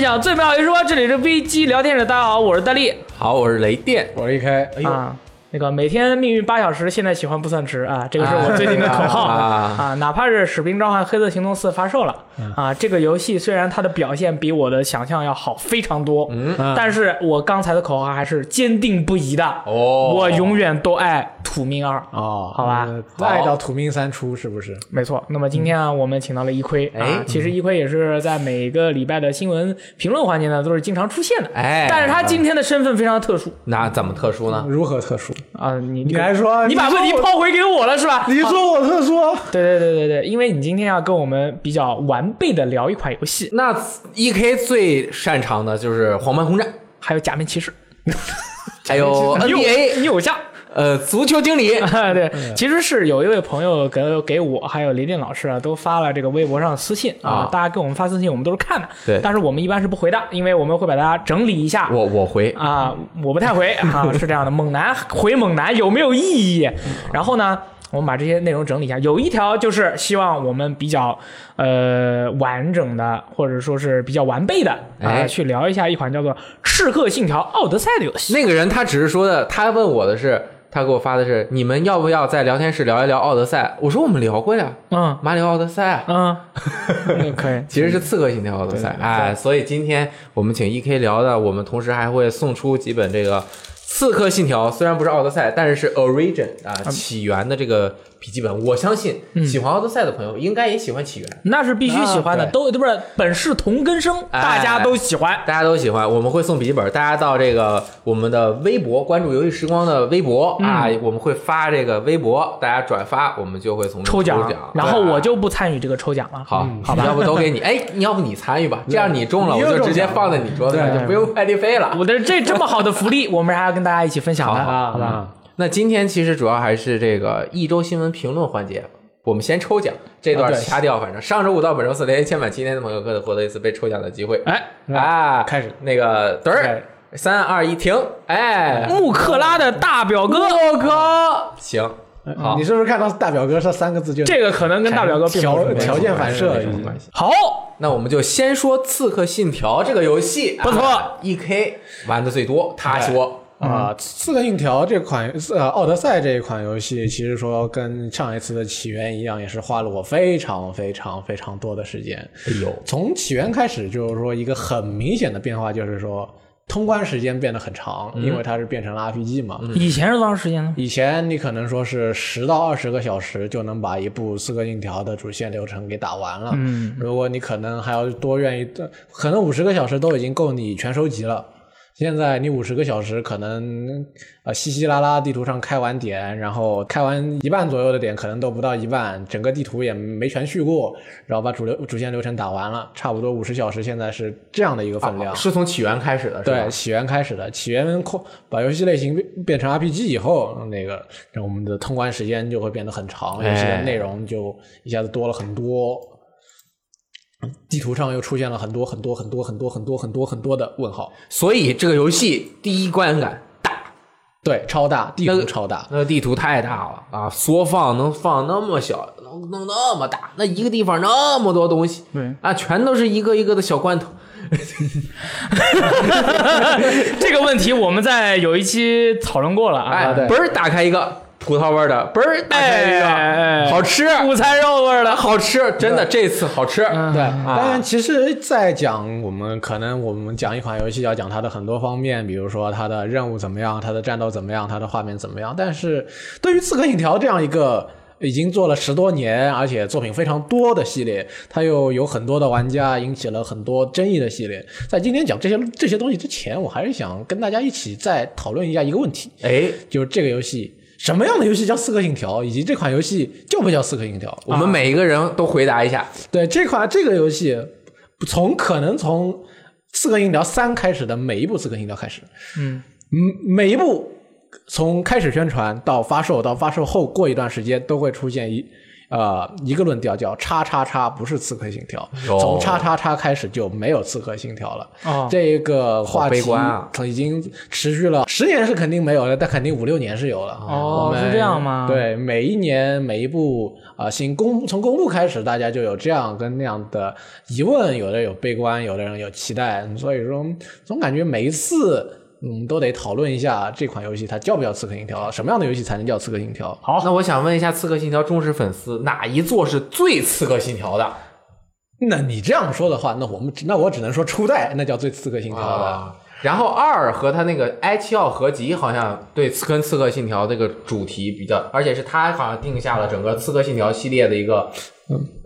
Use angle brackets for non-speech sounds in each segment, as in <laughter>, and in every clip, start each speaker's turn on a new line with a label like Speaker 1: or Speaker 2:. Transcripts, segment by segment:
Speaker 1: 享最美好一说，这里是 VG 聊天室，大家好，我是大力
Speaker 2: 好，我是雷电。
Speaker 3: 我离开，哎呦，
Speaker 1: 啊。那个每天命运八小时，现在喜欢不算迟啊，这个是我最近的口号
Speaker 2: 啊嗯
Speaker 1: 啊。哪怕是《使命召唤：黑色行动四》发售了啊，这个游戏虽然它的表现比我的想象要好非常多，
Speaker 2: 嗯
Speaker 1: 但是我刚才的口号还是坚定不移的，
Speaker 2: 哦
Speaker 1: 我永远都爱土命二。
Speaker 3: 哦，
Speaker 1: 好吧
Speaker 3: 呃，再到土命三出是不是？
Speaker 1: 没错，那么今天啊，我们请到了一亏啊
Speaker 2: 哎，
Speaker 1: 其实一亏也是在每个礼拜的新闻评论环节呢，都是经常出现的。
Speaker 2: 哎
Speaker 1: 但是他今天的身份非常特殊
Speaker 2: 那怎么特殊呢？
Speaker 3: 如何特殊？
Speaker 1: 啊，你
Speaker 3: 你还说
Speaker 1: 你把问题
Speaker 3: 说我
Speaker 1: 抛回给我了是吧？啊
Speaker 3: 你说我特殊？
Speaker 1: 对对对对对，因为你今天要跟我们比较完备的聊一款游戏，
Speaker 2: 那 E K 最擅长的就是黄牌轰炸，
Speaker 1: 还有假面骑士，
Speaker 2: 还有
Speaker 1: 你
Speaker 2: N
Speaker 1: 有
Speaker 2: B A，
Speaker 1: 你有像。
Speaker 2: 呃，足球
Speaker 1: <laughs>
Speaker 2: 经理。
Speaker 1: 啊，对，其实是有一位朋友给给我还有雷电老师啊，都发了这个微博上私信啊，
Speaker 2: 啊
Speaker 1: 大家给我们发私信，我们都是看的，
Speaker 2: 对
Speaker 1: 但是我们一般是不回的，因为我们会把它整理一下，
Speaker 2: 我我回，
Speaker 1: 啊，我不太回
Speaker 2: <laughs>
Speaker 1: 啊，是这样的，猛男回猛男有没有意义？然后呢，我们把这些内容整理一下，有一条就是希望我们比较呃完整的，或者说是比较完备的啊，
Speaker 2: 哎
Speaker 1: 去聊一下一款叫做《刺客信条：奥德赛》的游戏。
Speaker 2: 那个人他只是说的，他问我的是，他给我发的是，你们要不要在聊天室聊一聊奥德赛？我说我们聊过呀，
Speaker 1: 嗯
Speaker 2: 马里奥奥德赛啊， <laughs>
Speaker 1: 嗯，那可以。
Speaker 2: 其实是刺客信条奥德赛。哎，所以今天我们请 E K 聊的，我们同时还会送出几本这个。刺客信条虽然不是奥德赛，但是是 Origin 啊起源的这个笔记本，我相信喜欢奥德赛的朋友应该也喜欢起源，
Speaker 1: 那是必须喜欢的，
Speaker 2: 那对
Speaker 1: 都不是本是同根生，
Speaker 2: 哎
Speaker 1: 大家都喜欢。
Speaker 2: 大家都喜欢，我们会送笔记本，大家到这个我们的微博关注“游戏时光”的微博、啊，我们会发这个微博，大家转发，我们就会从中
Speaker 1: 抽
Speaker 2: 奖，
Speaker 1: 奖，然后
Speaker 2: 对啊
Speaker 1: 我就不参与这个抽奖了。
Speaker 2: 好，好吧，要不都给你，哎，你要不你参与吧，这样你中了
Speaker 3: 你
Speaker 2: 我
Speaker 3: 又
Speaker 2: 就直接
Speaker 3: 中奖
Speaker 2: 放在你桌子上，
Speaker 3: 对
Speaker 2: 就不用快递费了。
Speaker 1: 我的这这么好的福利，我们还要跟大家一起分享的
Speaker 2: 好好
Speaker 1: 啊。
Speaker 3: 啊，
Speaker 2: 那今天其实主要还是这个一周新闻评论环节。我们先抽奖，这段
Speaker 3: 啊对
Speaker 2: 掐掉，反正上周五到本周四连续签满七天的朋友，可以获得一次被抽奖的机会。
Speaker 1: 哎，
Speaker 2: 啊，
Speaker 3: 开始
Speaker 2: 那个嘚
Speaker 3: 开
Speaker 2: 儿
Speaker 3: 始，嗯
Speaker 2: 三二一，停！哎，
Speaker 1: 穆克拉的大表哥，
Speaker 2: 我靠！行，好
Speaker 3: 呃你，是不是看到大表哥这三个字就
Speaker 1: 这个可能跟大表哥并没有什么
Speaker 3: 条
Speaker 1: 关系
Speaker 3: 条件反射
Speaker 2: 没
Speaker 3: 已
Speaker 2: 什么
Speaker 3: 经
Speaker 2: 关系。
Speaker 1: 好，
Speaker 2: 那我们就先说《刺客信条》这个游戏，
Speaker 1: 不错
Speaker 2: ，E K 玩的最多，他说
Speaker 3: 啊，《刺客信条》这款呃《奥德赛》这一款游戏，其实说跟上一次的起源一样，也是花了我非常非常非常多的时间。
Speaker 2: 哎呦，
Speaker 3: 从起源开始，就是说一个很明显的变化，就是说通关时间变得很长，因为它是变成了 RPG 嘛。
Speaker 1: 以前是多长时间呢？
Speaker 3: 以前你可能说是十到二十个小时就能把一部《刺客信条》的主线流程给打完了。嗯，如果你可能还要多愿意，可能五十个小时都已经够你全收集了。现在你五十个小时可能呃稀稀拉拉地图上开完点，然后开完一半左右的点，可能都不到一半，整个地图也没全续过，然后把主流主线流程打完了，差不多五十小时现在是这样的一个分量。
Speaker 2: 啊是从起源开始的，是吧
Speaker 3: 对，？起源开始的，起源扩把游戏类型变变成 RPG 以后，那个让我们的通关时间就会变得很长，
Speaker 2: 哎
Speaker 3: 游戏的内容就一下子多了很多。地图上又出现了很多很多很多很多很多很多很多的问号，
Speaker 2: 所以这个游戏第一观感，
Speaker 3: 对，超大，地
Speaker 2: 那
Speaker 3: 图
Speaker 2: 个
Speaker 3: 超大，
Speaker 2: 那个地图太大了啊，缩放能放那么小，能弄那么大，那一个地方那么多东西，
Speaker 1: 对
Speaker 2: 啊，全都是一个一个的小罐头，
Speaker 1: <laughs> 这个问题我们在有一期讨论过了
Speaker 2: 哎，
Speaker 1: 啊。
Speaker 3: 对
Speaker 2: 嘣儿打开一个葡萄味儿的，嘣儿打开一个，
Speaker 1: 哎哎
Speaker 2: 好吃，
Speaker 1: 午餐肉味儿的，
Speaker 2: 好吃，真的这次好吃，
Speaker 1: 嗯
Speaker 3: 对，嗯当然，其实，呃在讲我们可能我们讲一款游戏，要讲它的很多方面，比如说它的任务怎么样，它的战斗怎么样，它的画面怎么样。但是对于《刺客信条》这样一个已经做了十多年，而且作品非常多的系列，它又有很多的玩家，引起了很多争议的系列。在今天讲这些这些东西之前，我还是想跟大家一起再讨论一下一个问题，
Speaker 2: 哎，
Speaker 3: 就是这个游戏什么样的游戏叫《刺客信条》，以及这款游戏就不叫《刺客信条》。
Speaker 2: 我
Speaker 1: 啊
Speaker 2: 们每一个人都回答一下，
Speaker 3: 对这款这个游戏，从可能从《刺客信条三》开始的每一部《刺客信条》开始，
Speaker 1: 嗯
Speaker 3: 嗯，每一部从开始宣传到发售到发售后过一段时间，都会出现一呃一个论调叫“叉叉叉”不是《刺客信条》，
Speaker 2: 哦
Speaker 3: 从“叉叉叉”开始就没有《刺客信条》了。
Speaker 1: 哦
Speaker 3: 这一个话
Speaker 2: 好悲
Speaker 3: 题
Speaker 2: 观啊
Speaker 3: 已经持续了十年是肯定没有了，但肯定五六年是有了。
Speaker 1: 哦
Speaker 3: 我们
Speaker 1: 是这样吗
Speaker 3: 对，每一年每一部啊、新公从公路开始，大家就有这样跟那样的疑问，有的有悲观，有的人有期待，所以说总感觉每一次。嗯，都得讨论一下这款游戏它叫不叫刺客信条，什么样的游戏才能叫刺客信条？
Speaker 2: 好，那我想问一下《刺客信条》忠实粉丝，哪一座是最《刺客信条》的？
Speaker 3: 那你这样说的话，那我们只那我只能说初代那叫最刺客信条的。
Speaker 2: 啊。然后二和他那个埃奇奥合集好像对跟《刺客信条》这个主题比较，而且是他好像定下了整个《刺客信条》系列的一个、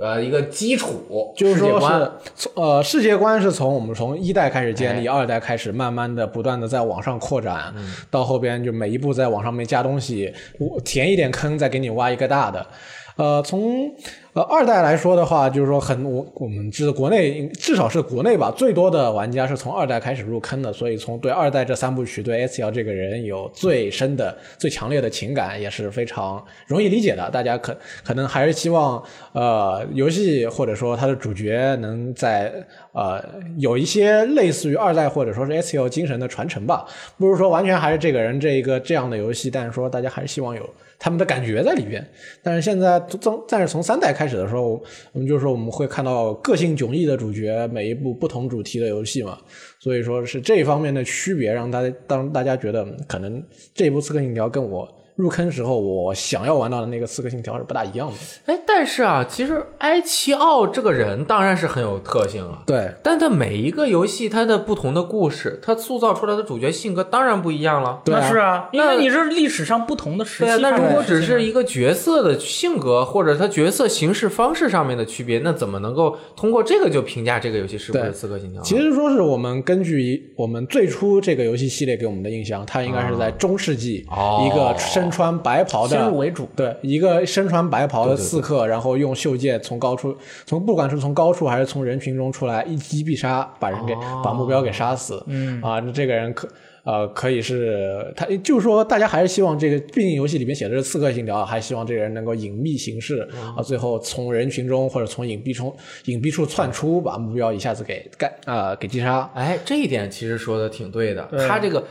Speaker 2: 呃一个基础
Speaker 3: 嗯就是
Speaker 2: 世界
Speaker 3: 说
Speaker 2: 观
Speaker 3: 是从呃世界观是从我们从一代开始建立，
Speaker 2: 哎
Speaker 3: 二代开始慢慢的不断的在往上扩展，
Speaker 2: 嗯
Speaker 3: 到后边就每一步在往上面加东西，我填一点坑再给你挖一个大的。呃，从呃二代来说的话，就是说很我我们知道国内至少是国内吧，最多的玩家是从二代开始入坑的，所以从对二代这三部曲对 S L 这个人有最深的、最强烈的情感，也是非常容易理解的。大家可可能还是希望呃游戏或者说它的主角能在呃有一些类似于二代或者说是 S L 精神的传承吧，不是说完全还是这个人这一个这样的游戏，但是说大家还是希望有。他们的感觉在里边。但是现在从但是从三代开始的时候，我们就是说我们会看到个性迥异的主角，每一部不同主题的游戏嘛，所以说是这一方面的区别，让大家让大家觉得嗯可能这一部《刺客信条》跟我。入坑时候，我想要玩到的那个《刺客信条》是不大一样的。
Speaker 2: 哎，但是啊，其实埃奇奥这个人当然是很有特性了。
Speaker 3: 对，
Speaker 2: 但他每一个游戏，它的不同的故事，它塑造出来的主角性格当然不一样了。
Speaker 3: 对啊
Speaker 1: 那是啊，因
Speaker 2: 那
Speaker 1: 为你是历史上不同的时
Speaker 2: 对啊，
Speaker 1: 期发
Speaker 2: 那
Speaker 1: 生
Speaker 2: 如
Speaker 1: 的事情啊。
Speaker 2: 果只是一个角色的性格或者他角色行事方式上面的区别，那怎么能够通过这个就评价这个游戏是不是
Speaker 3: 对
Speaker 2: 《刺客信条》？
Speaker 3: 其实说是我们根据我们最初这个游戏系列给我们的印象，它应该是在中世纪
Speaker 2: 哦
Speaker 3: 一个身穿白袍的
Speaker 1: 先入为主
Speaker 3: 对，一个身穿白袍的刺客，然后用袖箭从高处，从不管是从高处还是从人群中出来，一击必杀，把人给、
Speaker 2: 哦
Speaker 3: 把目标给杀死。嗯啊，这个人可。呃，可以是他，就是说，大家还是希望这个，毕竟游戏里面写的是刺客信条，还希望这个人能够隐秘行事
Speaker 2: 嗯
Speaker 3: 啊，最后从人群中或者从隐蔽中隐蔽处窜出，把目标一下子给干啊、给击杀。
Speaker 2: 哎，这一点其实说的挺对的。
Speaker 1: 对
Speaker 2: 他这个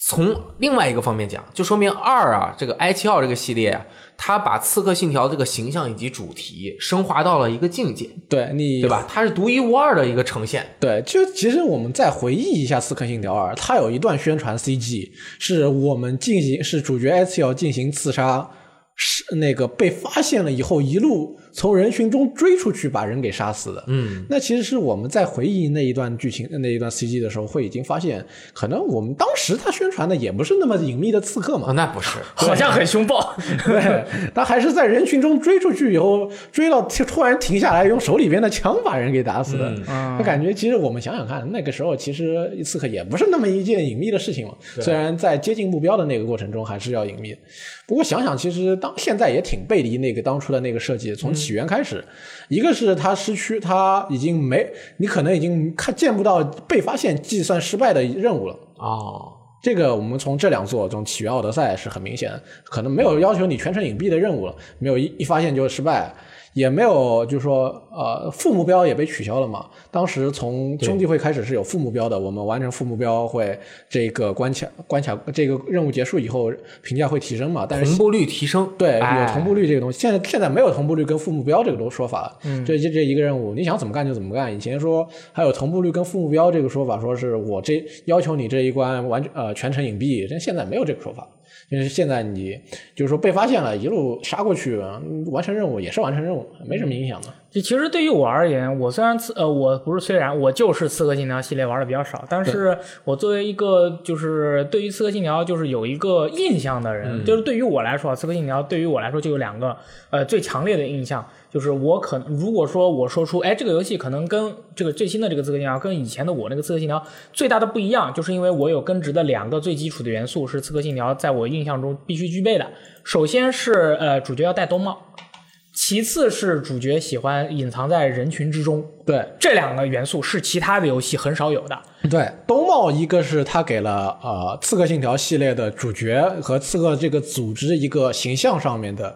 Speaker 2: 从另外一个方面讲，就说明二啊，这个埃奇奥这个系列啊，他把《刺客信条》这个形象以及主题升华到了一个境界，
Speaker 3: 对你
Speaker 2: 对吧？它是独一无二的一个呈现。
Speaker 3: 对，就其实我们再回忆一下《刺客信条二》，它有一段宣传 CG，是我们进行是主角 S L 进行刺杀，是那个被发现了以后，一路从人群中追出去，把人给杀死的。
Speaker 2: 嗯，
Speaker 3: 那其实是我们在回忆那一段剧情那一段 CG 的时候，会已经发现，可能我们当时他宣传的也不是那么隐秘的刺客嘛
Speaker 2: 哦，，那不
Speaker 3: <laughs>
Speaker 2: 是，
Speaker 1: 好像很凶 <laughs> 暴，
Speaker 3: 对， <laughs> 他还是在人群中追出去以后，追到突然停下来，用手里边的枪把人给打死的。那感觉其实我们想想看，那个时候其实刺客也不是那么一件隐秘的事情嘛。虽然在接近目标的那个过程中还是要隐秘，不过想想其实当现在也挺背离那个当初的那个设计，从起源开始，一个是他失去，他已经没你可能已经看见不到被发现计算失败的任务了。
Speaker 2: 哦。
Speaker 3: 这个我们从这两座中起源奥德赛是很明显的，可能没有要求你全程隐蔽的任务了，没有一一发现就失败，也没有就是说呃副目标也被取消了嘛。当时从兄弟会开始是有副目标的，我们完成副目标会这个关卡关卡这个任务结束以后评价会提升嘛，但是
Speaker 2: 同步率提升，
Speaker 3: 对，
Speaker 2: 哎
Speaker 3: 有同步率这个东西，现在现在没有同步率跟副目标这个都说法了。嗯，这这这一个任务，你想怎么干就怎么干。以前说还有同步率跟副目标这个说法，说是我这要求你这一关完呃全程隐蔽，但现在没有这个说法。因为现在你就是说被发现了，一路杀过去，嗯完成任务也是完成任务，没什么影响的。
Speaker 1: 就其实对于我而言，我虽然刺呃，我不是虽然我就是《刺客信条》系列玩的比较少，但是我作为一个就是对于《刺客信条》就是有一个印象的人，就是对于我来说，《刺客信条》对于我来说就有两个呃最强烈的印象，就是我可能如果说我说出哎这个游戏可能跟这个最新的这个《刺客信条》跟以前的我那个《刺客信条》最大的不一样，就是因为我有根植的两个最基础的元素是《刺客信条》在我印象中必须具备的，首先是呃主角要戴兜帽。其次是主角喜欢隐藏在人群之中，
Speaker 3: 对
Speaker 1: 这两个元素是其他的游戏很少有的。
Speaker 3: 对，兜帽一个是他给了呃《刺客信条》系列的主角和刺客这个组织一个形象上面的。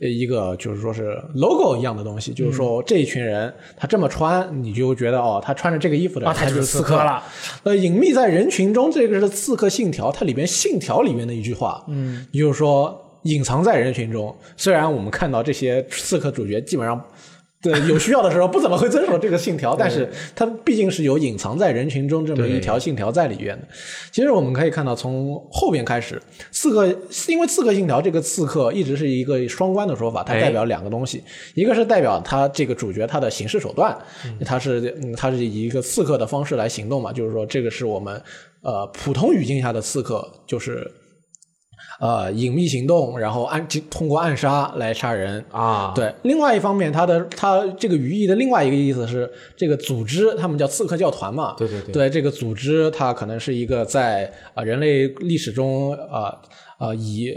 Speaker 3: 一个就是说是 logo 一样的东西，就是说这一群人他这么穿，你就觉得哦，他穿着这个衣服的
Speaker 1: 啊，
Speaker 3: 人，
Speaker 1: 他
Speaker 3: 他
Speaker 1: 就
Speaker 3: 就是是
Speaker 1: 刺
Speaker 3: 刺
Speaker 1: 客
Speaker 3: 客。
Speaker 1: 了，
Speaker 3: 呃，隐秘在人群中，这个是《刺客信条》它里边信条里面的一句话，嗯，也就是说隐藏在人群中。虽然我们看到这些刺客主角基本上。对，有需要的时候不怎么会遵守这个信条，但是它毕竟是有隐藏在人群中这么一条信条在里边的。其实我们可以看到，从后边开始，刺客因为刺客信条这个刺客一直是一个双关的说法，它
Speaker 2: 哎
Speaker 3: 代表两个东西，一个是代表他这个主角他的行事手段，他是嗯他是以一个刺客的方式来行动嘛，就是说这个是我们呃普通语境下的刺客，就是呃隐秘行动，然后暗通过暗杀来杀人
Speaker 2: 啊，
Speaker 3: 对，另外一方面，它的它这个语义的另外一个意思是，这个组织他们叫刺客教团嘛，
Speaker 2: 对对对
Speaker 3: 这个组织它可能是一个在啊、呃人类历史中啊啊、呃以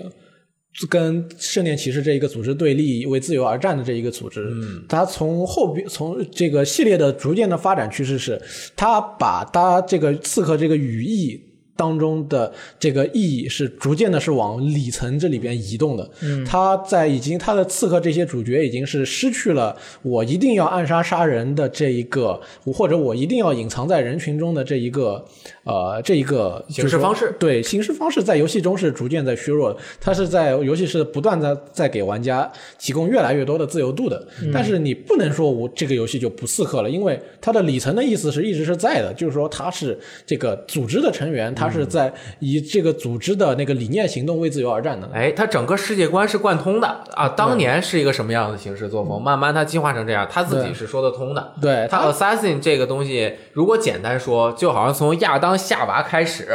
Speaker 3: 跟圣殿骑士这一个组织对立，为自由而战的这一个组织，嗯，它从后边从这个系列的逐渐的发展趋势是，它把它这个刺客这个语义当中的这个意义是逐渐的是往里层这里边移动的。嗯，他在已经他的刺客这些主角已经是失去了我一定要暗杀杀人的这一个，或者我一定要隐藏在人群中的这一个呃这一个
Speaker 2: 行
Speaker 3: 就是
Speaker 2: 事
Speaker 3: 说
Speaker 2: 方式
Speaker 3: 对行事方式在游戏中是逐渐在削弱的，它是在游戏是不断在在给玩家提供越来越多的自由度的。但是你不能说我这个游戏就不刺客了，因为它的里层的意思是一直是在的，就是说它是这个组织的成员，它是在以这个组织的那个理念行动为自由而战的。
Speaker 2: 哎，它整个世界观是贯通的啊。当年是一个什么样的行事作风，慢慢它进化成这样，它自己是说得通的。
Speaker 3: 对
Speaker 2: 它
Speaker 3: 它
Speaker 2: assassin 这个东西，如果简单说，就好像从亚当夏娃开始，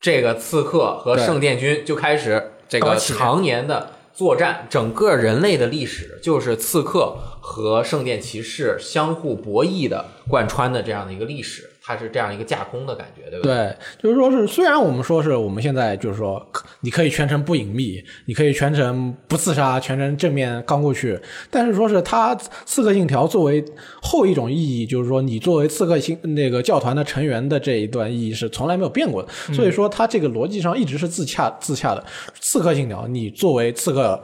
Speaker 2: 这个刺客和
Speaker 3: 对
Speaker 2: 圣殿军就开始这
Speaker 1: 搞
Speaker 2: 个
Speaker 1: 起
Speaker 2: 常年的作战。整个人类的历史就是刺客和圣殿骑士相互博弈的贯穿的这样的一个历史，它是这样一个架空的感觉，对不对？
Speaker 3: 对，就是说是，虽然我们说是我们现在就是说，可你可以全程不隐秘，你可以全程不刺杀，全程正面刚过去，但是说是它刺客信条作为后一种意义，就是说你作为刺客信那个教团的成员的这一段意义是从来没有变过的，所以说它这个逻辑上一直是自洽自洽的。刺客信条，你作为刺客。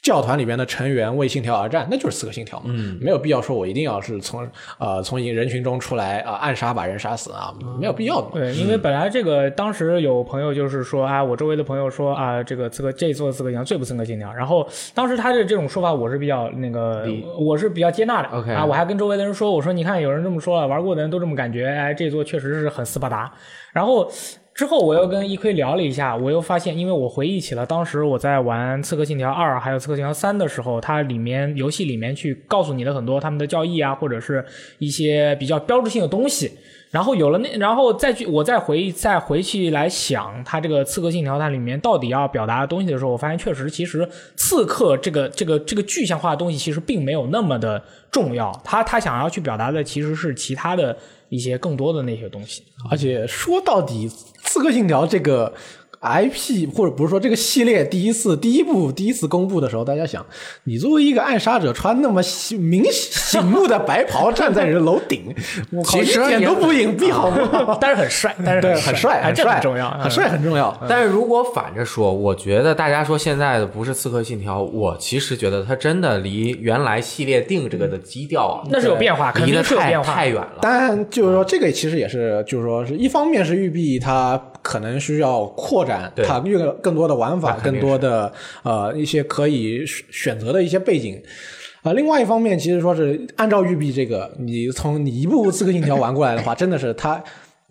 Speaker 3: 教团里边的成员为信条而战，那就是刺客信条嘛，没有必要说我一定要是从呃从人群中出来啊、暗杀把人杀死啊，没有必要的嘛。
Speaker 1: 对，因为本来这个当时有朋友就是说啊，我周围的朋友说啊，这个刺客这一座刺客信条最不刺客信条。然后当时他的这种说法，我是比较那个，我是比较接纳的。
Speaker 2: OK
Speaker 1: 啊，我还跟周围的人说，我说你看有人这么说了，玩过的人都这么感觉，哎，这座确实是很斯巴达。然后。之后我又跟一亏聊了一下，我又发现，因为我回忆起了当时我在玩《刺客信条二》还有《刺客信条三》的时候，它里面游戏里面去告诉你的很多他们的教义啊，或者是一些比较标志性的东西。然后有了那，然后再去我再回忆再回去来想它这个《刺客信条》它里面到底要表达的东西的时候，我发现确实其实刺客这个这个这个具象化的东西其实并没有那么的重要，他他想要去表达的其实是其他的一些更多的那些东西。
Speaker 3: 而且说到底，《刺客信条》这个 IP 或者不是说这个系列第一次第一部第一次公布的时候，大家想，你作为一个暗杀者，穿那么醒明醒目的白袍站在人楼顶，我靠，
Speaker 2: 其
Speaker 3: 一
Speaker 2: 实
Speaker 3: 点
Speaker 2: 也
Speaker 3: 都不隐蔽，好
Speaker 1: <laughs>
Speaker 3: 吗？
Speaker 1: 但是很帅，但是
Speaker 3: 对，
Speaker 1: 很
Speaker 3: 很帅，
Speaker 1: 哎
Speaker 3: 很
Speaker 1: 这
Speaker 3: 帅，
Speaker 1: 很重要，
Speaker 3: 很帅，很重
Speaker 1: 嗯
Speaker 3: 要。
Speaker 2: 但是如果反着说，我觉得大家说现在的不是《刺客信条》，我其实觉得它真的离原来系列定这个的基调啊，
Speaker 1: 那是有变化，肯
Speaker 2: 离得
Speaker 1: 定是有
Speaker 2: 太
Speaker 1: 变化
Speaker 2: 太。远了。
Speaker 3: 但就是说，这个其实也是，就是说，是一方面是育碧它可能需要扩展
Speaker 2: 对
Speaker 3: 它越更多的玩法
Speaker 2: 那，肯定
Speaker 3: 更多的呃一些可以选选择的一些背景。啊、另外一方面，其实说是按照育碧这个，你从你一步步刺客信条玩过来的话，真的是它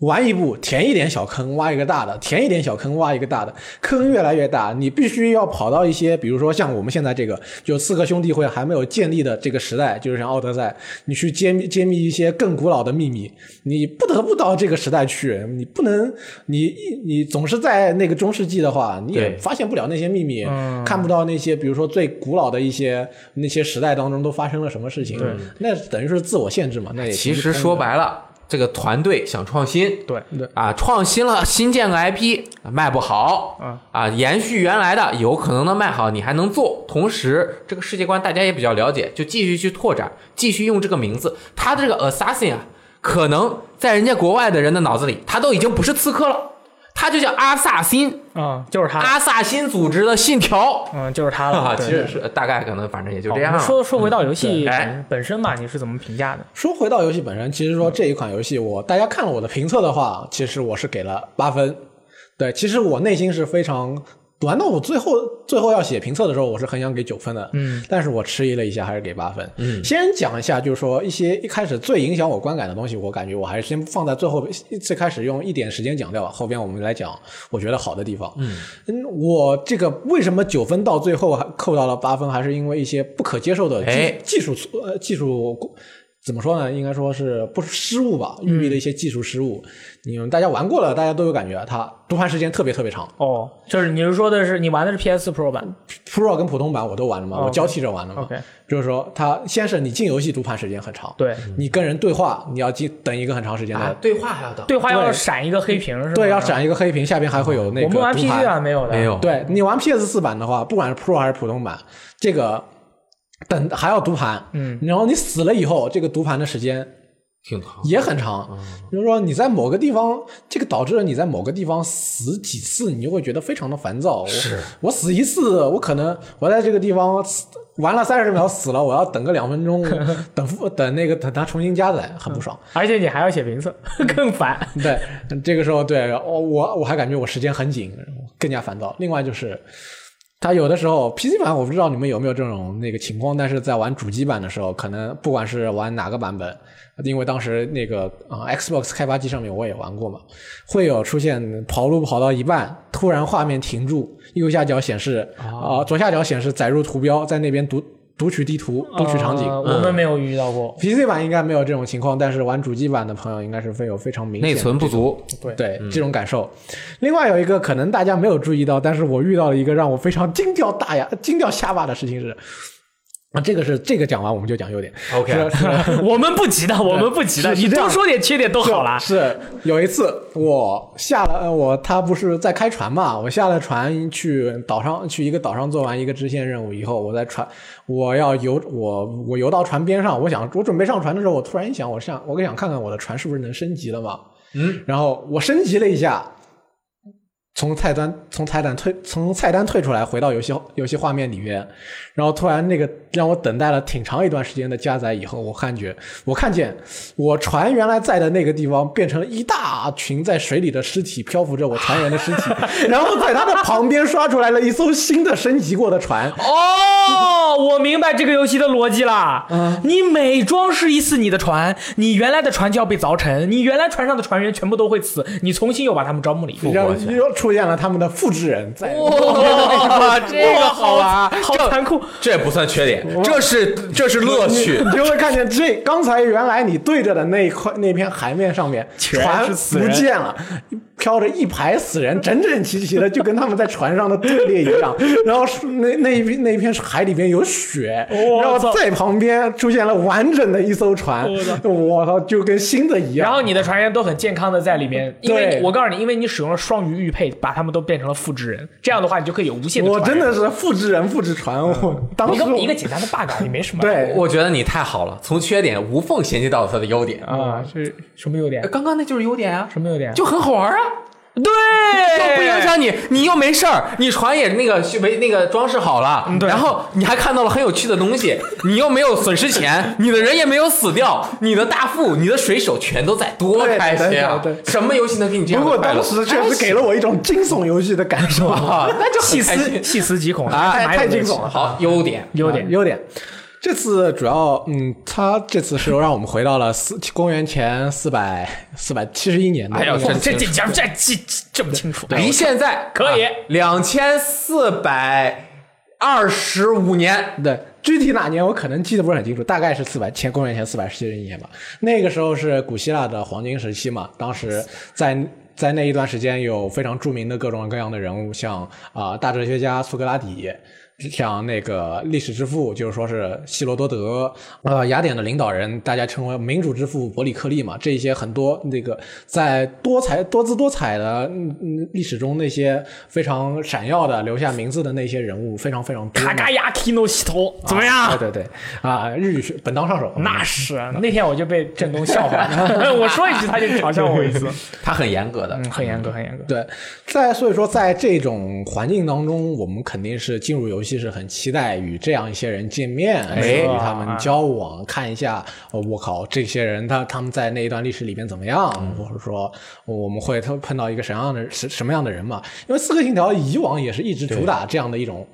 Speaker 3: 玩一步填一点小坑，挖一个大的，填一点小坑，挖一个大的，坑越来越大，你必须要跑到一些，比如说像我们现在这个就刺客兄弟会还没有建立的这个时代，就是像奥德赛，你去揭秘揭秘一些更古老的秘密，你不得不到这个时代去，你不能你你总是在那个中世纪的话，你也
Speaker 2: 对
Speaker 3: 发现不了那些秘密，
Speaker 2: 嗯
Speaker 3: 看不到那些比如说最古老的一些那些时代当中都发生了什么事情，那等于是自我限制嘛，那也
Speaker 2: 哎其实说白了，这个团队想创新，
Speaker 1: 对
Speaker 3: 对
Speaker 2: 啊，创新了，新建个 IP 卖不好，
Speaker 1: 嗯
Speaker 2: 啊，延续原来的，有可能能卖好，你还能做。同时，这个世界观大家也比较了解，就继续去拓展，继续用这个名字。他的这个 assassin 啊，可能在人家国外的人的脑子里，他都已经不是刺客了。他就叫阿萨辛，
Speaker 1: 嗯，就是他，
Speaker 2: 阿萨辛组织的信条。
Speaker 1: 嗯，就是他
Speaker 2: 哈哈，
Speaker 1: 了。
Speaker 2: 啊其
Speaker 1: 对
Speaker 2: 实是大概可能，反正也就
Speaker 1: 好
Speaker 2: 这
Speaker 1: 我
Speaker 2: 样
Speaker 1: 们
Speaker 2: 了。
Speaker 1: 说说回到游戏
Speaker 2: 对哎
Speaker 1: 本本身吧，你是怎么评价的？
Speaker 3: 说回到游戏本身，其实说这一款游戏我，大家看了我的评测的话，其实我是给了八分。对，其实我内心是非常，玩到我最后最后要写评测的时候，我是很想给九分的，嗯，但是我迟疑了一下，还是给八分。嗯，先讲一下，就是说一些一开始最影响我观感的东西，我感觉我还是先放在最后最开始用一点时间讲掉，后边我们来讲我觉得好的地方。嗯，我这个为什么九分到最后还扣到了八分，还是因为一些不可接受的技、
Speaker 2: 哎
Speaker 3: 技术错呃技术怎么说呢？应该说是不失误吧，遇遇了一
Speaker 1: 嗯
Speaker 3: 些技术失误。你们大家玩过了，大家都有感觉，它读盘时间特别特别长。
Speaker 1: 哦，就是你是说的是你玩的是 PS Pro 版
Speaker 3: Pro 跟普通版我都玩了嘛，
Speaker 1: 哦 OK
Speaker 3: 我交替着玩的嘛。
Speaker 1: ？OK，
Speaker 3: 就是说，它先是你进游戏读盘时间很长，
Speaker 1: 对，
Speaker 3: 你跟人对话，你要进等一个很长时
Speaker 1: 嗯
Speaker 3: 间
Speaker 2: 啊
Speaker 3: 的，，
Speaker 2: 对话还要等。
Speaker 1: 对话要闪一个黑屏是吧？
Speaker 3: 对，要。闪一个黑屏，下边还会有那个
Speaker 1: 我们玩啊
Speaker 3: 读
Speaker 1: PC
Speaker 3: 盘
Speaker 1: 版没有的，
Speaker 2: 没有
Speaker 3: 对你玩 PS 四版的话，不管是 Pro 还是普通版，这个等还要读盘，
Speaker 1: 嗯，
Speaker 3: 然后你死了以后，这个读盘的时间
Speaker 2: 挺长。嗯
Speaker 3: 也很长。就是说你在某个地方，这个导致了你在某个地方死几次，你就会觉得非常的烦躁。我
Speaker 2: 是
Speaker 3: 我死一次，我可能我在这个地方死玩了三十秒死了，我要等个两
Speaker 2: <laughs>
Speaker 3: 分钟，等复等那个等它重新加载，很不爽。
Speaker 1: 而且你还要写评测， <laughs> 更烦。
Speaker 3: <laughs> 对，这个时候对我我我还感觉我时间很紧，更加烦躁。另外就是，它有的时候 PC 版我不知道你们有没有这种那个情况，但是在玩主机版的时候，可能不管是玩哪个版本，因为当时那个啊、呃 Xbox 开发机上面我也玩过嘛，会有出现跑路跑到一半，突然画面停住，右下角显示啊、
Speaker 2: 哦
Speaker 3: 呃左下角显示载入图标，在那边读读取地图、
Speaker 2: 哦
Speaker 3: 读取场景。
Speaker 1: 呃我们没有遇到过。
Speaker 3: <laughs> PC 版应该没有这种情况，但是玩主机版的朋友应该是会有非常明显
Speaker 2: 内
Speaker 3: 的
Speaker 2: 存不足，
Speaker 3: 对这种感受。另外有一个可能大家没有注意到，但是我遇到了一个让我非常惊掉大牙、 <laughs> 惊掉下巴的事情是，啊，这个是这个讲完我们就讲优点。
Speaker 2: OK
Speaker 3: 啊是是
Speaker 1: 我们不急的，我们不急的，
Speaker 3: 是
Speaker 1: 你
Speaker 3: 是这样
Speaker 1: 多说点缺点都好啦。
Speaker 3: 是是有一次我下了呃我他不是在开船嘛，我下了船去岛上去一个岛上做完一个支线任务以后，我在船我要游我我游到船边上，我想我准备上船的时候，我突然一想，我想我想看看我的船是不是能升级了嘛。
Speaker 2: 嗯，
Speaker 3: 然后我升级了一下。从菜单从菜单退从菜单退出来，回到游戏游戏画面里面，然后突然那个让我等待了挺长一段时间的加载以后，我感觉我看见我船原来在的那个地方变成了一大群在水里的尸体，漂浮着我船员的尸体，然后在它的旁边刷出来了一艘新的升级过的船。
Speaker 1: 哦，我明白这个游戏的逻辑啦。你每装饰一次你的船，你原来的船就要被凿沉，你原来船上的船员全部都会死，你重新又把他们招募了一遍。
Speaker 3: 然后
Speaker 2: 我去
Speaker 3: 又出现了他们的复制人在，
Speaker 2: 哇，这个好玩，
Speaker 1: 好残酷！
Speaker 2: 这不算缺点，这是这是乐趣
Speaker 3: <laughs> 你就会看见这刚才原来你对着的那一块那片海面上面，
Speaker 1: 全
Speaker 3: 船
Speaker 1: 是死
Speaker 3: 不
Speaker 1: 人
Speaker 3: 见了，飘着一排死人，整整齐齐的，就跟他们在船上的队列一
Speaker 1: <laughs>
Speaker 3: 样。然后是那那一片那一片海里边有雪，
Speaker 1: 我操
Speaker 3: 然后在旁边出现了完整的一艘船，我操，就跟新的一样。
Speaker 1: 然后你的船员都很健康的在里面，因为
Speaker 3: 对
Speaker 1: 你我告诉你，因为你使用了双鱼玉佩，把他们都变成了复制人，这样的话你就可以有无限的
Speaker 3: 我
Speaker 1: 船嗯
Speaker 3: 真
Speaker 1: 员。
Speaker 3: 的是复制人复制船，我当
Speaker 1: 一
Speaker 3: 时
Speaker 1: 个
Speaker 3: 我
Speaker 1: 一个简单的 bug，你没啊什么。
Speaker 3: 对
Speaker 2: 我觉得你太好了，从缺点无缝衔接到它的优点。
Speaker 1: 啊，是什么优点
Speaker 2: 呃？刚刚那就是优点啊，
Speaker 1: 什么优点？
Speaker 2: 就很好玩啊，
Speaker 1: 对，
Speaker 2: 又不影响你，你又没事儿，你船也那个去没那个装饰好了，
Speaker 3: 嗯
Speaker 1: 对
Speaker 2: 然后你还看到了很有趣的东西，你又没有损失钱，你的人也没有死掉，你的大副、你的水手全都在，多
Speaker 3: 对
Speaker 2: 开心啊
Speaker 3: 对对！对
Speaker 2: 什么游戏能给你这样
Speaker 3: 不
Speaker 2: 的
Speaker 3: 过
Speaker 2: 快乐
Speaker 3: 当
Speaker 1: 哎
Speaker 3: 时确实给了我一种惊悚游戏的感受，
Speaker 2: 啊，那就
Speaker 1: 细
Speaker 2: 很开
Speaker 1: 思
Speaker 2: 心。
Speaker 1: 细思极恐
Speaker 3: 啊
Speaker 1: 干嘛有
Speaker 3: 太
Speaker 1: 这
Speaker 3: 惊
Speaker 1: 个
Speaker 3: 悚了
Speaker 2: 好，
Speaker 3: <laughs>
Speaker 2: 优点
Speaker 1: 优
Speaker 3: 啊
Speaker 1: 点。
Speaker 3: 优点。这次主要，嗯，他这次是让我们回到了四公元前四百四百七十一年的。
Speaker 2: 哎呦
Speaker 1: 这
Speaker 2: 这
Speaker 1: 这这这这这这么清楚，啊
Speaker 2: 离现在啊
Speaker 1: 可以
Speaker 2: 两千四百二十五年，
Speaker 3: 对，具体哪年我可能记得不是很清楚，大概是四百前公元前四百七十一年吧。那个时候是古希腊的黄金时期嘛，当时在在那一段时间有非常著名的各种各样的人物，像啊、大哲学家苏格拉底。像那个历史之父，就是说是希罗多德，呃，雅典的领导人，大家称为民主之父伯里克利嘛，这一些很多那个在多才多姿多彩的嗯嗯历史中那些非常闪耀的留下名字的那些人物，非常非常多嘛。
Speaker 1: 卡嘎呀 Kino 系统怎么样？
Speaker 3: 对对对，啊，日语是本当上手。
Speaker 1: 那是啊那天我就被振东笑话
Speaker 3: <laughs>
Speaker 1: 了，我说一句他就嘲笑我一次，
Speaker 2: 他很严格的
Speaker 1: 嗯，，很严格，很严格。
Speaker 3: 对，在所以说，在这种环境当中，我们肯定是进入游戏是很期待与这样一些人见面，
Speaker 2: 哎
Speaker 3: 与他们交往，看一下，呃我靠，这些人他他们在那一段历史里面怎么样，或者说我们会他碰到一个什么样的什什么样的人嘛？因为《刺客信条》以往也是一直主打这样的一种，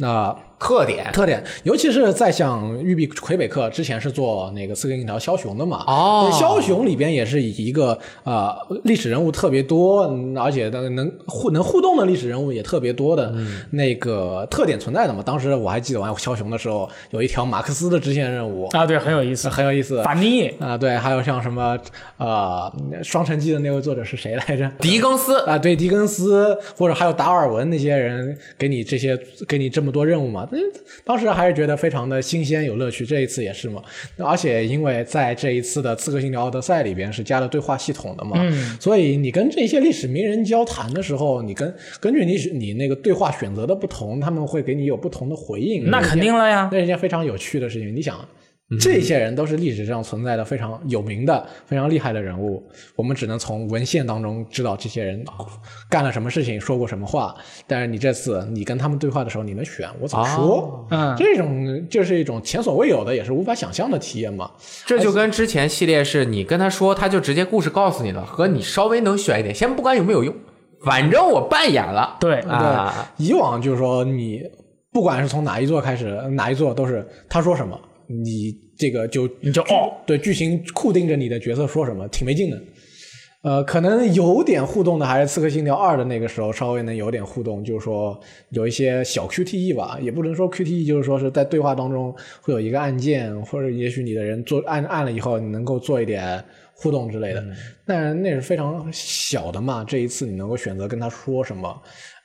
Speaker 3: 那、
Speaker 2: 特点
Speaker 3: 特点，尤其是在像育碧魁北克之前是做那个《刺客信条：枭雄》的嘛，
Speaker 2: 哦
Speaker 3: 对枭雄里边也是以一个呃历史人物特别多，嗯而且能能互能互动的历史人物也特别多的那个特点存在的嘛。当时我还记得玩枭雄的时候，有一条马克思的支线任务，
Speaker 1: 啊，对，很有意思，
Speaker 3: 很有意思啊、
Speaker 1: 法尼
Speaker 3: 对，还有像什么呃《双城记》的那位作者是谁来着？
Speaker 2: 狄更斯。
Speaker 3: 啊，对，狄更斯或者还有达尔文那些人给你这些给你这么多任务嘛，嗯，当时还是觉得非常的新鲜有乐趣，这一次也是嘛。而且因为在这一次的《刺客信条：奥德赛》里边是加了对话系统的嘛，嗯、所以你跟这些历史名人交谈的时候，你跟根据你你那个对话选择的不同，他们会给你有不同的回应。
Speaker 1: 那肯定了呀。
Speaker 3: 那是一件非常有趣的事情。你想，这些人都是历史上存在的非常有名的、非常厉害的人物，我们只能从文献当中知道这些人干了什么事情、说过什么话。但是你这次你跟他们对话的时候，你能选我怎么说？
Speaker 1: 嗯，
Speaker 3: 这种就是一种前所未有的，也是无法想象的体验嘛。
Speaker 2: 这就跟之前系列是你跟他说，他就直接故事告诉你了，和你稍微能选一点，先不管有没有用，反正我扮演了
Speaker 1: 对，
Speaker 2: 啊，
Speaker 3: 以往就是说你不管是从哪一座开始，哪一座都是他说什么，你这个就
Speaker 1: 你就哦，
Speaker 3: 对剧情固定着你的角色说什么，挺没劲的。呃，可能有点互动的还是《刺客信条二》的那个时候稍微能有点互动，就是说有一些小 QTE 吧，也不能说 QTE，就是说是在对话当中会有一个按键，或者也许你的人做按按了以后，你能够做一点互动之类
Speaker 1: 嗯
Speaker 3: 的。但是那是非常小的嘛，这一次你能够选择跟他说什么，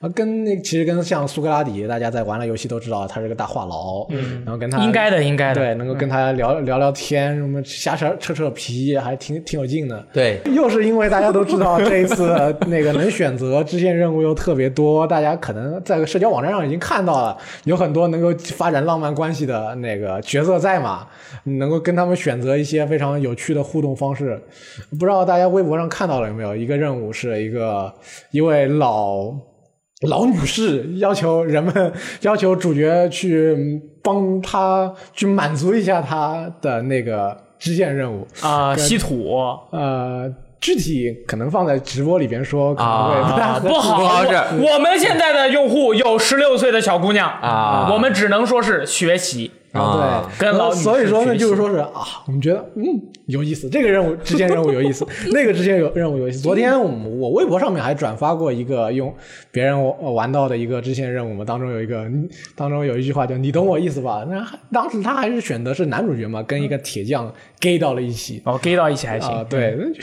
Speaker 3: 啊，跟那其实跟像苏格拉底，大家在玩了游戏都知道他是个大话痨，嗯，然后跟他
Speaker 1: 应该的，应该的。嗯
Speaker 3: 对，能够跟他聊、聊聊天，什么瞎扯扯扯皮，还挺挺有劲的。
Speaker 2: 对，
Speaker 3: <laughs> 又是因为大家都知道这一次那个能选择支线任务又特别多，大家可能在社交网站上已经看到了，有很多能够发展浪漫关系的那个角色在嘛，能够跟他们选择一些非常有趣的互动方式。不知道大家微博上看到了有没有？一个任务是一个一位老老女士要求人们 <laughs> 要求主角去嗯帮她去满足一下她的那个支线任务。
Speaker 1: 啊，稀土
Speaker 3: 呃，具体可能放在直播里边说，可能会不太
Speaker 1: 啊，
Speaker 3: 合
Speaker 1: 不
Speaker 3: 适
Speaker 1: 好。
Speaker 2: 不合适
Speaker 1: 我我们现在的用户有十六岁的小姑娘
Speaker 2: 啊
Speaker 1: 我们只能说是学习。
Speaker 2: 啊
Speaker 3: 对，
Speaker 1: 跟
Speaker 3: 然后
Speaker 1: 老女
Speaker 3: 所以
Speaker 1: 士
Speaker 3: 说呢，
Speaker 1: 学
Speaker 3: 就是
Speaker 1: 习
Speaker 3: 说是啊，我们觉得嗯有意思，这个
Speaker 1: <laughs>
Speaker 3: 任务支线任务有意思，那个支线有任务有意思。昨天我们我微博上面还转发过一个用别人我我玩到的一个支线任务嘛，当中有一个嗯当中有一句话叫“你懂我意思吧”，那还当时他还是选的是男主角嘛，跟一个铁匠 gay 到了一起，
Speaker 1: 哦，gay 到一起还行。嗯
Speaker 3: 啊，对，那就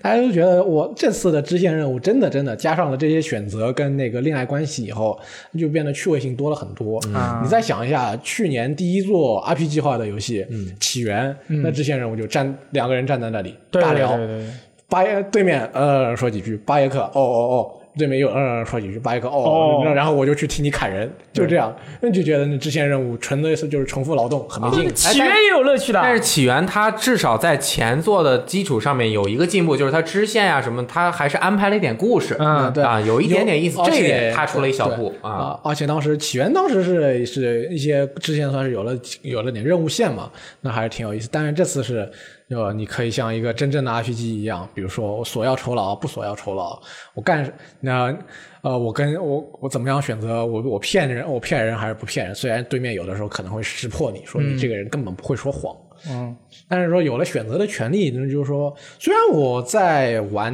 Speaker 3: 大家都觉得我这次的支线任务真的真的加上了这些选择跟那个恋爱关系以后，就变得趣味性多了很多。
Speaker 1: 啊
Speaker 3: 你再想一下，去年第一座 RPG 化的游戏《
Speaker 1: 嗯
Speaker 3: 起源》，那支线任务就站两个人站在那里
Speaker 1: 对
Speaker 3: 大
Speaker 1: 对
Speaker 3: 聊，哎
Speaker 1: 对对对
Speaker 3: 巴耶对面呃说几句，巴耶克哦哦哦，对面又呃说几句，巴耶克哦
Speaker 1: 哦
Speaker 3: 然后我就去替你砍人，就这样，那就觉得那支线任务纯粹是就是重复劳动，
Speaker 1: 哦
Speaker 3: 很没劲。
Speaker 1: 起源也有乐趣的。
Speaker 2: 但是起源它至少在前作的基础上面有一个进步，就是它支线呀、什么，它还是安排了一点故事，
Speaker 1: 嗯
Speaker 3: 对
Speaker 2: 啊，有一点点意思，
Speaker 3: 有
Speaker 2: 这一
Speaker 3: 而
Speaker 2: 点
Speaker 3: 且
Speaker 2: 踏出了一小步
Speaker 3: 对
Speaker 2: 啊。
Speaker 3: 而且当时起源当时是是一些支线算是有了有了点任务线嘛，那还是挺有意思。但是这次是，呃，你可以像一个真正的 RPG 一样，比如说我索要酬劳，不索要酬劳，我干那呃，我跟我我怎么样选择，我我骗人，我骗人还是不骗人？虽然对面有的时候可能会识破你说
Speaker 2: 嗯
Speaker 3: 你这个人根本不会说谎，
Speaker 1: 嗯，
Speaker 3: 但是说有了选择的权利，那就是说，虽然我在玩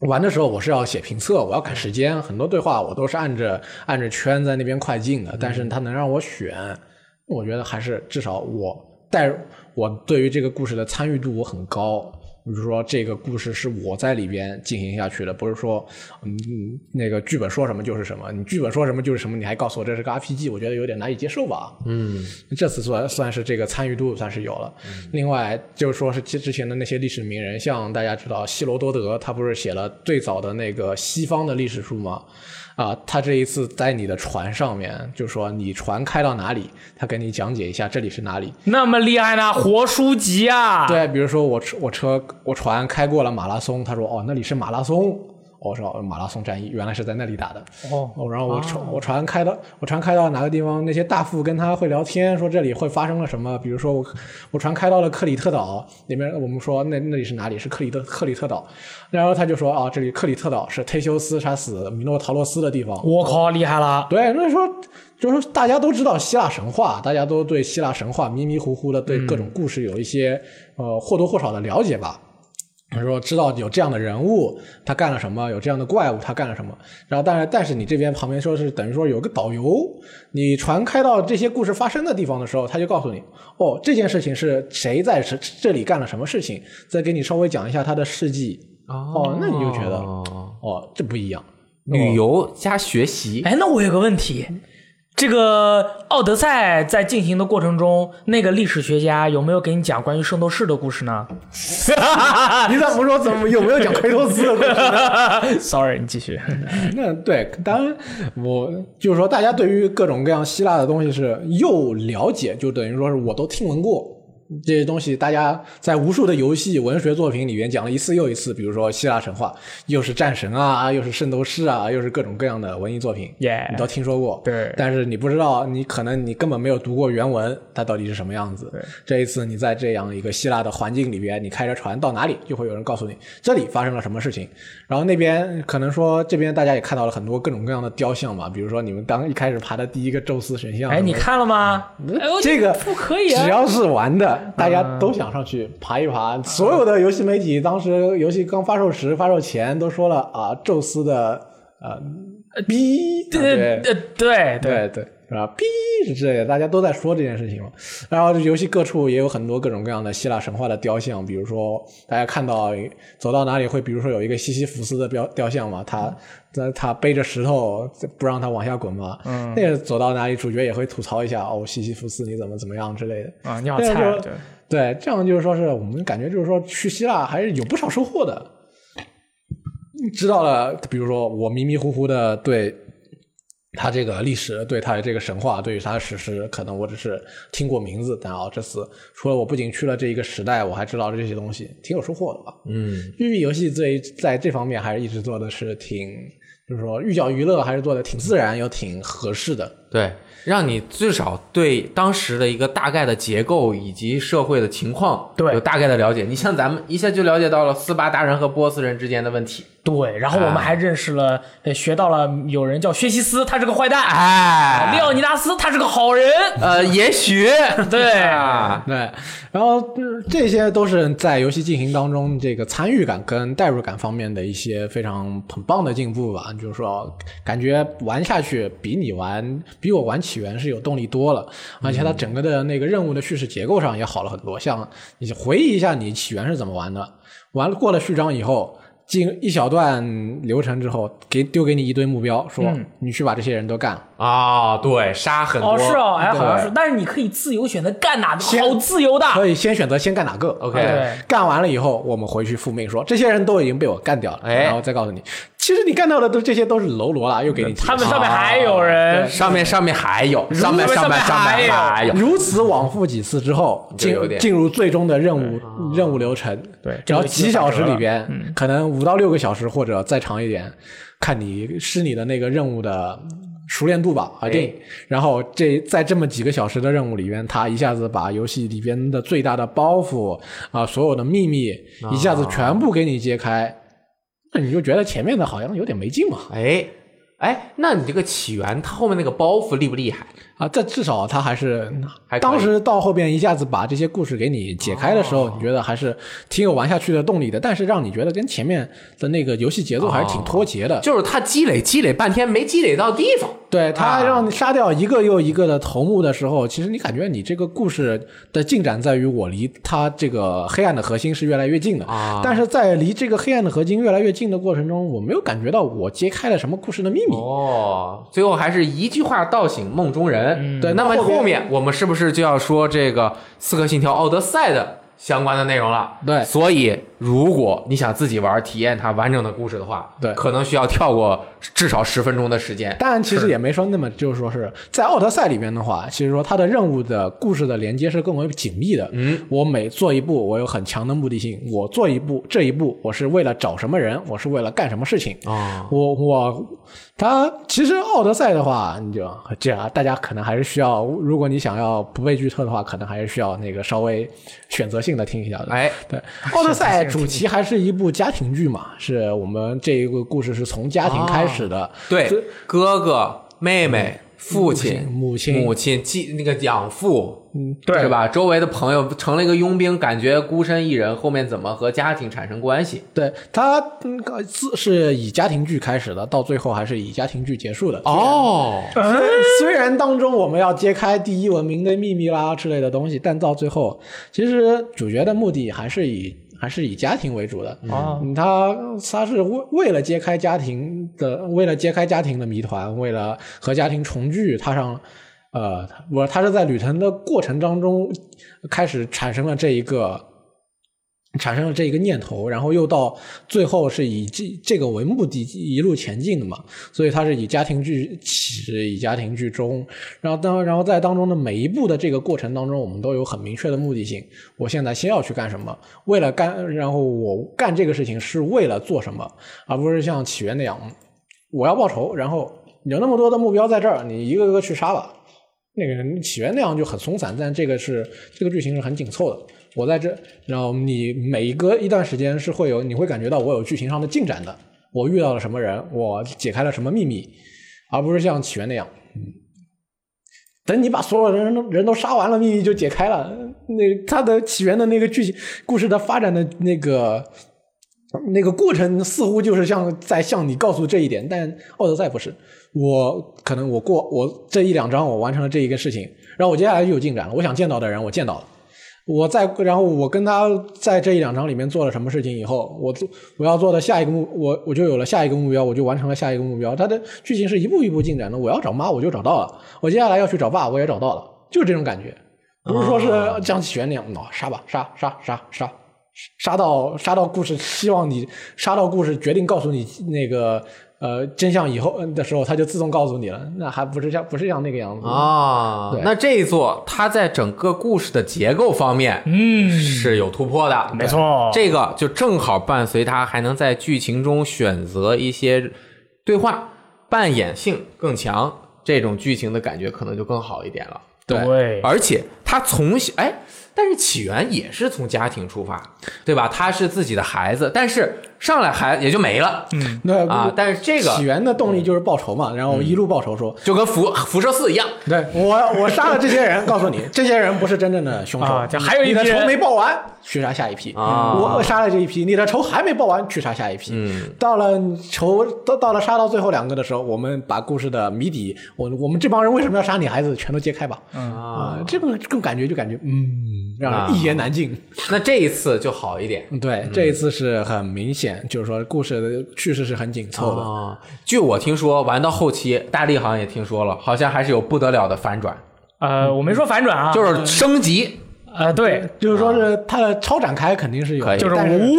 Speaker 3: 玩的时候我是要写评测，我要赶时间，很多对话我都是按着按着圈在那边快进的，但是它能让我选，我觉得还是至少我带入我对于这个故事的参与度我很高。比如说这个故事是我在里边进行下去的，不是说嗯那个剧本说什么就是什么，你剧本说什么就是什么，你还告诉我这是个 RPG，我觉得有点难以接受吧。
Speaker 2: 嗯，
Speaker 3: 这次算算是这个参与度算是有了。另外就是说是其之前的那些历史名人，像大家知道希罗多德，他不是写了最早的那个西方的历史书吗？啊，他这一次在你的船上面，就说你船开到哪里，他给你讲解一下这里是哪里。
Speaker 1: 那么厉害呢，活书籍啊！，
Speaker 3: 对，比如说我车我车我船开过了马拉松，他说哦那里是马拉松，我说哦马拉松战役原来是在那里打的。
Speaker 1: 哦，
Speaker 3: 哦，然后我船、我船开到我船开到哪个地方，那些大副跟他会聊天，说这里会发生了什么。比如说我我船开到了克里特岛那边，我们说那那里是哪里？是克里特克里特岛。然后他就说啊，这里克里特岛是忒修斯杀死米诺陶洛斯的地方。
Speaker 1: 我靠，厉害了！
Speaker 3: 对，所以说就是大家都知道希腊神话，大家都对希腊神话迷迷糊糊的，对各种故事有一些、呃或多或少的了解吧。他说知道有这样的人物，他干了什么，有这样的怪物，他干了什么。然后当然，但是你这边旁边说是等于说有个导游，你船开到这些故事发生的地方的时候，他就告诉你，哦，这件事情是谁在这这里干了什么事情，再给你稍微讲一下他的事迹。哦，那你就觉得哦，这不一样。
Speaker 2: 旅游加学习，
Speaker 1: 哎，那我有个问题，这个《奥德赛》在进行的过程中，那个历史学家有没有给你讲关于圣斗士的故事呢
Speaker 3: 你怎么说？怎么有没有讲奎托斯的故事？
Speaker 1: 啊？Sorry，你继续。
Speaker 3: <laughs> 那对，当然我就是说，大家对于各种各样希腊的东西是又了解，就等于说是我都听闻过这些东西。大家在无数的游戏、文学作品里面讲了一次又一次，比如说希腊神话，又是战神啊，又是圣斗士啊，又是各种各样的文艺作品
Speaker 1: Yeah
Speaker 3: 你都听说过。
Speaker 1: 对
Speaker 3: 但是你不知道，你可能你根本没有读过原文，它到底是什么样子。这一次你在这样一个希腊的环境里边，你开着船到哪里，就会有人告诉你这里发生了什么事情。然后那边可能说这边大家也看到了很多各种各样的雕像嘛，比如说你们当一开始爬的第一个宙斯神像，
Speaker 1: 哎，你
Speaker 3: 什么
Speaker 1: 看了吗？哎呦
Speaker 3: 嗯这个
Speaker 1: 不可以啊！
Speaker 3: 只要是玩的，大家都想上去爬一爬。所有的游戏媒体当时游戏刚发售时、发售前都说了啊，宙斯的呃逼，啊
Speaker 1: 呃对
Speaker 3: 对
Speaker 1: 对对对，
Speaker 3: 对对，是吧？逼是之类的，大家都在说这件事情嘛。然后游戏各处也有很多各种各样的希腊神话的雕像，比如说大家看到走到哪里会，比如说有一个西西弗斯的雕雕像嘛，他他他背着石头不让他往下滚嘛。嗯，那个走到哪里，主角也会吐槽一下哦，西西弗斯你怎么怎么样之类的。
Speaker 1: 啊，你好
Speaker 3: 这
Speaker 1: 菜啊，
Speaker 3: 样就
Speaker 1: 对。
Speaker 3: 对，这样就是说是我们感觉就是说去希腊还是有不少收获的。知道了，比如说我迷迷糊糊的对他这个历史、对他的这个神话、对于他的史诗，可能我只是听过名字，但哦，这次除了我不仅去了这一个时代，我还知道这些东西，挺有收获的吧。
Speaker 2: 嗯，
Speaker 3: 育碧游戏最在这方面还是一直做的是挺，就是说寓教于乐，还是做的挺自然又挺合适的。
Speaker 2: 对，让你至少对当时的一个大概的结构以及社会的情况
Speaker 1: 对
Speaker 2: 有大概的了解。你像咱们一下就了解到了斯巴达人和波斯人之间的问题，
Speaker 1: 对，然后我们
Speaker 2: 啊
Speaker 1: 还认识了，呃学到了有人叫薛西斯，他是个坏蛋；
Speaker 2: 哎
Speaker 1: 利奥尼达斯，他是个好人。
Speaker 2: 呃，
Speaker 1: <laughs>
Speaker 2: 也许
Speaker 1: 对
Speaker 2: 啊，
Speaker 3: 对，然后、嗯这些都是在游戏进行当中这个参与感跟代入感方面的一些非常很棒的进步吧。就是说，感觉玩下去比你玩比我玩起源是有动力多了，而且它整个的那个任务的叙事结构上也好了很多。像你回忆一下你起源是怎么玩的，玩过了序章以后。进一小段流程之后，给丢给你一堆目标，说你去把这些人都干了。
Speaker 2: 啊，对，杀很多
Speaker 1: 哦，是哦，哎，好像
Speaker 2: 对
Speaker 1: 是，但是你可以自由选择干哪个，
Speaker 3: 先
Speaker 1: 好自由的。
Speaker 3: 可以先选择先干哪个。
Speaker 2: OK
Speaker 1: 对
Speaker 3: 干完了以后，我们回去复命说，这些人都已经被我干掉了，
Speaker 2: 哎
Speaker 3: 然后再告诉你，其实你干掉的都这些都是喽啰啦，又给你
Speaker 1: 他们
Speaker 3: 解释
Speaker 1: 上面还有人，
Speaker 2: 啊上面上面还有，上面上面上面还有，
Speaker 3: 如此往复几次之后，
Speaker 2: 就
Speaker 3: 进
Speaker 2: 有
Speaker 3: 入
Speaker 2: 点
Speaker 3: 进入最终的任务任务流程。
Speaker 1: 对
Speaker 3: 只要几小时里边
Speaker 1: 这个游戏就打折了嗯，
Speaker 3: 可能五到六个小时或者再长一点，看你是你的那个任务的熟练度吧而定。然后这在这么几个小时的任务里边，他一下子把游戏里边的最大的包袱啊、所有的秘密一下子全部给你揭开，那你就觉得前面的好像有点没劲嘛。
Speaker 2: 哎，哎，那你这个起源，它后面那个包袱厉不厉害？
Speaker 3: 啊，这至少他还是
Speaker 2: 嗯还可以
Speaker 3: 当时到后边一下子把这些故事给你解开的时候，
Speaker 2: 哦
Speaker 3: 你觉得还是挺有玩下去的动力的，但是让你觉得跟前面的那个游戏节奏还是挺脱节的。
Speaker 2: 就是它积累积累半天没积累到地方。
Speaker 3: 对
Speaker 2: 啊
Speaker 3: 他让你杀掉一个又一个的头目的时候，其实你感觉你这个故事的进展在于我离他这个黑暗的核心是越来越近的
Speaker 2: 啊
Speaker 3: 但是在离这个黑暗的核心越来越近的过程中，我没有感觉到我揭开了什么故事的秘密。
Speaker 2: 哦，最后还是一句话道醒梦中人。
Speaker 3: 对
Speaker 2: 那么
Speaker 3: 嗯后边
Speaker 2: 后面我们是不是就要说这个《刺客信条：奥德赛》的相关的内容了？
Speaker 3: 对
Speaker 2: 所以如果你想自己玩体验它完整的故事的话，
Speaker 3: 对
Speaker 2: 可能需要跳过至少十分钟的时间。
Speaker 3: 但其实也没说那么，就是说是在奥德赛里面的话，其实说它的任务的故事的连接是更为紧密的。
Speaker 2: 嗯，
Speaker 3: 我每做一步，我有很强的目的性。我做一步，这一步我是为了找什么人，我是为了干什么事情。
Speaker 2: 哦，
Speaker 3: 我我，它其实奥德赛的话，你就这样，大家可能还是需要，如果你想要不被剧透的话，可能还是需要那个稍微选择性的听一下的。
Speaker 2: 哎，
Speaker 3: <laughs> 对，《奥德赛》主题还是一部家庭剧嘛，是我们这一个故事是从家庭开始的。
Speaker 2: 对，哥哥、妹妹、父亲、
Speaker 3: 嗯母亲
Speaker 2: 母亲、继那个养父，嗯，
Speaker 1: 对
Speaker 2: 是吧？周围的朋友成了一个佣兵，感觉孤身一人，后面怎么和家庭产生关系？
Speaker 3: 对，它嗯自是以家庭剧开始的，到最后还是以家庭剧结束的。
Speaker 2: 哦，
Speaker 3: 虽
Speaker 1: 嗯
Speaker 3: 然，虽然当中我们要揭开第一文明的秘密啦之类的东西，但到最后，其实主角的目的还是以还是以家庭为主的。
Speaker 1: 哦
Speaker 3: 嗯他他是为为了揭开家庭的，为了揭开家庭的谜团，为了和家庭重聚，踏上。呃，我他是在旅程的过程当中开始产生了这一个产生了这一个念头，然后又到最后是以这这个为目的一路前进的嘛，所以它是以家庭剧起，以家庭剧终，然后当然后在当中的每一步的这个过程当中，我们都有很明确的目的性。我现在先要去干什么？为了干，然后我干这个事情是为了做什么，而不是像起源那样，我要报仇，然后有那么多的目标在这儿，你一个个去杀吧。那个人起源那样就很松散，但这个是这个剧情是很紧凑的。我在这，然后你每隔一段时间是会有，你会感觉到我有剧情上的进展的，我遇到了什么人，我解开了什么秘密，而不是像起源那样，嗯，等你把所有人都人都杀完了，秘密就解开了。那它的起源的那个剧情故事的发展的那个那个过程似乎就是像在向你告诉这一点，但奥德赛不是。我可能我过我这一两章我完成了这一个事情，然后我接下来就有进展了。我想见到的人我见到了，我在然后我跟他在这一两章里面做了什么事情以后，我做我要做的下一个目我我就有了下一个目标，我就完成了下一个目标。它的剧情是一步一步进展的。我要找妈我就找到了，我接下来要去找爸我也找到了，就是这种感觉，不是说是
Speaker 2: 啊
Speaker 3: 像起源那样，哦，杀吧杀杀杀杀杀到杀到故事，希望你杀到故事决定告诉你那个呃真相以后呃的时候，它就自动告诉你了，那还不是像不是像那个样子
Speaker 2: 啊
Speaker 3: 嗯对，
Speaker 2: 那这一座它在整个故事的结构方面，嗯，是有突破的，
Speaker 1: 没错
Speaker 2: 这个就正好伴随它还能在剧情中选择一些对话，扮演性更强，这种剧情的感觉可能就更好一点了。
Speaker 3: 对
Speaker 1: 对，
Speaker 2: 而且他从小哎，但是起源也是从家庭出发，对吧？他是自己的孩子，但是上来孩也就没了，嗯
Speaker 3: 那
Speaker 2: 啊。但是这
Speaker 3: 起
Speaker 2: 个嗯
Speaker 3: 源的动力就是报仇嘛，然后一路报仇说，
Speaker 2: 就跟辐辐射四一样，
Speaker 3: 对我我杀了这些人，告
Speaker 1: <laughs>
Speaker 3: 诉你，这些人不是真正的凶手，
Speaker 1: 啊就还有一
Speaker 3: 你的
Speaker 1: 批人
Speaker 3: 仇没报完，去杀下一批。
Speaker 2: 啊
Speaker 3: 我杀了这一批，你的仇还没报完，去杀下一批。
Speaker 2: 嗯，
Speaker 3: 到了仇到到了杀到最后两个的时候，我们把故事的谜底，我我们这帮人为什么要杀你孩子，全都揭开吧。
Speaker 1: 嗯
Speaker 3: 啊、
Speaker 2: 啊，
Speaker 3: 这个这种感觉就感觉，嗯，让人一言难尽。
Speaker 1: 啊
Speaker 2: 那这一次就好一点。
Speaker 1: 嗯
Speaker 3: 对，这一次是很明显，就是说故事的叙事是很紧凑的。
Speaker 2: 啊，据我听说，玩到后期，大力好像也听说了，好像还是有不得了的反转，
Speaker 1: 呃，我没说反转啊，
Speaker 2: 就是升级。
Speaker 1: 呃，对，
Speaker 3: 就是说是它的超展开肯定是有
Speaker 2: 可
Speaker 3: 的，
Speaker 2: 以
Speaker 1: 就是
Speaker 3: 但是
Speaker 1: 呜，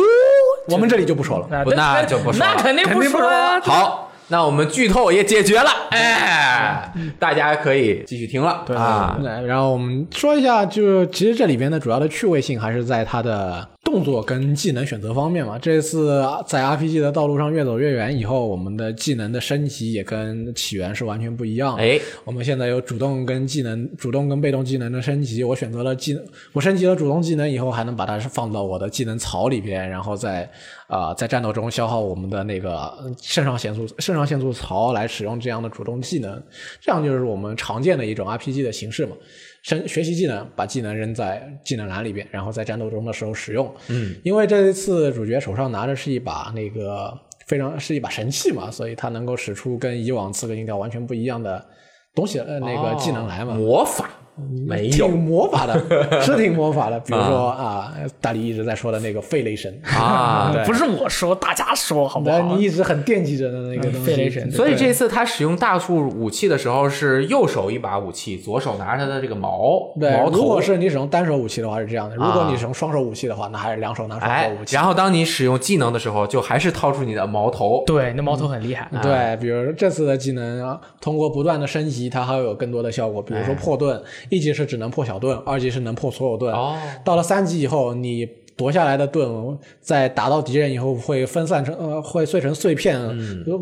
Speaker 3: 我们这里就不说了。
Speaker 1: 啊
Speaker 2: 不那就不说啊了
Speaker 1: 那肯定不说啊呀，
Speaker 2: 好，那我们剧透也解决了，哎，大家可以继续听了啊。
Speaker 3: 嗯对，然后我们说一下，就是其实这里边的主要的趣味性还是在它的动作跟技能选择方面嘛。这次在 RPG 的道路上越走越远以后，我们的技能的升级也跟起源是完全不一样的。
Speaker 2: 哎，
Speaker 3: 我们现在有主动跟技能、主动跟被动技能的升级。我选择了技能，我升级了主动技能以后，还能把它放到我的技能槽里边，然后再呃在战斗中消耗我们的那个肾上腺素肾上腺素槽来使用这样的主动技能，这样就是我们常见的一种 RPG 的形式嘛。升学习技能，把技能扔在技能栏里边，然后在战斗中的时候使用。嗯，因为这一次主角手上拿着是一把那个非常是一把神器嘛，所以它能够使出跟以往刺客信条完全不一样的东西，呃，那
Speaker 2: 哦
Speaker 3: 个技能来嘛。嗯
Speaker 2: 魔法嗯没有
Speaker 3: <laughs> 挺魔
Speaker 2: <laughs>
Speaker 3: 法的，是挺魔法的。比如说啊，大力一直在说的那个费雷神，
Speaker 2: 啊。
Speaker 1: 不是我说，大家说好不
Speaker 3: 那
Speaker 1: 好
Speaker 3: 你？一直很惦记着的那
Speaker 2: 嗯
Speaker 3: 个东西。
Speaker 1: 费雷神，
Speaker 2: 所以这次他使用大树武器的时候，是右手一把武器，左手拿着他的这个矛
Speaker 3: 对
Speaker 2: 矛，
Speaker 3: 如
Speaker 2: 头
Speaker 3: 果。是你使用单手武器的话是这样的，如果
Speaker 2: 啊
Speaker 3: 你使用双手武器的话，那还是两手拿双
Speaker 2: 哎
Speaker 3: 手武，器。
Speaker 2: 然后当你使用技能的时候，就还是掏出你的矛头。
Speaker 1: 对，那矛头很厉害。
Speaker 2: 啊
Speaker 3: 对，比如这次的技能啊，通过不断的升级，它还会有更多的效果。比
Speaker 2: 哎
Speaker 3: 如说破盾，一级是只能破小盾，二级是能破所有盾。
Speaker 2: 哦
Speaker 3: 到了三级以后，你夺下来的盾，在打到敌人以后会分散成呃，会碎成碎片，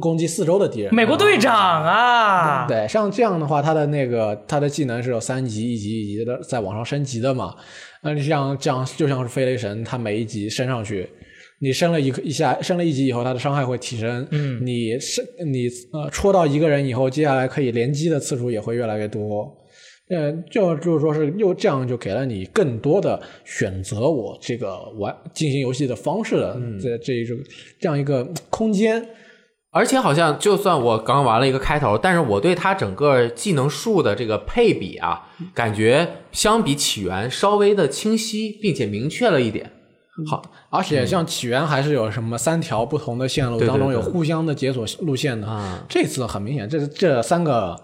Speaker 3: 攻击四周的敌人。
Speaker 1: 美国队长啊，
Speaker 3: 对，像这样的话，他的那个他的技能是有三级、一级、一级的在往上升级的嘛。那你像这样，就像是飞雷神，他每一级升上去，你升了一个一下，升了一级以后，他的伤害会提升。嗯，你是你呃戳到一个人以后，接下来可以连击的次数也会越来越多。呃，就就是说是又这样就给了你更多的选择，我这个玩进行游戏的方式的、这这一种这样一个空间。
Speaker 2: 而且好像就算我刚玩了一个开头，但是我对他整个技能树的这个配比啊，
Speaker 3: 嗯
Speaker 2: 感觉相比起源稍微的清晰并且明确了一点。
Speaker 3: 嗯
Speaker 2: 好，
Speaker 3: 而且像起源还是有什么三条不同的线路
Speaker 2: 嗯对对
Speaker 3: 当中有
Speaker 2: 对
Speaker 3: 互相的解锁路线的，
Speaker 2: 啊
Speaker 3: 这次很明显，这这三个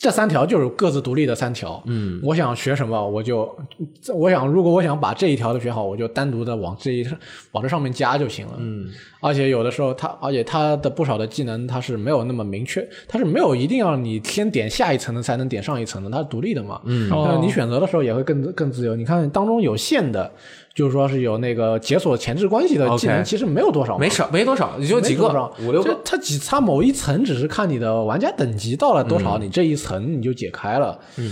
Speaker 3: 这三条就是各自独立的三条。
Speaker 2: 嗯，
Speaker 3: 我想学什么我就，我想如果我想把这一条的学好，我就单独的往这一往这上面加就行了。嗯，而且有的时候它，而且它的不少的技能它是没有那么明确，它是没有一定要你先点下一层的才能点上一层的，它是独立的嘛。嗯，
Speaker 1: 哦
Speaker 3: 你选择的时候也会更更自由。你看当中有限的，就是说是有那个解锁前置关系的技能
Speaker 2: OK
Speaker 3: 其实没有多少嘛，
Speaker 2: 没少，没多少，也就几
Speaker 3: 没多
Speaker 2: 个
Speaker 3: 少，
Speaker 2: 五六
Speaker 3: 就
Speaker 2: 个。
Speaker 3: 它几它某一层只是看你的玩家等级到了多少，你这一层你就解开了。嗯，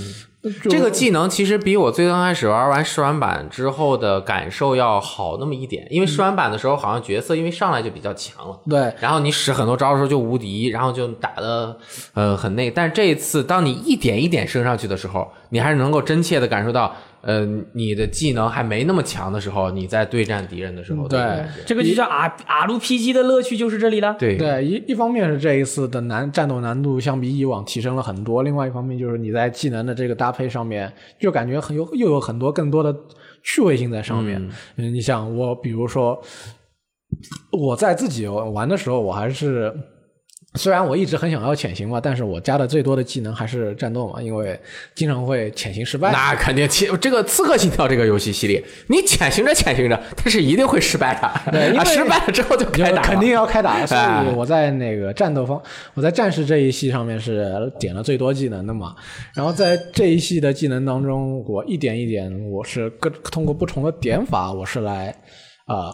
Speaker 2: 嗯这个技能其实比我最刚开始玩完试玩版之后的感受要好那么一点，因
Speaker 3: 嗯
Speaker 2: 为试玩版的时候好像角色因为上来就比较强了。
Speaker 3: 对。
Speaker 2: 然后你使很多招的时候就无敌，然后就打的呃很那个。但是这一次，当你一点一点升上去的时候，你还是能够真切的感受到，呃，你的技能还没那么强的时候，你在对战敌人的
Speaker 3: 嗯
Speaker 2: 时候的感觉，
Speaker 1: 这个就叫啊 R RPG 的乐趣就是这里了。
Speaker 2: 对
Speaker 3: 对，一一方面是这一次的难战斗难度相比以往提升了很多，另外一方面就是你在技能的这个搭配上面，就感觉很有又有很多更多的趣味性在上面。嗯，你想我比如说我在自己玩的时候，我还是。虽然我一直很想要潜行嘛，但是我加的最多的技能还是战斗嘛，因为经常会潜行失败。
Speaker 2: 那肯定，其这个《刺客信条》这个游戏系列，你潜行着潜行着，它是一定会失败的。
Speaker 3: 对因为
Speaker 2: 啊，失败了之后就
Speaker 3: 就
Speaker 2: 开打了，
Speaker 3: 肯定要开打。所
Speaker 2: 哎
Speaker 3: 以我嗯在那个战斗方，我在战士这一系上面是点了最多技能的嘛。然后在这一系的技能当中，我一点一点，我是各通过不同的点法，我是来啊。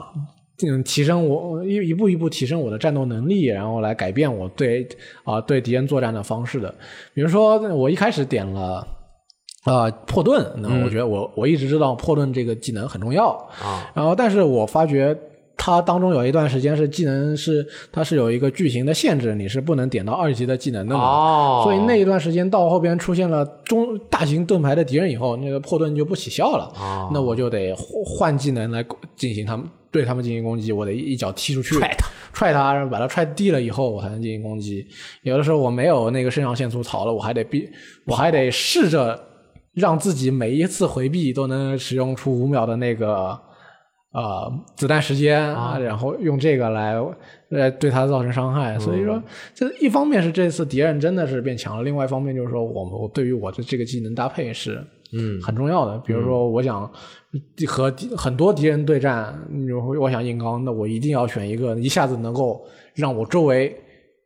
Speaker 3: 嗯，提升我一一步一步提升我的战斗能力，然后来改变我对啊、对敌人作战的方式的。比如说，我一开始点了呃破盾，那我觉得我、我一直知道破盾这个技能很重要，
Speaker 2: 啊，
Speaker 3: 然后，但是我发觉它当中有一段时间是技能是它是有一个剧情的限制，你是不能点到二级的技能的嘛。
Speaker 2: 哦，
Speaker 3: 所以那一段时间到后边出现了中大型盾牌的敌人以后，那个破盾就不起效了。
Speaker 2: 哦
Speaker 3: 那我就得换换技能来进行他们对他们进行攻击，我得一脚踢出去，
Speaker 2: 踹他，
Speaker 3: 踹他，然后把他踹地了以后，我才能进行攻击。有的时候我没有那个肾上腺素槽了，我还得必我还得试着让自己每一次回避都能使用出五秒的那个。呃，子弹时间，啊、然后用这个来来对他造成伤害，所以说这一方面是这次敌人真的是变强了，另外一方面就是说我我对于我的这个技能搭配是嗯很重要的。比如说我想和敌很多敌人对战，嗯我我想硬刚，那我一定要选一个一下子能够让我周围。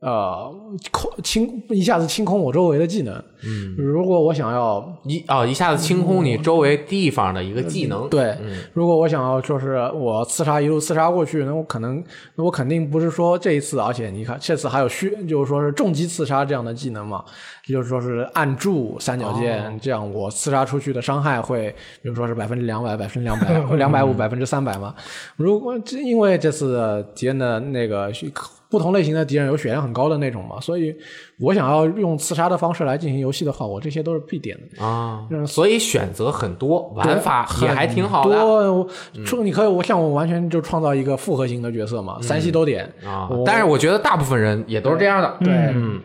Speaker 3: 呃空清一下子清空我周围的技能。嗯，如果我想要
Speaker 2: 一哦，一下子清空你周围地方的一个技能，
Speaker 3: 对，如果我想要就是我刺杀一路刺杀过去，那我可能那我肯定不是说这一次，而且你看这次还有虚，就是说是重击刺杀这样的技能嘛，就是说是按住三角剑，这样我刺杀出去的伤害会，比如说是百分之两百、百分之两百、两百五、百分之三百嘛。如果这因为这次的敌人的那个血不同类型的敌人有血量很高的那种嘛，所以我想要用刺杀的方式来进行游戏的话，我这些都是必点的。
Speaker 2: 啊，
Speaker 3: 嗯
Speaker 2: 所以选择很多，玩法也还挺好的
Speaker 3: 多，说你可以，我像我完全就创造一个复合型的角色嘛，
Speaker 2: 嗯
Speaker 3: 三系都点
Speaker 2: 啊
Speaker 3: 我。
Speaker 2: 但是我觉得大部分人也都是这样的，
Speaker 3: 对，
Speaker 2: 嗯，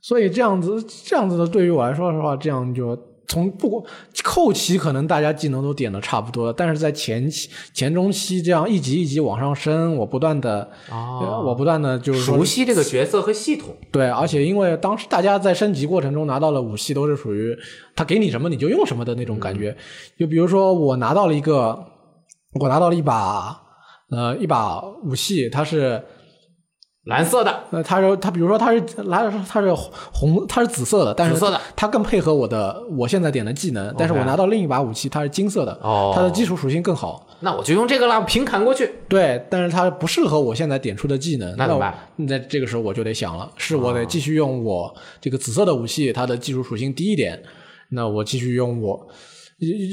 Speaker 3: 所以这样子这样子的，对于我来说的话，这样就从不过后期可能大家技能都点的差不多了，但是在前期前中期这样一级一级往上升，我不断的、呃
Speaker 2: 哦，
Speaker 3: 我不断的就是说
Speaker 2: 熟悉这个角色和系统，
Speaker 3: 对，而且因为当时大家在升级过程中拿到了武器，都是属于他给你什么你就用什么的那种感
Speaker 2: 嗯
Speaker 3: 觉。就比如说我拿到了一个，我拿到了一把呃一把武器，它是
Speaker 2: 蓝色的、
Speaker 3: 呃它是它比如说它是它是它是红它是紫色的，但是
Speaker 2: 紫色的
Speaker 3: 它更配合我的我现在点的技能。但是我拿到另一把武器，它是金色的，
Speaker 2: 哦，
Speaker 3: 它的基础属性更好。
Speaker 2: 那我就用这个啦，平砍过去。
Speaker 3: 对，但是它不适合我现在点出的技能，
Speaker 2: 那
Speaker 3: 那
Speaker 2: 怎么
Speaker 3: 我
Speaker 2: 办
Speaker 3: 那这个时候我就得想了，是我得继续用我这个紫色的武器，它的技术属性低一点，那我继续用我，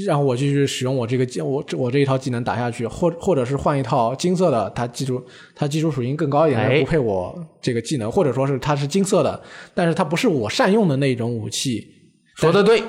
Speaker 3: 让我继续使用我这个技，我这我这一套技能打下去，或或者是换一套金色的，它技术它技术属性更高一点，
Speaker 2: 哎
Speaker 3: 它不配我这个技能，或者说是它是金色的，但是它不是我善用的那种武器，
Speaker 2: 说的对，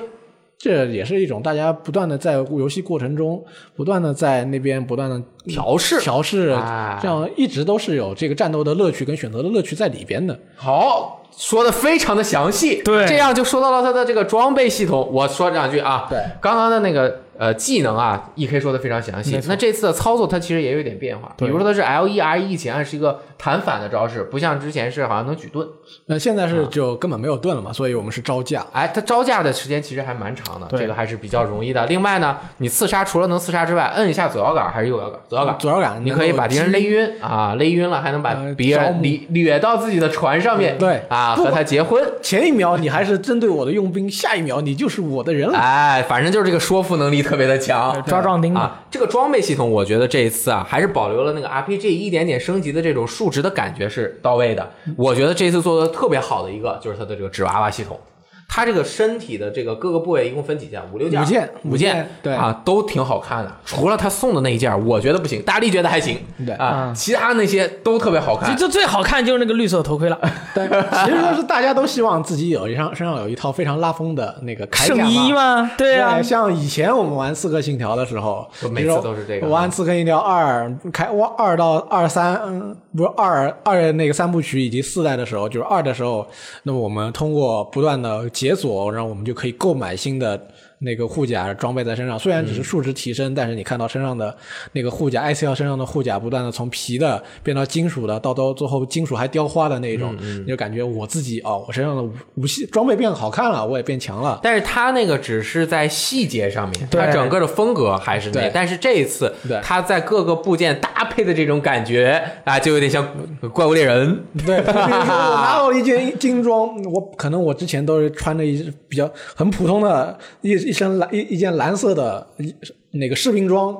Speaker 3: 这也是一种大家不断的在游戏过程中，不断的在那边不断的
Speaker 2: 调试
Speaker 3: 调试
Speaker 1: 啊
Speaker 2: 哎，
Speaker 3: 这样一直都是有这个战斗的乐趣跟选择的乐趣在里边的。
Speaker 2: 好，说的非常的详细。
Speaker 1: 对
Speaker 2: 这样就说到了它的这个装备系统。我说两句啊，
Speaker 3: 对，
Speaker 2: 刚刚的那个呃技能啊，E K 说的非常详细。那这次的操作它其实也有一点变化，比
Speaker 3: 对
Speaker 2: 如说它是 L E R E 以前是一个弹反的招式，不像之前是好像能举盾。
Speaker 3: 那现在
Speaker 1: 啊
Speaker 3: 是就根本没有盾了嘛，所以我们是招架。
Speaker 2: 哎，它招架的时间其实还蛮长的，
Speaker 1: 对
Speaker 2: 这个还是比较容易的。另外呢，你刺杀除了能刺杀之外，摁一下左摇杆还是右摇杆？左摇杆。
Speaker 3: 左摇杆
Speaker 2: 你可以把敌人
Speaker 3: 能
Speaker 2: 勒晕啊，勒晕了还能把
Speaker 3: 呃
Speaker 2: 别
Speaker 3: 招
Speaker 2: 人
Speaker 3: 募
Speaker 2: 掠掠到自己的船上面，
Speaker 3: 对
Speaker 2: 啊，
Speaker 3: 不
Speaker 2: 和他结婚，
Speaker 3: 够击，前一秒你还是针对我的佣兵，下一秒你就是我的
Speaker 1: <laughs>
Speaker 3: 人了。
Speaker 2: 哎，反正就是这个说服能力特别的强。
Speaker 1: 抓壮丁嘛，
Speaker 2: 啊，这个装备系统，我觉得这一次啊，还是保留了那个 RPG 一点点升级的这种数值的感觉是到位的。我觉得这次做的特别好的一个就是它的这个纸娃娃系统，它这个身体的这个各个部位一共分几件？五六件？
Speaker 3: 五件
Speaker 2: 五
Speaker 3: 五件对
Speaker 2: 啊，都挺好看的。除了他送的那一件，我觉得不行，大力觉得还行，
Speaker 3: 对
Speaker 2: 啊，其他那些都特别好看
Speaker 3: 嗯
Speaker 1: 就。就最好看就是那个绿色头盔了，
Speaker 3: 对，其实就是大家都希望自己有一身身上有一套非常拉风的那个铠甲
Speaker 1: 圣衣
Speaker 3: 嘛。
Speaker 1: 嘛，对啊，
Speaker 3: 哎像以前我们玩《刺客信条》的时候
Speaker 2: 我，每次
Speaker 3: 比如说
Speaker 2: 都是这个嗯
Speaker 3: 玩《刺客信条二》开我二到二三，嗯，不是二二那个三部曲以及四代的时候，就是二的时候，那么我们通过不断的解锁，然后我们就可以购买新的。那个护甲装备在身上，虽然只
Speaker 2: 嗯
Speaker 3: 是数值提升，但是你看到身上的那个护甲，ICL 身上的护甲不断的从皮的变到金属的，到到最后金属还雕花的那一种，
Speaker 2: 嗯
Speaker 3: 你就感觉我自己哦，我身上的武武器装备变好看了，我也变强了。
Speaker 2: 但是它那个只是在细节上面，
Speaker 1: 对
Speaker 2: 它整个的风格还是那样
Speaker 3: 对。
Speaker 2: 但是这一次
Speaker 3: 对，
Speaker 2: 它在各个部件搭配的这种感觉啊，就有点像呃怪物猎人。
Speaker 3: 对，比如说我拿到了一件精装，我可能我之前都是穿着一比较很普通的一一身蓝一一件蓝色的一那个士兵装，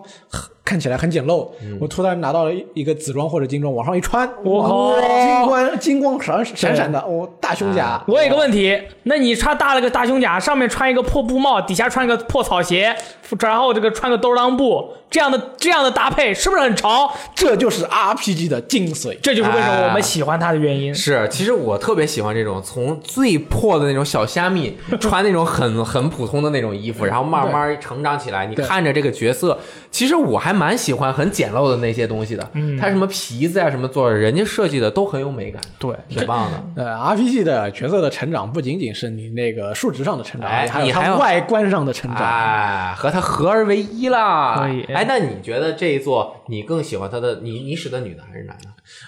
Speaker 3: 看起来很简陋。
Speaker 2: 嗯
Speaker 3: 我突然拿到了一一个紫装或者金装，往上一穿，
Speaker 1: 我靠
Speaker 3: 金光金光闪闪闪的，我、大胸甲。
Speaker 2: 啊
Speaker 1: 我有个问题，那你穿大了个大胸甲，上面穿一个破布帽，底下穿一个破草鞋，然后这个穿个兜裆布，这样的这样的搭配是不是很潮？
Speaker 3: 这就是 RPG 的精髓，
Speaker 1: 这就是为什么我们喜欢它的原因。
Speaker 2: 是，其实我特别喜欢这种从最破的那种小虾 <laughs> 米穿那种很很普通的那种衣服，然后慢慢成长起来。你看着这个角色，其实我还蛮喜欢很简陋的那些东西的。嗯，它什么皮子啊什么做的，人家设计的都很有美感，
Speaker 1: 对，
Speaker 2: 挺棒的。
Speaker 3: 呃，RPG 的角色的成长不仅仅是你那个数值上的成长，
Speaker 2: 哎
Speaker 3: 还有
Speaker 2: 你还
Speaker 3: 它
Speaker 2: 要
Speaker 3: 外观上的成长。
Speaker 2: 哎，和它合二为一啦。
Speaker 1: 可以
Speaker 2: 哎，那你觉得这一座你更喜欢它的你你使的女的还是男的？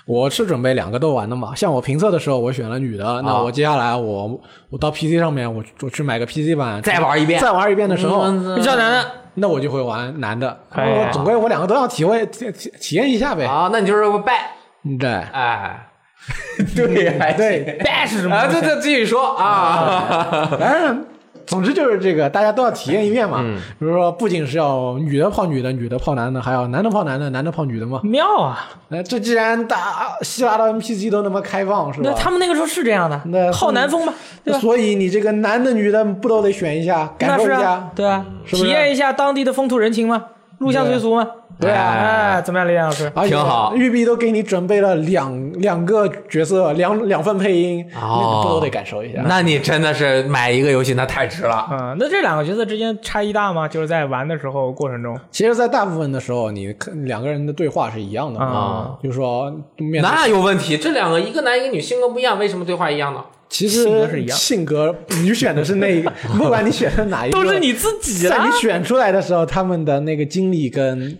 Speaker 3: 我是准备两个都玩的嘛，像我评测的时候我选了女
Speaker 1: 啊
Speaker 3: 的，那我接下来我我到 PC 上面我我去买个 PC 版
Speaker 2: 再玩一遍
Speaker 3: 再玩一遍的时候，
Speaker 1: 比较难的，
Speaker 3: 那我就会玩男的，
Speaker 1: 嗯哎呀啊
Speaker 3: 我总归我两个都要体会体体体验一下呗，
Speaker 2: 啊，那你就是个拜
Speaker 3: 对。
Speaker 2: 哎。 <laughs> 对，还
Speaker 3: 对，
Speaker 1: bash 是什么
Speaker 2: 啊，
Speaker 1: 东西？
Speaker 2: 这这继续说
Speaker 3: <laughs>
Speaker 2: 啊，
Speaker 3: 当然，总之就是这个，大家都要体验一遍嘛。
Speaker 1: 嗯
Speaker 3: 比如说，不仅是要女的泡女的，女的泡男的，还有男的泡男的，男的泡女的嘛。
Speaker 1: 妙啊！
Speaker 3: 那这既然大希腊的 NPC 都那么开放，是吧？
Speaker 1: 那他们那个时候是这样的，
Speaker 3: 那
Speaker 1: 好男风吧，对吧？
Speaker 3: 所以你这个男的女的不都得选一下，感
Speaker 1: 那
Speaker 3: 受一
Speaker 1: 是
Speaker 3: 下？
Speaker 1: 啊，对啊，
Speaker 3: 是不是
Speaker 1: 体验一下当地的风土人情嘛，入乡随俗嘛。
Speaker 2: 对啊
Speaker 1: 哎，怎么样，李岩老师？
Speaker 3: 而且
Speaker 2: 挺好
Speaker 3: 育碧都给你准备了两两个角色，两两份配音，
Speaker 2: 哦
Speaker 3: 那不都得感受一下？
Speaker 2: 那你真的是买一个游戏那太值了。
Speaker 1: 嗯，那这两个角色之间差异大吗？就是在玩的时候过程中，
Speaker 3: 其实，在大部分的时候，你看两个人的对话是一样的
Speaker 1: 啊
Speaker 3: 就是说面对
Speaker 2: 那有问题，这两个一个男一个女性格不一样，为什么对话一样呢？
Speaker 3: 其
Speaker 1: 性格是一
Speaker 3: 实
Speaker 1: 样
Speaker 3: 性格你选的是那
Speaker 1: <laughs>
Speaker 3: 一个，不管你选的哪一个，
Speaker 1: 都是你啊自己
Speaker 3: 在
Speaker 1: 啦
Speaker 3: 你。选出来的时候，他们的那个经历跟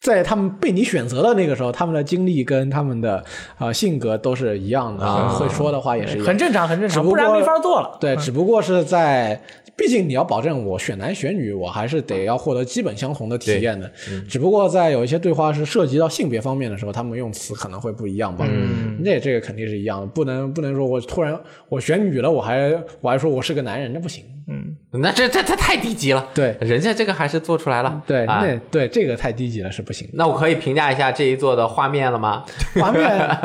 Speaker 3: 在他们被你选择的那个时候，他们的经历跟他们的呃性格都是一样的，
Speaker 2: 啊
Speaker 3: 会说的话也是一样
Speaker 1: 很。正常，很正
Speaker 3: 只
Speaker 1: 常，
Speaker 3: 不
Speaker 1: 不
Speaker 3: 过
Speaker 1: 然没法做了。
Speaker 3: 对，只不过是在，毕竟你要保证我选男选女，我还是得要获得基本相同的体验的。只不过在有一些对话是涉及到性别方面的时候，他们用词可能会不一样吧。嗯，这这个肯定是一样的，不能不能说我突然我选女了，我还我还说我是个男人，那不行。
Speaker 1: 嗯
Speaker 2: 那这这这太低级了。
Speaker 3: 对
Speaker 2: 人家这个还是做出来了。
Speaker 3: 对，
Speaker 2: 啊、
Speaker 3: 那对这个太低级了，是不行的。
Speaker 2: 那我可以评价一下这一座的画面了吗？
Speaker 3: 画面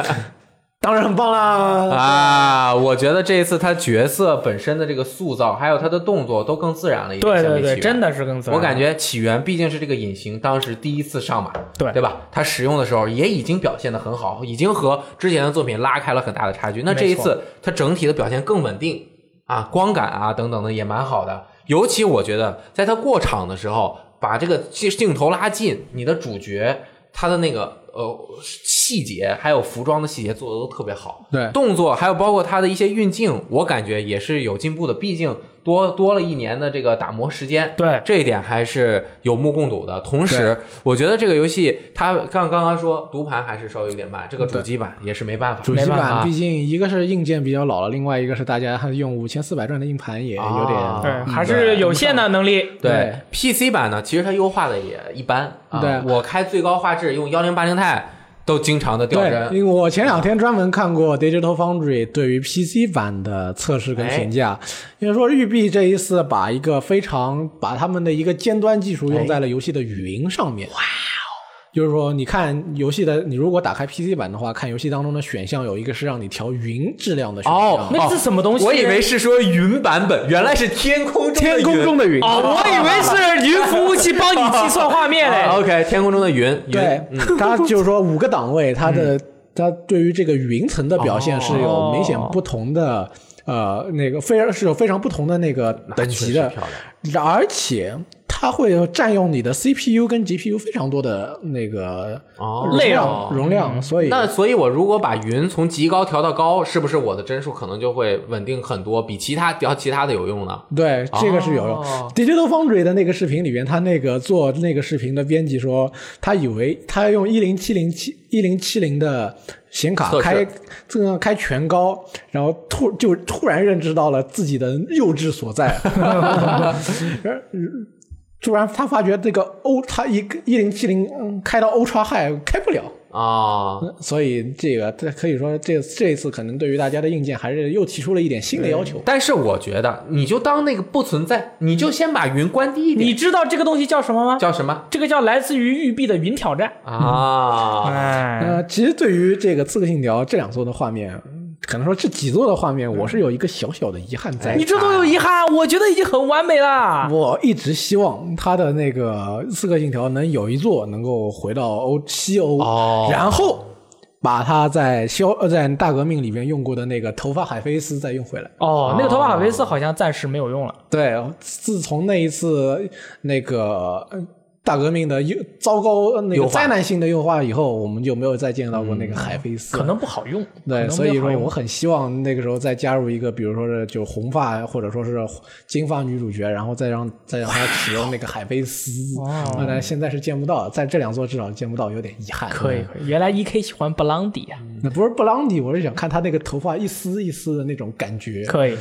Speaker 3: 当然很棒啦。
Speaker 2: 啊，我觉得这一次他角色本身的这个塑造，还有他的动作都更自然了一点。
Speaker 1: 对
Speaker 2: 相
Speaker 1: 对
Speaker 2: 比
Speaker 1: 对，
Speaker 2: 起源
Speaker 1: 真的是更自然。
Speaker 2: 我感觉起源毕竟是这个隐形当时第一次上马，
Speaker 1: 对
Speaker 2: 对吧？他使用的时候也已经表现得很好，已经和之前的作品拉开了很大的差距。那这一
Speaker 1: 没错
Speaker 2: 次他整体的表现更稳定啊，光感啊等等的也蛮好的。尤其我觉得在他过场的时候，把这个镜镜头拉近，你的主角他的那个呃细节，还有服装的细节做的都特别好。
Speaker 3: 对
Speaker 2: 动作，还有包括他的一些运镜，我感觉也是有进步的。毕竟多多了一年的这个打磨时间，
Speaker 1: 对
Speaker 2: 这一点还是有目共睹的。同时，我觉得这个游戏它刚刚刚说读盘还是稍微有点慢，这个主机版也是没办法。
Speaker 3: 主机
Speaker 1: 没办
Speaker 2: 法
Speaker 3: 版毕竟一个是硬件比较老了，另外一个是大家用五千四百转的硬盘也有点、
Speaker 2: 啊
Speaker 1: 对，
Speaker 2: 嗯
Speaker 1: 还是有限的能力。
Speaker 2: 对 PC 版呢，其实它优化的也一般啊。
Speaker 3: 对
Speaker 2: 我开最高画质用幺零八零 Ti 都经常的掉
Speaker 3: 对，
Speaker 2: 帧。
Speaker 3: 因为我前两天专门看过 Digital Foundry 对于 PC 版的测试跟评价，因为说育碧这一次把一个非常把他们的一个尖端技术用在了游戏的云上面。哇哦！就是说，你看游戏的，你如果打开 PC 版的话，看游戏当中的选项有一个是让你调云质量的选项。
Speaker 2: 哦
Speaker 1: 那这什么东西？
Speaker 2: 我以为是说云版本，原来是天空中的云
Speaker 3: 天空中的云，
Speaker 1: 哦，我以为是云服务器帮你计算画面嘞
Speaker 2: 啊。OK，天空中的云，云
Speaker 3: 对，嗯它就是说五个档位，它
Speaker 2: 嗯
Speaker 3: 的它对于这个云层的表现是
Speaker 2: 哦
Speaker 3: 有明显不同的，呃，那个非常是有非常不同的那个等级的
Speaker 2: 确实漂，
Speaker 3: 而且它会占用你的 CPU 跟 GPU 非常多的那个
Speaker 2: 哦嗯
Speaker 3: 容
Speaker 1: 内
Speaker 3: 量
Speaker 1: 容
Speaker 3: 容量，所以
Speaker 2: 那所以，我如果把云从极高调到高，是不是我的帧数可能就会稳定很多，比其他调其他的有用呢？
Speaker 3: 对，这个是有用。
Speaker 2: 哦
Speaker 3: Digital Foundry 的那个视频里面，他那个做那个视频的编辑说，他以为他用一零七零七一零七零的显卡
Speaker 2: 测试
Speaker 3: 开这个开全高，然后突就突然认知到了自己的幼稚所在。 <laughs> 突然，他发觉这个 O，他一一零七零开到 Ultra High 开不了，
Speaker 2: 啊、
Speaker 3: 所以这个这可以说这这一次可能对于大家的硬件还是又提出了一点新的要求。
Speaker 2: 但是我觉得，你就当那个不存在，你就先把云关低一点。
Speaker 1: 你知道这个东西叫什么吗？
Speaker 2: 叫什么
Speaker 1: 这个叫来自于育碧的云挑战。
Speaker 2: 啊？
Speaker 1: 哎，
Speaker 3: 呃，其实对于这个《刺客信条》这两座的画面，可能说这几座的画面，我是有一个小小的遗憾
Speaker 2: 哎
Speaker 3: 在。
Speaker 1: 你这都有遗憾，我觉得已经很完美了。
Speaker 3: 我一直希望它的那个《刺客信条》能有一座能够回到欧西欧，
Speaker 2: 哦
Speaker 3: 然后把它在消呃在大革命里面用过的那个头发海飞丝再用回来。
Speaker 1: 哦，那个头发海飞丝好像暂时没有用了。
Speaker 3: 对，自从那一次那个呃大革命的优糟糕呃那
Speaker 2: 优
Speaker 3: 个
Speaker 2: 化嗯
Speaker 3: 灾难性的优化以后，我们就没有再见到过那个海飞丝了。
Speaker 1: 可能不好用，可
Speaker 3: 对，
Speaker 1: 能
Speaker 3: 所以
Speaker 1: 不好
Speaker 3: 说
Speaker 1: 用
Speaker 3: 我很希望那个时候再加入一个，比如说是就红发或者说是金发女主角，然后再让再让她使用那个海飞丝，
Speaker 1: 哦
Speaker 3: 当然现在是见不到，在这两座至少见不到，有点遗憾。嗯
Speaker 1: 可以，可以。原来 E K 喜欢布朗迪啊，
Speaker 3: 那不是布朗迪，我是想看她那个头发一丝一丝的那种感觉。
Speaker 1: 可以。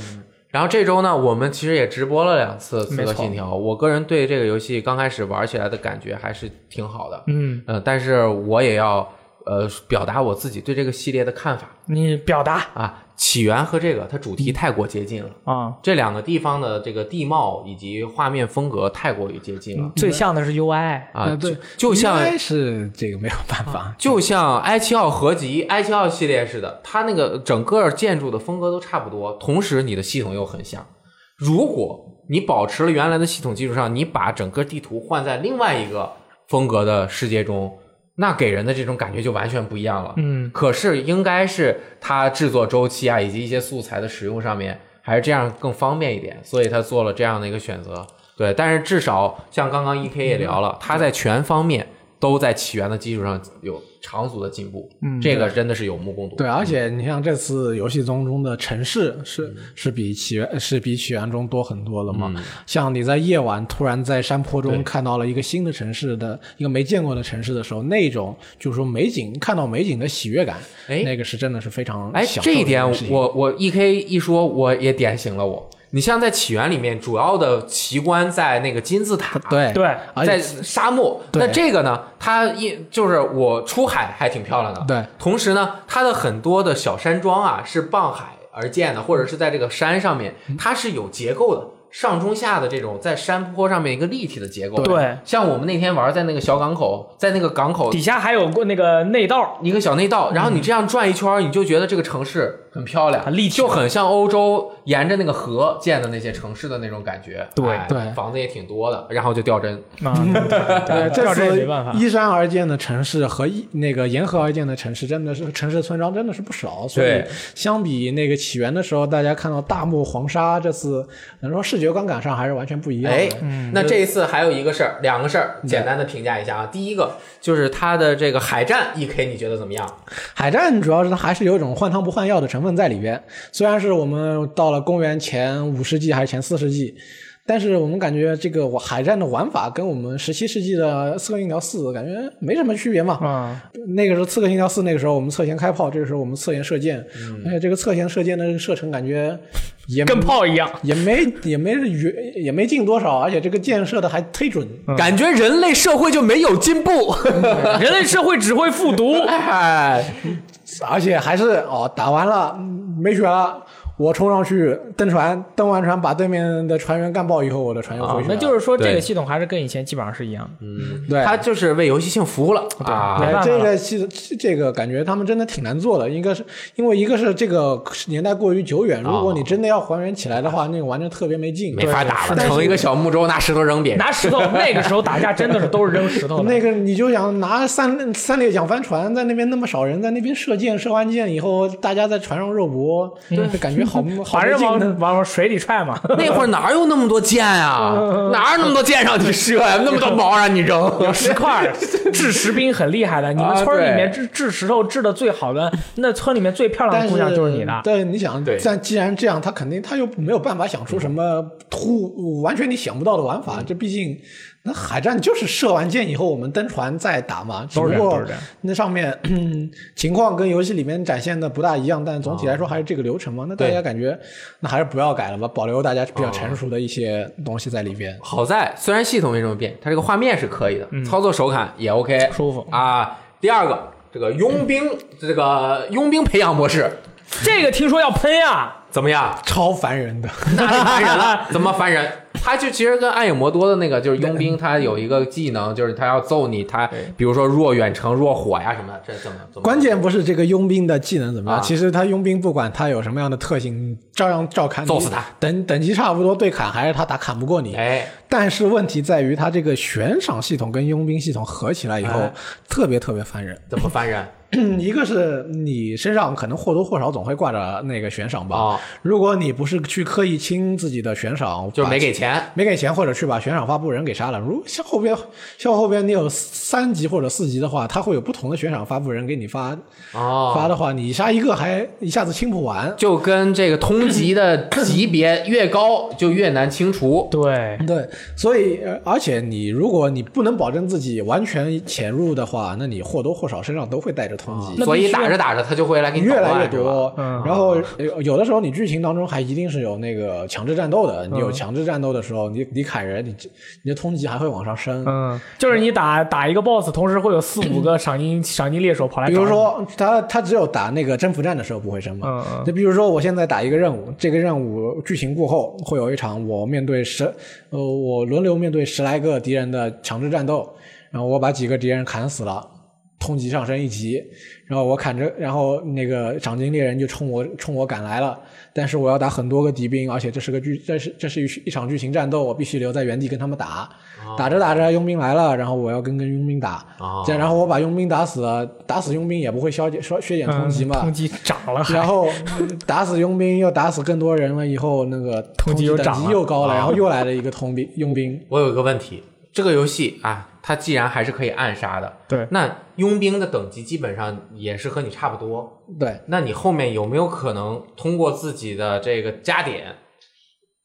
Speaker 2: 然后这周呢，我们其实也直播了两次《刺
Speaker 1: 没
Speaker 2: 客
Speaker 1: 错
Speaker 2: 信条》，我个人对这个游戏刚开始玩起来的感觉还是挺好的。
Speaker 1: 嗯，
Speaker 2: 呃，但是我也要呃表达我自己对这个系列的看法
Speaker 1: 你表达
Speaker 2: 啊。起源和这个它主题太过接近了，
Speaker 1: 啊，
Speaker 2: 这两个地方的这个地貌以及画面风格太过于接近了
Speaker 1: 最像的是 UI，
Speaker 2: 啊，
Speaker 3: 对
Speaker 2: 就，就像
Speaker 3: 应该是这个没有办法，
Speaker 2: 就像埃奇奥合集、埃奇奥系列似的，它那个整个建筑的风格都差不多，同时你的系统又很像。如果你保持了原来的系统基础上，你把整个地图换在另外一个风格的世界中，那给人的这种感觉就完全不一样了。
Speaker 1: 嗯，
Speaker 2: 可是应该是它制作周期啊，以及一些素材的使用上面，还是这样更方便一点，所以他做了这样的一个选择。对，但是至少像刚刚 E
Speaker 3: 嗯
Speaker 2: K 也聊了，他在全方面都在起源的基础上有长足的进步，
Speaker 1: 嗯
Speaker 2: 这个真的是有目共睹。
Speaker 3: 对，而且你像这次游戏中中的城市是、
Speaker 2: 嗯
Speaker 3: 是比起源是比起源中多很多了嘛？像你在夜晚突然在山坡
Speaker 2: 对
Speaker 3: 中看到了一个新的城市的一个没见过的城市的时候，那种就是说美景看到美景的喜悦感，
Speaker 2: 哎
Speaker 3: 那个是真的是非常
Speaker 2: 哎，
Speaker 3: 享受
Speaker 2: 这一点
Speaker 3: 的事情
Speaker 2: 我我 E K 一说，我也点醒了我。你像在起源里面，主要的奇观在那个金字塔，
Speaker 3: 对
Speaker 1: 对，
Speaker 3: 而
Speaker 2: 在
Speaker 3: 且
Speaker 2: 沙漠。
Speaker 3: 对
Speaker 2: 那这个呢，它一就是我出海还挺漂亮的。
Speaker 3: 对，
Speaker 2: 同时呢，它的很多的小山庄啊是傍海而建的，或者是在这个山上面，
Speaker 1: 嗯
Speaker 2: 它是有结构的。上中下的这种在山坡上面一个立体的结构，
Speaker 1: 对，
Speaker 2: 像我们那天玩在那个小港口，在那个港口
Speaker 1: 底下还有过那个内道，
Speaker 2: 一个小内道，然后你这样转一圈儿，你就觉得这个城市很漂亮，
Speaker 1: 嗯很立体
Speaker 2: 就很像欧洲沿着那个河建的那些城市的那种感觉。
Speaker 1: 对
Speaker 2: 哎
Speaker 3: 对
Speaker 2: 房子也挺多的，然后就掉帧。
Speaker 1: 啊，对，
Speaker 3: 呃这
Speaker 1: 这
Speaker 3: 次
Speaker 1: 没办法，
Speaker 3: 依山而建的城市和一那个沿河而建的城市，真的是城市村庄真的是不少。所以
Speaker 2: 对
Speaker 3: 相比那个起源的时候，大家看到大漠黄沙，这次能说视觉观感上还是完全不一样的。
Speaker 2: 哎，那这一次还有一个事儿，两个事儿，简单的评价一下啊。第一个就是它的这个海战 E K，你觉得怎么样？
Speaker 3: 海战主要是它还是有一种换汤不换药的成分在里边。虽然是我们到了公元前五世纪还是前四世纪，但是我们感觉这个海战的玩法跟我们十七世纪的《刺客信条四》感觉没什么区别嘛。
Speaker 1: 嗯，
Speaker 3: 那个时候《刺客信条四》那个时候我们侧舷开炮，这个时候我们侧舷射箭，
Speaker 1: 嗯
Speaker 3: 而且这个侧舷射箭的射程感觉也
Speaker 1: 跟炮一样，
Speaker 3: <laughs> 也没也没远也没近多少，而且这个箭射的还忒准。
Speaker 2: 感觉人类社会就没有进步。
Speaker 1: 人类社会只会复读，
Speaker 2: 哎，
Speaker 3: 而且还是哦，打完了嗯没血了，我冲上去登船，登完船把对面的船员干爆以后，我的船又回去
Speaker 1: 啊
Speaker 3: 了。
Speaker 1: 那就是说
Speaker 2: 对
Speaker 1: 这个系统还是跟以前基本上是一样的，
Speaker 3: 对，哎
Speaker 2: 它就是为游戏性服务了
Speaker 1: 没
Speaker 2: 啊。
Speaker 1: 办法
Speaker 3: 这
Speaker 1: 了
Speaker 3: 个其实这个感觉他们真的挺难做的，应该是因为一个是这个年代过于久
Speaker 1: 啊
Speaker 3: 远，如果你真的要还原起来的话，那个玩着特别没劲。
Speaker 2: 没法打了，
Speaker 3: 但是
Speaker 2: 成一个小木舟，拿石头
Speaker 1: <laughs>
Speaker 2: 扔别人。
Speaker 1: 拿石头，那个时候打架真的是都是扔石头的，
Speaker 3: 那个你就想拿三三列桨帆船在那边那么少人在那边射箭，射完箭以后大家在船上肉搏，对，感觉好好
Speaker 1: 反
Speaker 3: 没
Speaker 1: 正
Speaker 3: 劲呢
Speaker 1: 往往水里踹嘛，
Speaker 2: 那会儿哪有那么多箭啊？哪有那么多箭让你射呀？那么多毛让你 <laughs> 扔？
Speaker 1: 石块儿制石兵很厉害的，你们村儿里面制制石头制的最好的，那村里面最漂亮
Speaker 3: 但
Speaker 1: 的
Speaker 3: 是
Speaker 1: 姑娘就是你的。
Speaker 3: 对，你想
Speaker 2: 对，嗯
Speaker 3: 但既然这样，他肯定他又没有办法想出什么突完全你想不到的玩法。这毕竟，那海战就是射完箭以后我们登船再打嘛。只
Speaker 1: 都
Speaker 3: 不
Speaker 1: 是这样都
Speaker 3: 过
Speaker 1: 是这样
Speaker 3: 那上面 <clears throat> 嗯情况跟游戏里面展现的不大一样，但总体来说还是这个流程嘛。那大
Speaker 2: 哦对哦
Speaker 3: 家感觉那还是不要改了吧，保留大家比较成熟的一些东西在里边。
Speaker 2: 好在虽然系统没什么变，它这个画面是可以的，操作手感也 OK，
Speaker 1: 舒服
Speaker 2: 啊。第二个，这个佣兵，这个佣兵培养模式
Speaker 1: 这个听说要喷啊呀，
Speaker 2: 怎么
Speaker 3: <laughs>
Speaker 2: 样？
Speaker 3: 超烦人的，
Speaker 2: 那里烦人
Speaker 3: <laughs>
Speaker 2: 了？怎么烦人？他就其实跟暗影魔多的那个就是佣兵，他有一个技能，就是他要揍你，他比如说弱远程、弱火呀什么的，这怎么怎么？
Speaker 3: 关键不是这个佣兵的技能怎么样，
Speaker 2: 啊
Speaker 3: 其实他佣兵不管他有什么样的特性，照样照砍你，
Speaker 2: 揍死他
Speaker 3: 等等级差不多对砍，还是他打砍不过你。
Speaker 2: 哎，
Speaker 3: 但是问题在于，他这个悬赏系统跟佣兵系统合起来以后，
Speaker 2: 哎
Speaker 3: 特别特别烦人。 <clears throat>
Speaker 2: 怎么烦人？
Speaker 3: 一个是你身上可能或多或少总会挂着那个悬赏吧，
Speaker 2: 哦
Speaker 3: 如果你不是去刻意清自己的悬赏，
Speaker 2: 就是
Speaker 3: 把
Speaker 2: 没给钱。
Speaker 3: 没给钱，或者去把悬赏发布人给杀了。如像后边，像后边你有三级或者四级的话，它会有不同的悬赏发布人给你发
Speaker 2: 哦，
Speaker 3: 发的话，你杀一个还一下子清不完。
Speaker 2: 就跟这个通缉的级别越高，就越难清除。
Speaker 1: 对，
Speaker 3: 对，所以呃而且你如果你不能保证自己完全潜入的话，那你或多或少身上都会带着通缉。
Speaker 1: 那
Speaker 2: 所
Speaker 1: 必
Speaker 2: 以
Speaker 1: 须
Speaker 2: 打着打着他就会来给你捣
Speaker 3: 越来越
Speaker 2: 乱是吧
Speaker 3: 多，
Speaker 1: 嗯
Speaker 3: 然后呃有的时候你剧情当中还一定是有那个强制战斗
Speaker 1: 嗯
Speaker 3: 的，你有强制战斗的时候，你你砍人，你你的通缉还会往上升。
Speaker 1: 嗯，就是你打打一个 boss，同时会有四五个赏金赏金猎手跑来，
Speaker 3: 比如，说，他他只有打那个征服战的时候不会升嘛
Speaker 1: 嗯。嗯
Speaker 3: 就比如说，我现在打一个任务，这个任务剧情过后会有一场我面对十，呃，我轮流面对十来个敌人的强制战斗，然后我把几个敌人砍死了，通缉上升一级，然后我砍着，然后那个赏金猎人就冲我冲我赶来了，但是我要打很多个敌兵，而且这是个剧，这是这是一一场剧情战斗，我必须留在原地跟他们打，打着打着佣兵来了，然后我要跟跟佣兵打
Speaker 2: 哦，
Speaker 3: 这样然后我把佣兵打死了，打死佣兵也不会消减削削减通
Speaker 1: 嗯，
Speaker 3: 缉嘛，
Speaker 1: 通缉涨了，
Speaker 3: <laughs> 然后打死佣兵又打死更多人了，以后那个
Speaker 1: 通缉又
Speaker 3: 缉等
Speaker 1: 涨
Speaker 3: 级
Speaker 1: 了啊
Speaker 3: 又高了，然后又来了一个通兵佣兵，
Speaker 2: 我有一个问题，这个游戏啊，它既然还是可以暗杀的，
Speaker 1: 对
Speaker 2: 那佣兵的等级基本上也是和你差不多，
Speaker 3: 对， <laughs>
Speaker 2: 那你后面有没有可能通过自己的这个加点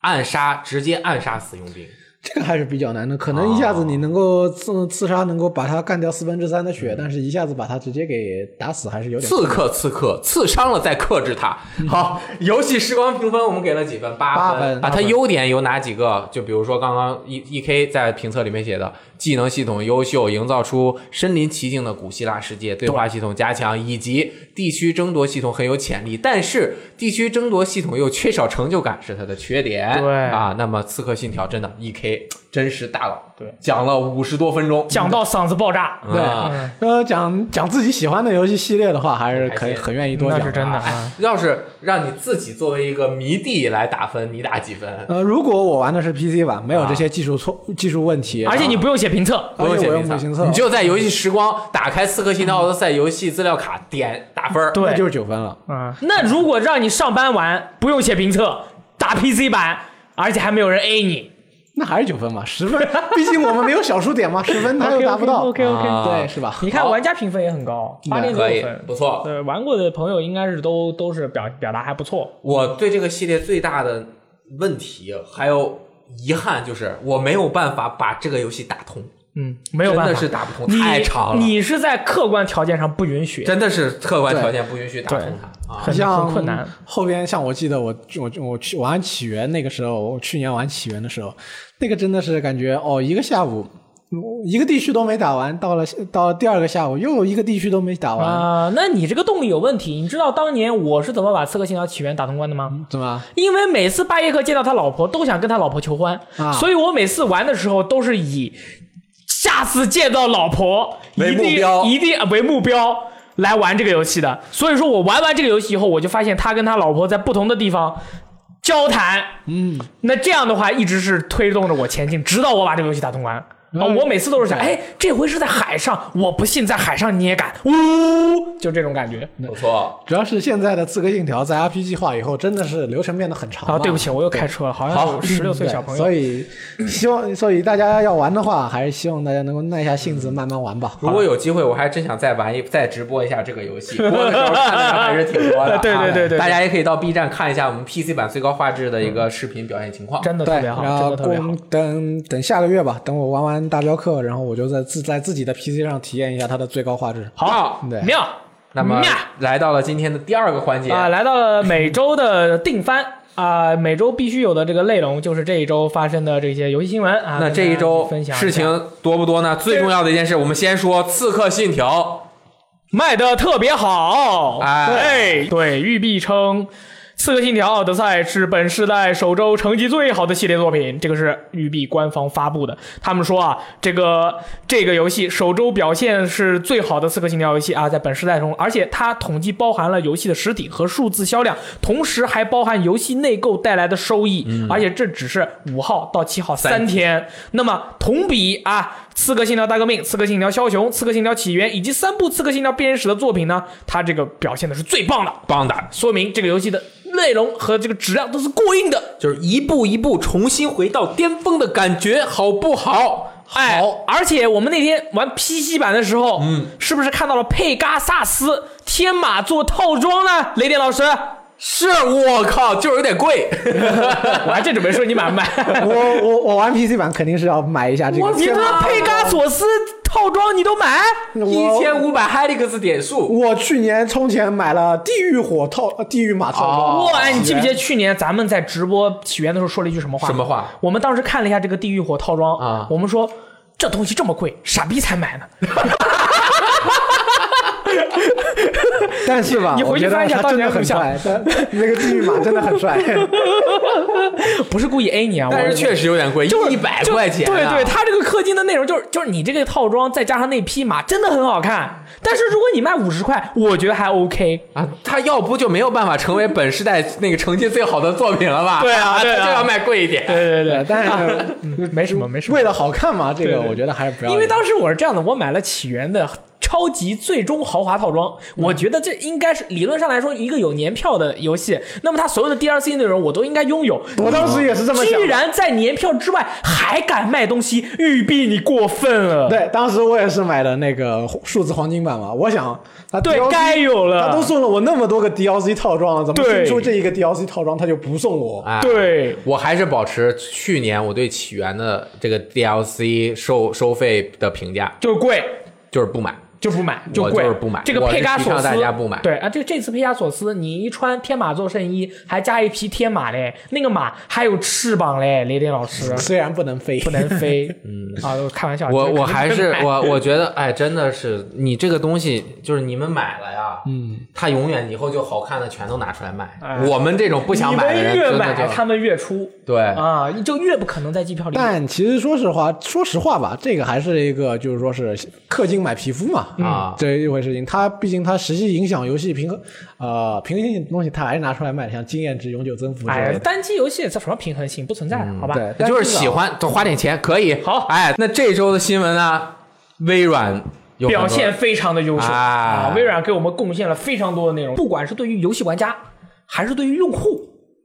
Speaker 2: 暗杀，直接暗杀死佣兵？
Speaker 3: 这个还是比较难的，可能一下子你能够刺刺杀，能够把他干掉四分之三的
Speaker 1: 嗯
Speaker 3: 血，但是一下子把他直接给打死，还是有点
Speaker 2: 刺客，刺客，刺伤了再克制他。好，游戏时光评分我们给了几分？八
Speaker 3: 八分
Speaker 2: 把
Speaker 3: 八
Speaker 2: 它
Speaker 3: 分
Speaker 2: 优点有哪几个？就比如说刚刚 E E K 在评测里面写的，技能系统优秀，营造出身临其境的古希腊世界，对话系统加强，以及地区争夺系统很有潜力，但是地区争夺系统又缺少成就感是它的缺点。
Speaker 1: 对
Speaker 2: 啊，那么刺客信条真的 E K 真实大佬，
Speaker 1: 对，
Speaker 2: 讲了五十多分钟，
Speaker 1: 讲到嗓子爆炸，
Speaker 3: 对
Speaker 2: 啊。
Speaker 1: 嗯，
Speaker 3: 呃，讲讲自己喜欢的游戏系列的话，还是可以
Speaker 2: 还行
Speaker 3: 很愿意多
Speaker 1: 那
Speaker 3: 讲
Speaker 1: 是真的
Speaker 3: 的。
Speaker 1: 啊，
Speaker 2: 哎要是让你自己作为一个迷弟来打分，你打几分？
Speaker 1: 嗯
Speaker 3: 呃，如果我玩的是 PC 版，没有这些技术错、技术问题，
Speaker 1: 啊
Speaker 3: 啊
Speaker 1: 而且你不用写评测，
Speaker 2: 不用写
Speaker 3: 哎而且我用
Speaker 2: 评测
Speaker 3: 母亲测
Speaker 2: 你就在游戏时光打开《刺客信条：奥德赛》游戏资料卡，点打分儿。
Speaker 1: 对
Speaker 3: 那就是九分了。
Speaker 1: 嗯，那如果让你上班玩，不用写评测，打 PC 版，而且还没有人 A 你，
Speaker 3: 那还是九分嘛，十分，毕竟我们没有小数点嘛，十分他又达不到。
Speaker 1: OK OK，,
Speaker 2: 啊
Speaker 3: 对，是吧？
Speaker 1: 你看玩家评分也很高，八点九
Speaker 2: 可以
Speaker 1: 分，
Speaker 2: 不错。
Speaker 1: 对，玩过的朋友应该是都都是表表达还不错，
Speaker 2: 我对这个系列最大的问题还有遗憾就是，我没有办法把这个游戏打通，
Speaker 1: 嗯，没有办法，
Speaker 2: 真的是打不通，
Speaker 1: 你
Speaker 2: 太长了，
Speaker 1: 你是在客观条件上不允许，
Speaker 2: 真的是客观条件不允许打
Speaker 1: 对
Speaker 2: 通它啊。
Speaker 1: 很
Speaker 3: 像
Speaker 1: 很困难。
Speaker 3: 后边像我记得我我我去玩起源那个时候，我去年玩起源的时候，那个真的是感觉哦，一个下午。一个地区都没打完，到了到第二个下午又一个地区都没打完，
Speaker 1: 啊、那你这个动力有问题。你知道当年我是怎么把《刺客信条：起源》打通关的吗？
Speaker 3: 怎么？
Speaker 1: 因为每次巴耶克见到他老婆，都想跟他老婆求欢，
Speaker 3: 啊
Speaker 1: 所以我每次玩的时候都是以下次见到老婆
Speaker 2: 为
Speaker 1: 一定
Speaker 2: 目标
Speaker 1: 一定呃为目标来玩这个游戏的。所以说我玩完这个游戏以后，我就发现他跟他老婆在不同的地方交谈，
Speaker 3: 嗯，
Speaker 1: 那这样的话一直是推动着我前进，直到我把这个游戏打通关。
Speaker 2: 嗯
Speaker 1: 啊、我每次都是想，哎，这回是在海上，我不信在海上你也敢，呜、就这种感觉。
Speaker 2: 不错，
Speaker 3: 主要是现在的《刺客信条》在 RPG 化以后，真的是流程变得很长嘛。
Speaker 1: 啊，对不起，我又开车了，好像
Speaker 2: 好
Speaker 1: 有十六岁
Speaker 3: 对
Speaker 1: 小朋友
Speaker 3: 所。以希望，所以大家要玩的话，还是希望大家能够耐下性子慢慢玩吧。
Speaker 2: 如果有机会，我还真想再玩一再直播一下这个游
Speaker 1: <laughs>，
Speaker 2: 戏。播的时候看的人还是挺多的啊
Speaker 1: 对对对对对
Speaker 2: 大家也可以到 B 站看一下我们 PC 版最高画质的一个视频表现情况。
Speaker 1: 真的特
Speaker 3: 对，
Speaker 1: 别好，
Speaker 3: 然
Speaker 1: 真
Speaker 3: 后
Speaker 1: 的特别好
Speaker 3: 公。等等下个月吧，等我玩完大镖客，然后我就在自在自己的 PC 上体验一下它的最高画质。
Speaker 1: 好，
Speaker 3: 对
Speaker 1: 妙。
Speaker 2: 那么
Speaker 1: 妙
Speaker 2: 来到了今天的第二个环节，
Speaker 1: 嗯啊，来到了每周的定番啊、每周必须有的这个内容就是这一周发生的这些游戏新闻啊。
Speaker 2: 那
Speaker 1: 跟
Speaker 2: 这一
Speaker 1: 大家
Speaker 2: 周
Speaker 1: 分享一下
Speaker 2: 事情多不多呢？最重要的一件事，我们先说《刺客信条
Speaker 1: 卖的特别好，
Speaker 2: 哎
Speaker 1: 哎，对，育碧称《刺客信条：奥德赛》是本世代首周成绩最好的系列作品，这个是育碧官方发布的。他们说啊，这个这个游戏首周表现是最好的《刺客信条》游戏啊，在本世代中，而且它统计包含了游戏的实体和数字销量，同时还包含游戏内购带来的收益，而且这只是五号到七号
Speaker 2: 三
Speaker 1: 三天。那么同比啊，《刺客信条：大革命》《刺客信条：枭雄》《刺客信条：起源》以及三部《刺客信条：变身史》的作品呢，它这个表现的是最棒的，》，
Speaker 2: 棒的，
Speaker 1: 说明这个游戏的内容和这个质量都是过硬的。
Speaker 2: 就是一步一步重新回到巅峰的感觉，好不好？
Speaker 1: 哎
Speaker 2: 好，，
Speaker 1: 而且我们那天玩 PC 版的时候，嗯，是不是看到了佩嘎萨斯天马座套装呢？雷电老师，
Speaker 2: 是我靠，就是有点贵。
Speaker 1: 我还正准备说你买不买。
Speaker 4: 我我我玩 PC 版肯定是要买一下这个。
Speaker 1: 你他妈佩加索斯套装你都买？
Speaker 2: 一
Speaker 4: 我
Speaker 2: 千五百 Helix 点数，
Speaker 4: 我去年充钱买了地狱火套、呃地狱马套
Speaker 3: 哦
Speaker 4: 哎装。
Speaker 1: 哦哇！哎你记不记得去年咱们在直播起源的时候说了一句什么话？
Speaker 2: 什么话？
Speaker 1: 我们当时看了一下这个地狱火套装
Speaker 2: 啊
Speaker 1: 我们说这东西这么贵，傻逼才买呢。 <laughs>
Speaker 4: 但是吧，
Speaker 1: 你
Speaker 4: 我
Speaker 1: 回去
Speaker 4: 觉得
Speaker 1: 翻一下
Speaker 4: 他真的
Speaker 1: 当
Speaker 4: 很
Speaker 1: 年
Speaker 4: 帅，他那个地狱马真的很
Speaker 1: <laughs>
Speaker 4: 帅。
Speaker 1: 不是故意 A 你啊，
Speaker 2: 但
Speaker 1: 我
Speaker 2: 是确实有点贵，
Speaker 1: 就是
Speaker 2: 一百块钱啊。
Speaker 1: 对对，它这个氪金的内容就是就是你这个套装再加上那匹马真的很好看，但是如果你卖五十块，我觉得还 OK。
Speaker 2: 啊，他要不就没有办法成为本时代那个成绩最好的作品了吧？
Speaker 1: 对啊
Speaker 2: 他
Speaker 1: 对啊
Speaker 2: 就要卖贵一点。
Speaker 1: 对对
Speaker 3: 对，但是
Speaker 1: 对，啊嗯没什么没什么
Speaker 3: 为。了好看嘛，这个
Speaker 1: 对对
Speaker 3: 我觉得还是不要理。
Speaker 1: 因为当时我是这样的，我买了起源的超级最终豪华套装，我觉得这应该是理论上来说一个有年票的游戏，那么它所有的 DLC 内容我都应该拥有。
Speaker 4: 我当时也是这么想
Speaker 1: 居。然在年票之外还敢卖东西，玉碧你过分了。
Speaker 4: 对，当时我也是买的那个数字黄金版嘛，我想他
Speaker 1: 对
Speaker 4: DLC
Speaker 1: 该有了
Speaker 4: 他都送了我那么多个 DLC 套装了，怎么
Speaker 1: 呃对
Speaker 4: 新
Speaker 1: 啊
Speaker 4: 出这一个 DLC 套装他就不送我？
Speaker 2: 哎，
Speaker 1: 对
Speaker 2: 我还是保持去年我对起源的这个 DLC 收收费的评价，
Speaker 1: 就贵，
Speaker 2: 就是不买。
Speaker 1: 就不买，就
Speaker 2: 我
Speaker 1: 贵，
Speaker 2: 就是不买
Speaker 1: 这个
Speaker 2: 我是
Speaker 1: 佩加
Speaker 2: 提
Speaker 1: 索
Speaker 2: 倡
Speaker 1: 斯，
Speaker 2: 大家不买
Speaker 1: 对啊，这这次佩加索斯，你一穿天马座圣衣，还加一匹天马嘞，那个马还有翅膀嘞，雷电老
Speaker 2: <laughs>
Speaker 1: 师
Speaker 3: 虽然不能飞，
Speaker 1: 不能飞，嗯啊，我开玩笑，
Speaker 2: 我
Speaker 1: 这个
Speaker 2: 我
Speaker 1: <laughs>
Speaker 2: 还
Speaker 1: 肯定
Speaker 2: 是
Speaker 1: 不能买
Speaker 2: 我我觉得，哎，真的是你这个东西，就是你们买了呀，嗯，它永远以后就好看的全都拿出来卖。我们这种不
Speaker 1: 哎
Speaker 2: 想
Speaker 1: 你
Speaker 2: 买
Speaker 1: 们
Speaker 2: 的人，
Speaker 1: 越
Speaker 2: 真的
Speaker 1: 买
Speaker 2: 就
Speaker 1: 他们越出，
Speaker 2: 对
Speaker 1: 啊，你就越不可能在机票里买。
Speaker 3: <laughs> 但其实说实话，说实话吧，这个还是一个就是说是氪金买皮肤嘛，
Speaker 2: 啊
Speaker 3: 这一回事情。它毕竟它实际影响游戏平衡，呃，平衡性的东西它还是拿出来卖，像经验值、永久增幅之类
Speaker 1: 哎，
Speaker 3: 的。
Speaker 1: 单机游戏这什么平衡性不存在，啊
Speaker 2: 嗯
Speaker 1: 好吧？
Speaker 3: 对，
Speaker 2: 就是
Speaker 3: 但
Speaker 2: 喜欢多花点钱可以。
Speaker 1: 好
Speaker 2: 哎，那这周的新闻呢？微软有很多
Speaker 1: 表现非常的优秀
Speaker 2: 哎
Speaker 1: 啊！微软给我们贡献了非常多的内容，不管是对于游戏玩家，还是对于用户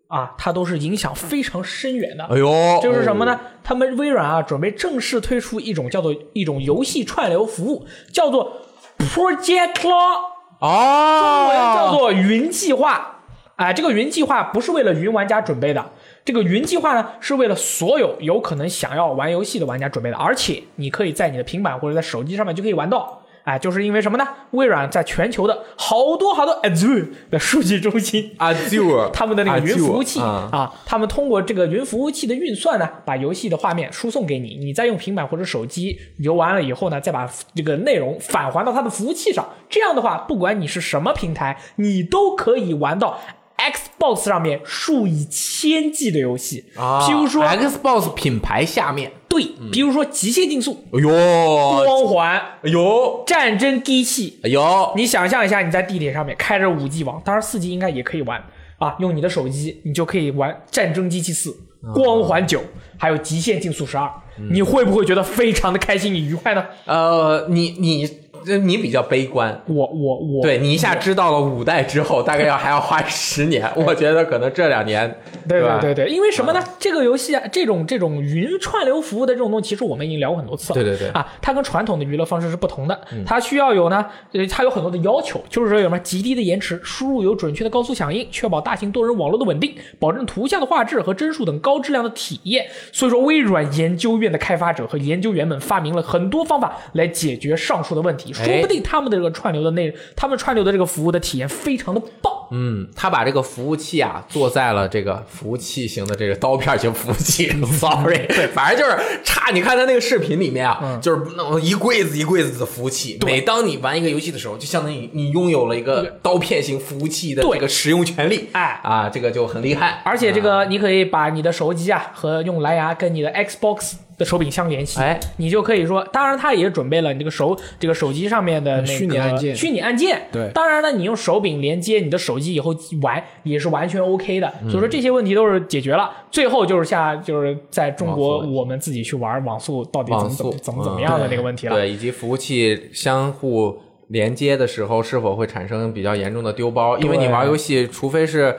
Speaker 1: 啊，它都是影响非常深远的。
Speaker 2: 哎呦，
Speaker 1: 就是什么呢？他们微软啊，准备正式推出一种叫做一种游戏串流服务，叫做 Project Law，中文叫
Speaker 2: 哦，
Speaker 1: 做云计划。啊、这个云计划不是为了云玩家准备的，这个云计划呢是为了所有有可能想要玩游戏的玩家准备的，而且你可以在你的平板或者在手机上面就可以玩到。哎，就是因为什么呢？微软在全球的好多好多 Azure 的数据中心
Speaker 2: ，Azure，
Speaker 1: <laughs> 他们的那个云
Speaker 2: Azure，
Speaker 1: 服务器
Speaker 2: 嗯
Speaker 1: 啊，他们通过这个云服务器的运算呢，把游戏的画面输送给你，你再用平板或者手机游玩了以后呢，再把这个内容返还到它的服务器上。这样的话，不管你是什么平台，你都可以玩到 Xbox 上面数以千计的游戏，
Speaker 2: 啊，
Speaker 1: 譬如说
Speaker 2: Xbox 品牌下面，
Speaker 1: 对，比如说《极限竞速》
Speaker 2: 哎呦，
Speaker 1: 光环》
Speaker 2: 哎呦，
Speaker 1: 战争机器
Speaker 2: 哎呦，
Speaker 1: 你想象一下，你在地铁上面开着五 G 网，当然四 G 应该也可以玩啊，用你的手机，你就可以玩《战争机器四》《光环九》，还有《极限竞速十二》，你会不会觉得非常的开心与愉快呢？
Speaker 2: 呃，你你呃你比较悲观。
Speaker 1: 我我我，
Speaker 2: 对你一下知道了五代之后，大概要还要花十年，我觉得可能这两年，
Speaker 1: 对
Speaker 2: 吧？
Speaker 1: 对对，因为什么呢？这个游戏啊，这种这种云串流服务的这种东西，其实我们已经聊过很多次了。
Speaker 2: 对对对嗯
Speaker 1: 啊，它跟传统的娱乐方式是不同的，它需要有呢，呃，它有很多的要求，就是说有什么极低的延迟，输入有准确的高速响应，确保大型多人网络的稳定，保证图像的画质和帧数等高质量的体验。所以说，微软研究院的开发者和研究员们发明了很多方法来解决上述的问题，说
Speaker 2: 哎
Speaker 1: 不定他们的这个串流的内，他们串流的这个服务的体验非常的棒。
Speaker 2: 嗯，他把这个服务器啊做在了这个服务器型的这个刀片型服务器 <laughs> ，sorry，反正就是差。你看他那个视频里面啊，就是那种一柜子一柜子的服务器，每当你玩一个游戏的时候，就相当于你拥有了一个刀片型服务器的
Speaker 1: 对
Speaker 2: 这个使用权利，
Speaker 1: 哎
Speaker 2: 啊，这个就很厉害。
Speaker 1: 而且这个你可以把你的手机啊和用蓝牙跟你的 Xbox 的手柄相联系，
Speaker 2: 哎，
Speaker 1: 你就可以说，当然它也准备了你这个手这个手机上面的那个
Speaker 3: 虚拟按键
Speaker 1: 虚拟按键。
Speaker 3: 对
Speaker 1: 当然呢，你用手柄连接你的手机以后玩也是完全 OK 的，所以说这些问题都是解决了。最后就是下就是在中国
Speaker 2: 网速
Speaker 1: 我们自己去玩网速到底怎
Speaker 2: 网
Speaker 1: 么怎
Speaker 2: 速
Speaker 1: 么怎么怎么样的那个问题了。
Speaker 2: 对，以及服务器相互连接的时候是否会产生比较严重的丢包，因为你玩游戏，除非是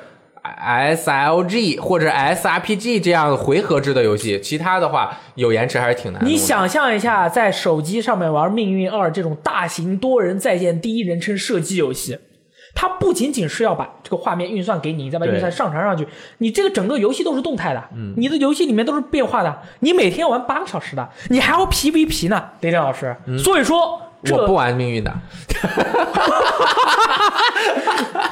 Speaker 2: SLG 或者 SRPG 这样回合制的游戏，其他的话有延迟还是挺难的。
Speaker 1: 你
Speaker 2: 我觉得，
Speaker 1: 想象一下，在手机上面玩《命运二》这种大型多人在线第一人称射击游戏，它不仅仅是要把这个画面运算给你，再把运算上传上去，你这个整个游戏都是动态的，你的游戏里面都是变化的，你每天要玩八个小时的，你还要 PVP 呢，雷电老师。所以说，这
Speaker 2: 我不玩命运的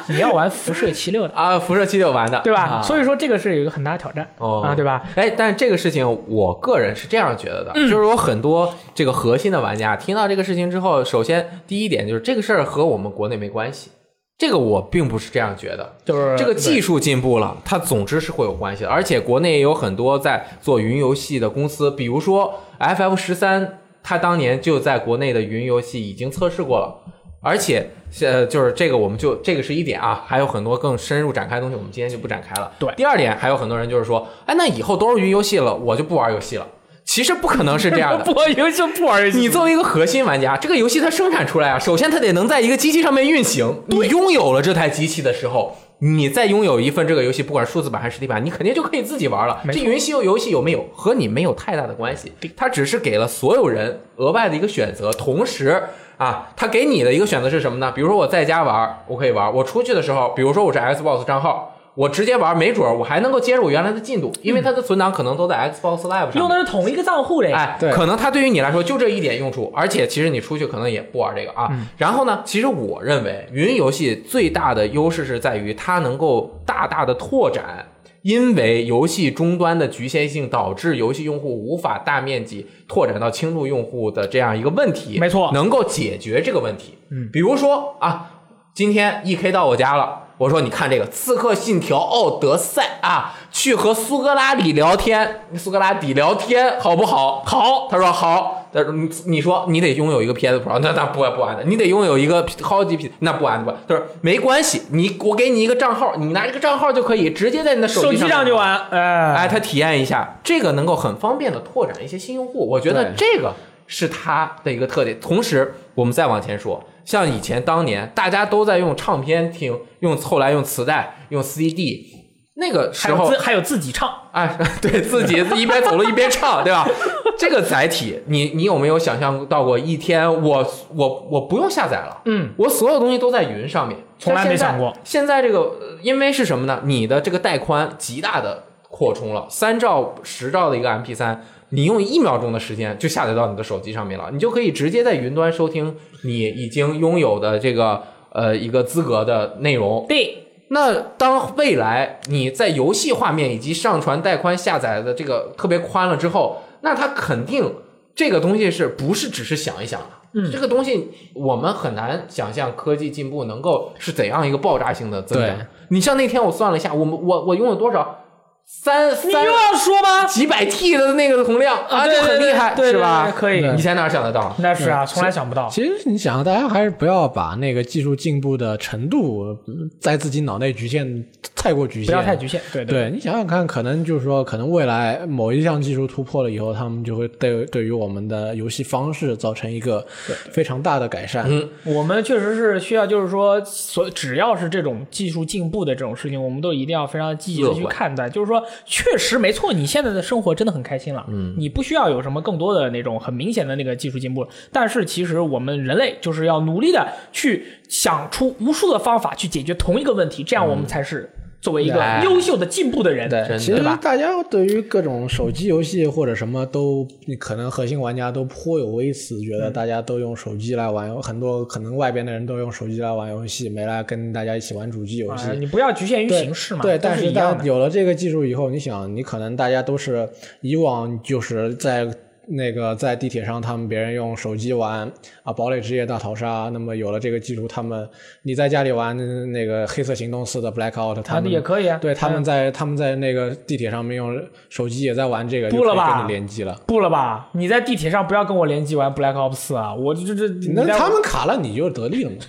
Speaker 1: 你要玩辐射七
Speaker 2: <laughs>
Speaker 1: 六的，
Speaker 2: 啊，辐射七六玩的，
Speaker 1: 对吧？
Speaker 2: 啊、
Speaker 1: 所以说这个是有一个很大的挑战、
Speaker 2: 哦
Speaker 1: 啊，对吧？？嗯
Speaker 2: 哎，但是这个事情，我个人是这样觉得的，就是有很多这个核心的玩家听到这个事情之后，首先第一点就是这个事儿和我们国内没关系，这个我并不是这样觉得。
Speaker 1: 就是
Speaker 2: 这个技术进步了，它总之是会有关系的。而且国内也有很多在做云游戏的公司，比如说 FF 十三，它当年就在国内的云游戏已经测试过了。而且，呃，就是这个，我们就这个是一点啊，还有很多更深入展开的东西，我们今天就不展开了。
Speaker 1: 对
Speaker 2: 第二点，还有很多人就是说，哎，那以后都是云游戏了，我就不玩游戏了。其 <laughs> 实不可能是这
Speaker 1: <laughs>
Speaker 2: 样的，
Speaker 1: 不玩游戏就不玩游戏，
Speaker 2: 你作为一个核心玩家，这个游戏它生产出来啊，首先它得能在一个机器上面运行。你拥有了这台机器的时候，你再拥有一份这个游戏，不管是数字版还是实体版，你肯定就可以自己玩了。
Speaker 1: 没
Speaker 2: 这
Speaker 1: 错
Speaker 2: 云游游戏有没有和你没有太大的关系，它只是给了所有人额外的一个选择，同时。啊，它给你的一个选择是什么呢？比如说我在家玩，我可以玩；我出去的时候，比如说我是 Xbox 账号，我直接玩，没准儿我还能够接着我原来的进度，因为它的存档可能都在 Xbox Live 上面。
Speaker 1: 嗯用的是同一个账户嘞。
Speaker 2: 哎，
Speaker 3: 对
Speaker 2: 可能它对于你来说就这一点用处，而且其实你出去可能也不玩这个啊。
Speaker 1: 嗯
Speaker 2: 然后呢，其实我认为云游戏最大的优势是在于它能够大大的拓展。因为游戏终端的局限性导致游戏用户无法大面积拓展到轻度用户的这样一个问题，
Speaker 1: 没错
Speaker 2: 能够解决这个问题。嗯，比如说啊，今天 E K 到我家了，我说你看这个《刺客信条：奥德赛》啊，去和苏格拉底聊天，苏格拉底聊天好不好？好，他说好。他说你你说你得拥有一个 PS Pro，那那不不玩的，你得拥有一个超级 P，那不玩的不玩。他说没关系，你我给你一个账号，你拿这个账号就可以直接在你的
Speaker 1: 手
Speaker 2: 机
Speaker 1: 机上就。玩，哎
Speaker 2: 哎，他体验一下，这个能够很方便的拓展一些新用户，我觉得这个是它的一个特点。同时，我们再往前说，像以前当年大家都在用唱片听，用后来用磁带、用 CD，那个
Speaker 1: 还
Speaker 2: 时
Speaker 1: 有
Speaker 2: 候
Speaker 1: 自还有自己唱，
Speaker 2: 哎， <laughs> 对自己一边走路一边唱，
Speaker 1: <laughs>
Speaker 2: 对吧？这个载体，你你有没有想象到过一天我我我不用下载了，
Speaker 1: 嗯，
Speaker 2: 我所有东西都在云上面，
Speaker 1: 从来没想过
Speaker 2: 像现在。现在这个，呃因为是什么呢？你的这个带宽极大的扩充了，三兆、十兆的一个 MP 3你用一秒钟的时间就下载到你的手机上面了，你就可以直接在云端收听你已经拥有的这个呃一个资格的内容，
Speaker 1: 对，
Speaker 2: 那当未来你在游戏画面以及上传带宽下载的这个特别宽了之后，那它肯定这个东西是不是只是想一想的？嗯，这个东西我们很难想象科技进步能够是怎样一个爆炸性的增长
Speaker 3: 对。
Speaker 2: 你像那天我算了一下，我们我我用了多少？三
Speaker 1: 你
Speaker 2: 三
Speaker 1: 又要说吗？
Speaker 2: 几百 T 的那个容量啊，
Speaker 1: 对
Speaker 2: 就很
Speaker 1: 对
Speaker 2: 厉害，
Speaker 1: 对对
Speaker 2: 是吧？
Speaker 1: 对可以
Speaker 2: 你在哪儿想得到？
Speaker 1: 那是啊，从来想不到。
Speaker 3: 其实你想，大家还是不要把那个技术进步的程度嗯在自己脑内局限，太过局限，
Speaker 1: 不要太局限，对
Speaker 3: 对你想想看，可能就是说，可能未来某一项技术突破了以后，他们就会对对于我们的游戏方式造成一个非常大的改善。嗯，
Speaker 1: 我们确实是需要，就是说，所只要是这种技术进步的这种事情，我们都一定要非常积极的去
Speaker 2: 乐观
Speaker 1: 看待。就是说，确实没错，你现在的生活真的很开心了，嗯，你不需要有什么更多的那种很明显的那个技术进步。但是其实我们人类就是要努力的去想出无数的方法去解决同一个问题，这样我们才是作为一个
Speaker 2: 哎
Speaker 1: 优秀的进步的人。
Speaker 2: 真的
Speaker 3: 其实
Speaker 2: 对吧
Speaker 3: 大家对于各种手机游戏或者什么都，可能核心玩家都颇有微词，觉
Speaker 2: 嗯
Speaker 3: 得大家都用手机来玩，很多可能外边的人都用手机来玩游戏，没来跟大家一起玩主机
Speaker 2: 哎
Speaker 3: 游戏。
Speaker 1: 啊，你不要局限于
Speaker 3: 对
Speaker 1: 形式嘛，
Speaker 3: 对，
Speaker 1: 都
Speaker 3: 但
Speaker 1: 是一样
Speaker 3: 但
Speaker 1: 的。
Speaker 3: 有了这个技术以后，你想，你可能大家都是以往就是在那个在地铁上，他们别人用手机玩啊《堡垒之夜》《大逃杀》，那么有了这个技术，他们你在家里玩那个《黑色行动四》的 Blackout，他
Speaker 1: 啊，
Speaker 3: 们
Speaker 1: 也可以啊，
Speaker 3: 对他们在他们在那个地铁上面用手机也在玩这个，
Speaker 1: 不
Speaker 3: 就可
Speaker 1: 了
Speaker 3: 以
Speaker 1: 吧
Speaker 3: 跟你联机了。
Speaker 1: 不了吧？你在地铁上不要跟我联机玩 Black Ops 4啊！我这这你
Speaker 3: 那
Speaker 1: 在
Speaker 3: 他们卡了，你就得利了嘛？
Speaker 1: <laughs>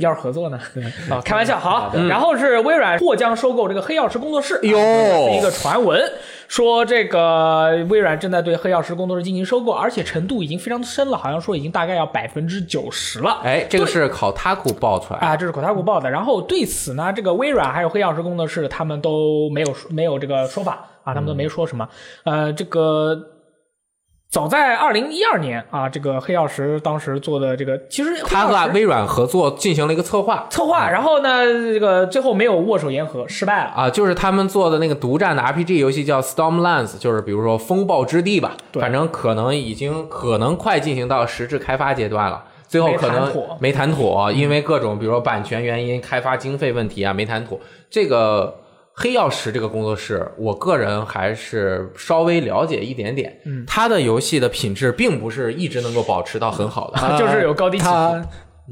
Speaker 1: 要是合
Speaker 2: <laughs>
Speaker 1: 作呢？啊，开玩笑，好。然后是微软或将收购这个黑曜石工作室，啊
Speaker 2: 嗯哟
Speaker 1: 是一个传闻，说这个微软正在对黑曜石工作室进行收购，而且程度已经非常深了，好像说已经大概要百分之九十了。
Speaker 2: 哎，这个是考 Taku 爆出来的
Speaker 1: 啊，这是口塔古报的。然后对此呢，这个微软还有黑曜石工作室，他们都没有说没有这个说法啊，他们都没说什么。呃，这个早在二零一二年啊，这个黑曜石当时做的这个，其实
Speaker 2: 他
Speaker 1: 黑曜
Speaker 2: 和
Speaker 1: 石
Speaker 2: 微软合作进行了一个策划
Speaker 1: 策划，然后呢，这个最后没有握手言和，失败了。
Speaker 2: 啊，就是他们做的那个独占的 RPG 游戏叫 Stormlands，就是比如说风暴之地吧，
Speaker 1: 对
Speaker 2: 反正可能已经可能快进行到实质开发阶段了。最后
Speaker 1: 没
Speaker 2: 可
Speaker 1: 谈妥
Speaker 2: 能没谈妥，因为各种比如说版权原因、开发经费问题啊，没谈妥。这个黑曜石这个工作室，我个人还是稍微了解一点点。嗯，它的游戏的品质并不是一直能够保持到很好的。
Speaker 1: 啊 <laughs> 就是有高低起伏
Speaker 3: 它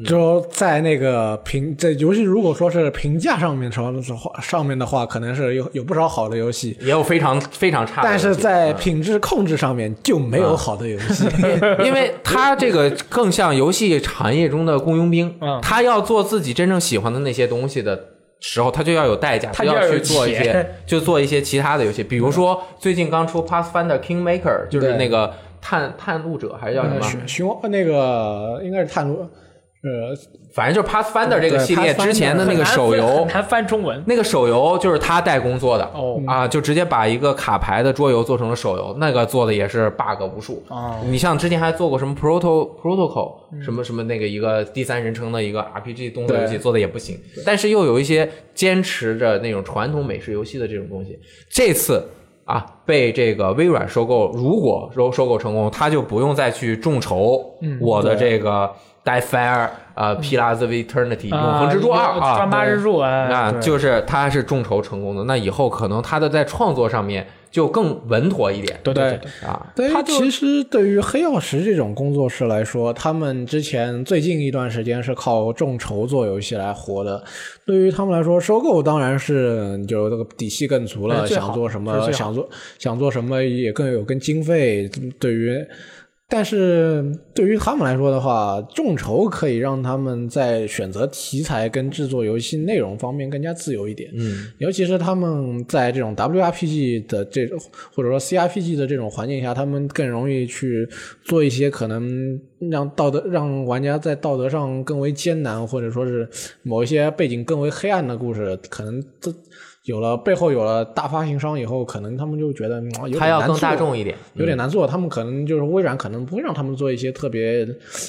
Speaker 3: 就在那个评，在游戏如果说是评价上面说的话，上面的话，可能是有有不少好的游戏，
Speaker 2: 也有非常非常差的游
Speaker 3: 但
Speaker 2: 戏，
Speaker 3: 是在品质控制上面就没有好的游戏。
Speaker 1: <laughs>
Speaker 2: 因因为他这个更像游戏产业中的雇佣兵
Speaker 1: 嗯，
Speaker 2: 他要做自己真正喜欢的那些东西的时候，他就要有代价，
Speaker 1: 他就
Speaker 2: 就
Speaker 1: 要有
Speaker 2: 去做一些
Speaker 1: 钱，嗯
Speaker 2: 就做一些其他的游戏，比如说最近刚出 Pathfinder Kingmaker，就是
Speaker 3: 对
Speaker 2: 那个探探路者还是叫什
Speaker 3: 呃，
Speaker 1: 嗯
Speaker 2: 么，
Speaker 3: 寻寻王那个应该是探路，呃，
Speaker 2: 反正就是 Pathfinder 这个
Speaker 3: 对
Speaker 2: 系列
Speaker 3: Pathfinder
Speaker 2: 之前的那个手游
Speaker 1: 很。难翻中文。
Speaker 2: 那个手游就是他代工做的
Speaker 1: 哦
Speaker 2: 啊，就直接把一个卡牌的桌游做成了手游，那个做的也是 bug 无数。
Speaker 1: 哦
Speaker 2: 你像之前还做过什么 Proto Protocol 什么什么那个一个第三人称的一个 RPG 动作游戏，
Speaker 3: 对
Speaker 2: 做的也不行，但是又有一些坚持着那种传统美式游戏的这种东西。这次啊，被这个微软收购，如果收收购成功，他就不用再去众筹我的这个 Die Fire 呃 Pillars of Eternity 永恒之柱二啊，
Speaker 1: 专八之柱啊，
Speaker 2: 那
Speaker 1: 对
Speaker 2: 就是他是众筹成功的，那以后可能他的在创作上面就更稳妥一点
Speaker 1: 对对对，
Speaker 2: 啊。
Speaker 3: 对于
Speaker 1: 他就
Speaker 3: 其实对于黑曜石这种工作室来说，他们之前最近一段时间是靠众筹做游戏来活的。对于他们来说，收购当然是就这个底气更足
Speaker 1: 哎
Speaker 3: 了，
Speaker 1: 最好
Speaker 3: 想做什
Speaker 1: 这是
Speaker 3: 么
Speaker 1: 最好
Speaker 3: 想做想做什么也更有跟经费。对于，但是对于他们来说的话，众筹可以让他们在选择题材跟制作游戏内容方面更加自由一点。
Speaker 2: 嗯，
Speaker 3: 尤其是他们在这种 WRPG 的这种或者说 CRPG 的这种环境下，他们更容易去做一些可能让道德让玩家在道德上更为艰难，或者说是某一些背景更为黑暗的故事，可能这有了背后有了大发行商以后，可能他们就觉得嗯有点
Speaker 2: 他要
Speaker 3: 难
Speaker 2: 更
Speaker 3: 做
Speaker 2: 大众一点，
Speaker 3: 有点难做，他们可能就是微软可能不会让他们做一些特别，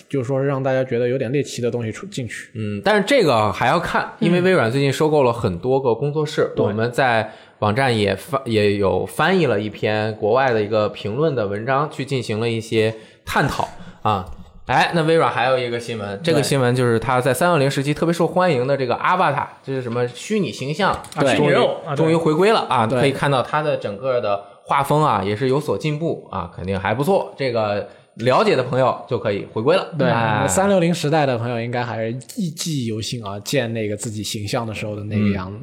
Speaker 3: 就是说是让大家觉得有点猎奇的东西出进去。
Speaker 2: 嗯，但是这个还要看，因为微软最近收购了很多个工作室，我们在网站也翻也有翻译了一篇国外的一个评论的文章，去进行了一些探讨啊。哎，那微软还有一个新闻，这个新闻就是它在三六零时期特别受欢迎的这个阿巴塔，这是什么虚拟形象，
Speaker 1: 对
Speaker 2: 终
Speaker 1: 虚拟
Speaker 2: 于
Speaker 1: 肉啊对
Speaker 2: 终于回归了啊！
Speaker 3: 对
Speaker 2: 可以看到它的整个的画风啊，也是有所进步啊，肯定还不错。这个了解的朋友就可以回归了。哎
Speaker 3: 啊三六零时代的朋友应该还是记记忆犹新啊，建那个自己形象的时候的那个样子。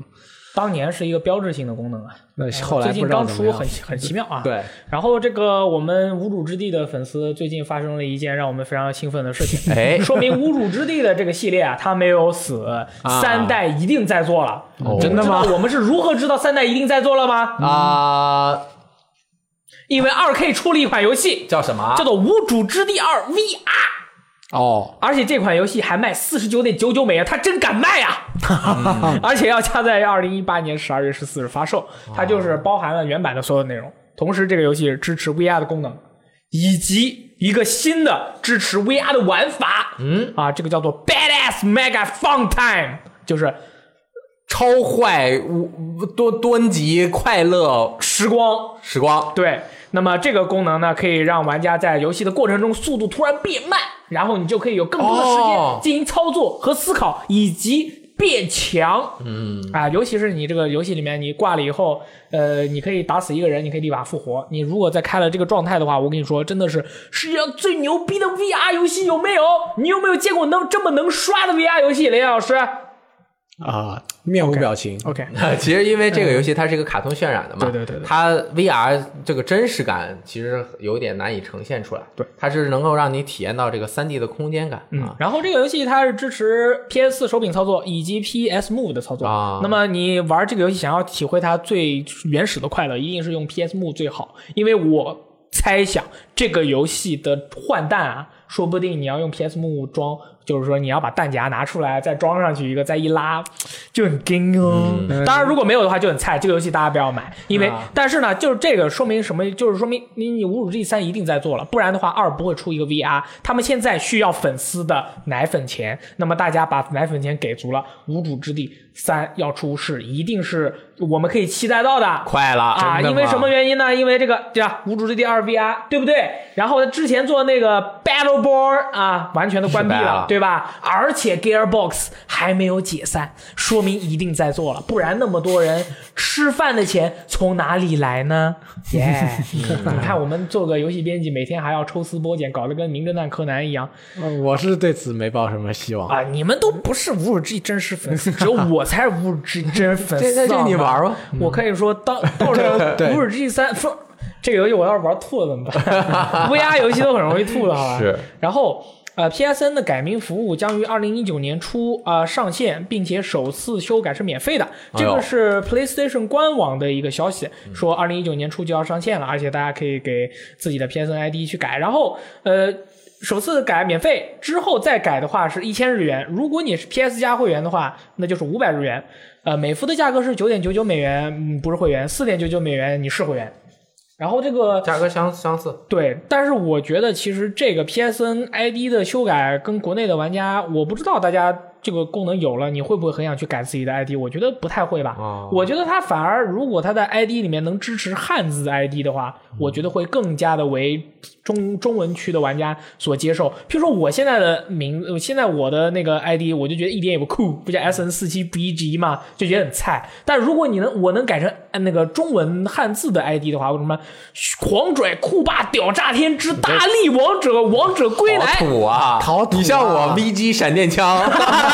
Speaker 1: 当年是一个标志性的功嗯能啊。
Speaker 3: 那后来
Speaker 1: 最近
Speaker 3: 不知道
Speaker 1: 刚
Speaker 3: 怎么
Speaker 1: 出
Speaker 3: 样
Speaker 1: 很。很奇妙啊。。
Speaker 3: 对，
Speaker 1: 然后这个我们无主之地的粉丝最近发生了一件让我们非常兴奋的事情，
Speaker 2: 哎
Speaker 1: <laughs> 说明无主之地的这个系列啊，它没有死，三代一定在做了。
Speaker 2: 哦
Speaker 1: 真的吗？我们是如何知道三代一定在做了吗？
Speaker 2: 啊、
Speaker 1: 因为二 K 出了一款游戏，
Speaker 2: 叫什么？
Speaker 1: 叫做《无主之地二 VR》，
Speaker 3: 哦，
Speaker 1: 而且这款游戏还卖四十九点九九美元，它真敢卖呀、而且要加在二零一八年十二月十四日发售，它就是包含了原版的所有内容，同时这个游戏支持 VR 的功能，以及一个新的支持 VR 的玩法。嗯，啊，这个叫做 Badass Mega Fun Time，就是
Speaker 2: 超坏无多端极快乐
Speaker 1: 时光
Speaker 2: 时光。 <laughs>
Speaker 1: 对，那么这个功能呢，可以让玩家在游戏的过程中速度突然变慢，然后你就可以有更多的时
Speaker 2: 哦
Speaker 1: 间进行操作和思考，以及变强。嗯，啊，尤其是你这个游戏里面，你挂了以后，呃，你可以打死一个人，你可以立马复活。你如果再开了这个状态的话，我跟你说，真的是世界上最牛逼的 VR 游戏有没有？你有没有见过能这么能刷的 VR 游戏，雷老师
Speaker 3: 啊，面无表情，
Speaker 1: ？OK，
Speaker 2: 其实因为这个游戏它是一个卡通渲染的嘛，
Speaker 1: 对对对对
Speaker 2: 它 VR 这个真实感其实有点难以呈现出来，
Speaker 1: 对，
Speaker 2: 它是能够让你体验到这个3 D 的空间感
Speaker 1: 嗯
Speaker 2: 啊，，
Speaker 1: 然后这个游戏它是支持 PS 4手柄操作以及 PS Move 的操作。
Speaker 2: 啊
Speaker 1: 那么你玩这个游戏想要体会它最原始的快乐，一定是用 PS Move 最好，因为我猜想这个游戏的换弹啊说不定你要用 PS 木装，就是说你要把弹夹拿出来再装上去一个，再一拉就很硬哦。当然如果没有的话就很菜，这个游戏大家不要买，因为、但是呢，就是这个说明什么？就是说明你你侮辱 G 三一定在做了，不然的话二不会出一个 VR。他们现在需要粉丝的奶粉钱，那么大家把奶粉钱给足了，无主之地三要出是一定是我们可以期待到的。
Speaker 2: 快了
Speaker 1: 啊，
Speaker 2: 真的
Speaker 1: 因为
Speaker 2: 吗
Speaker 1: 什么原因呢？因为这个对吧，《无主之地二 VR》，对不对？然后之前做那个 Battle Born 啊，完全都关闭
Speaker 2: 失败
Speaker 1: 了
Speaker 2: 了，
Speaker 1: 对吧？而且 Gearbox 还没有解散，说明一定在做了，不然那么多人吃饭的钱从哪里来呢？
Speaker 2: <laughs>
Speaker 1: 耶、你看我们做个游戏编辑，每天还要抽丝剥茧，搞得跟名侦探柯南一样
Speaker 3: 嗯我是对此没抱什么希望。
Speaker 1: 啊！你们都不是《无主之地》真实粉
Speaker 2: <laughs>
Speaker 1: 丝，只有我才是《无主之地》真实粉丝。啊
Speaker 2: 这这你玩吧，
Speaker 1: <laughs> 我可以说
Speaker 2: <laughs>
Speaker 1: 到到时候《无主之地三》说这个游戏我要是玩吐了怎么
Speaker 2: <laughs>
Speaker 1: 办？VR 游戏都很容易吐的，好吧？
Speaker 2: 是。
Speaker 1: 然后呃，PSN 的改名服务将于二零一九年初啊、呃上线，并且首次修改是免费的。这
Speaker 2: 哎
Speaker 1: 个
Speaker 2: 呦嗯
Speaker 1: 是 PlayStation 官网的一个消息，说二零一九年初就要上线了，而且大家可以给自己的 PSN ID 去改。然后呃。首次改免费，之后再改的话是一千日元。如果你是 PS 加会员的话，那就是五百日元。呃，每服的价格是九点九九美元，嗯，不是会员，四点九九美元你是会员。然后这个
Speaker 2: 价格相相似，
Speaker 1: 对，但是我觉得其实这个 PSN ID 的修改跟国内的玩家，我不知道大家这个功能有了，你会不会很想去改自己的 ID？我觉得不太会吧。
Speaker 2: 哦
Speaker 1: 我觉得它反而如果它在 ID 里面能支持汉字 ID 的话，我觉得会更加的为中中文区的玩家所接受。譬如说我现在的名，呃现在我的那个 ID，我就觉得一点也不酷，不叫 SN 四七 BG 嘛，就觉得很菜。但如果你能，我能改成呃那个中文汉字的 ID 的话，我什么狂拽酷霸屌炸天之大力王者王者归
Speaker 2: 好
Speaker 1: 来，
Speaker 2: 土啊！
Speaker 3: 陶土啊
Speaker 2: 你像我 VG 闪电枪，
Speaker 1: <laughs>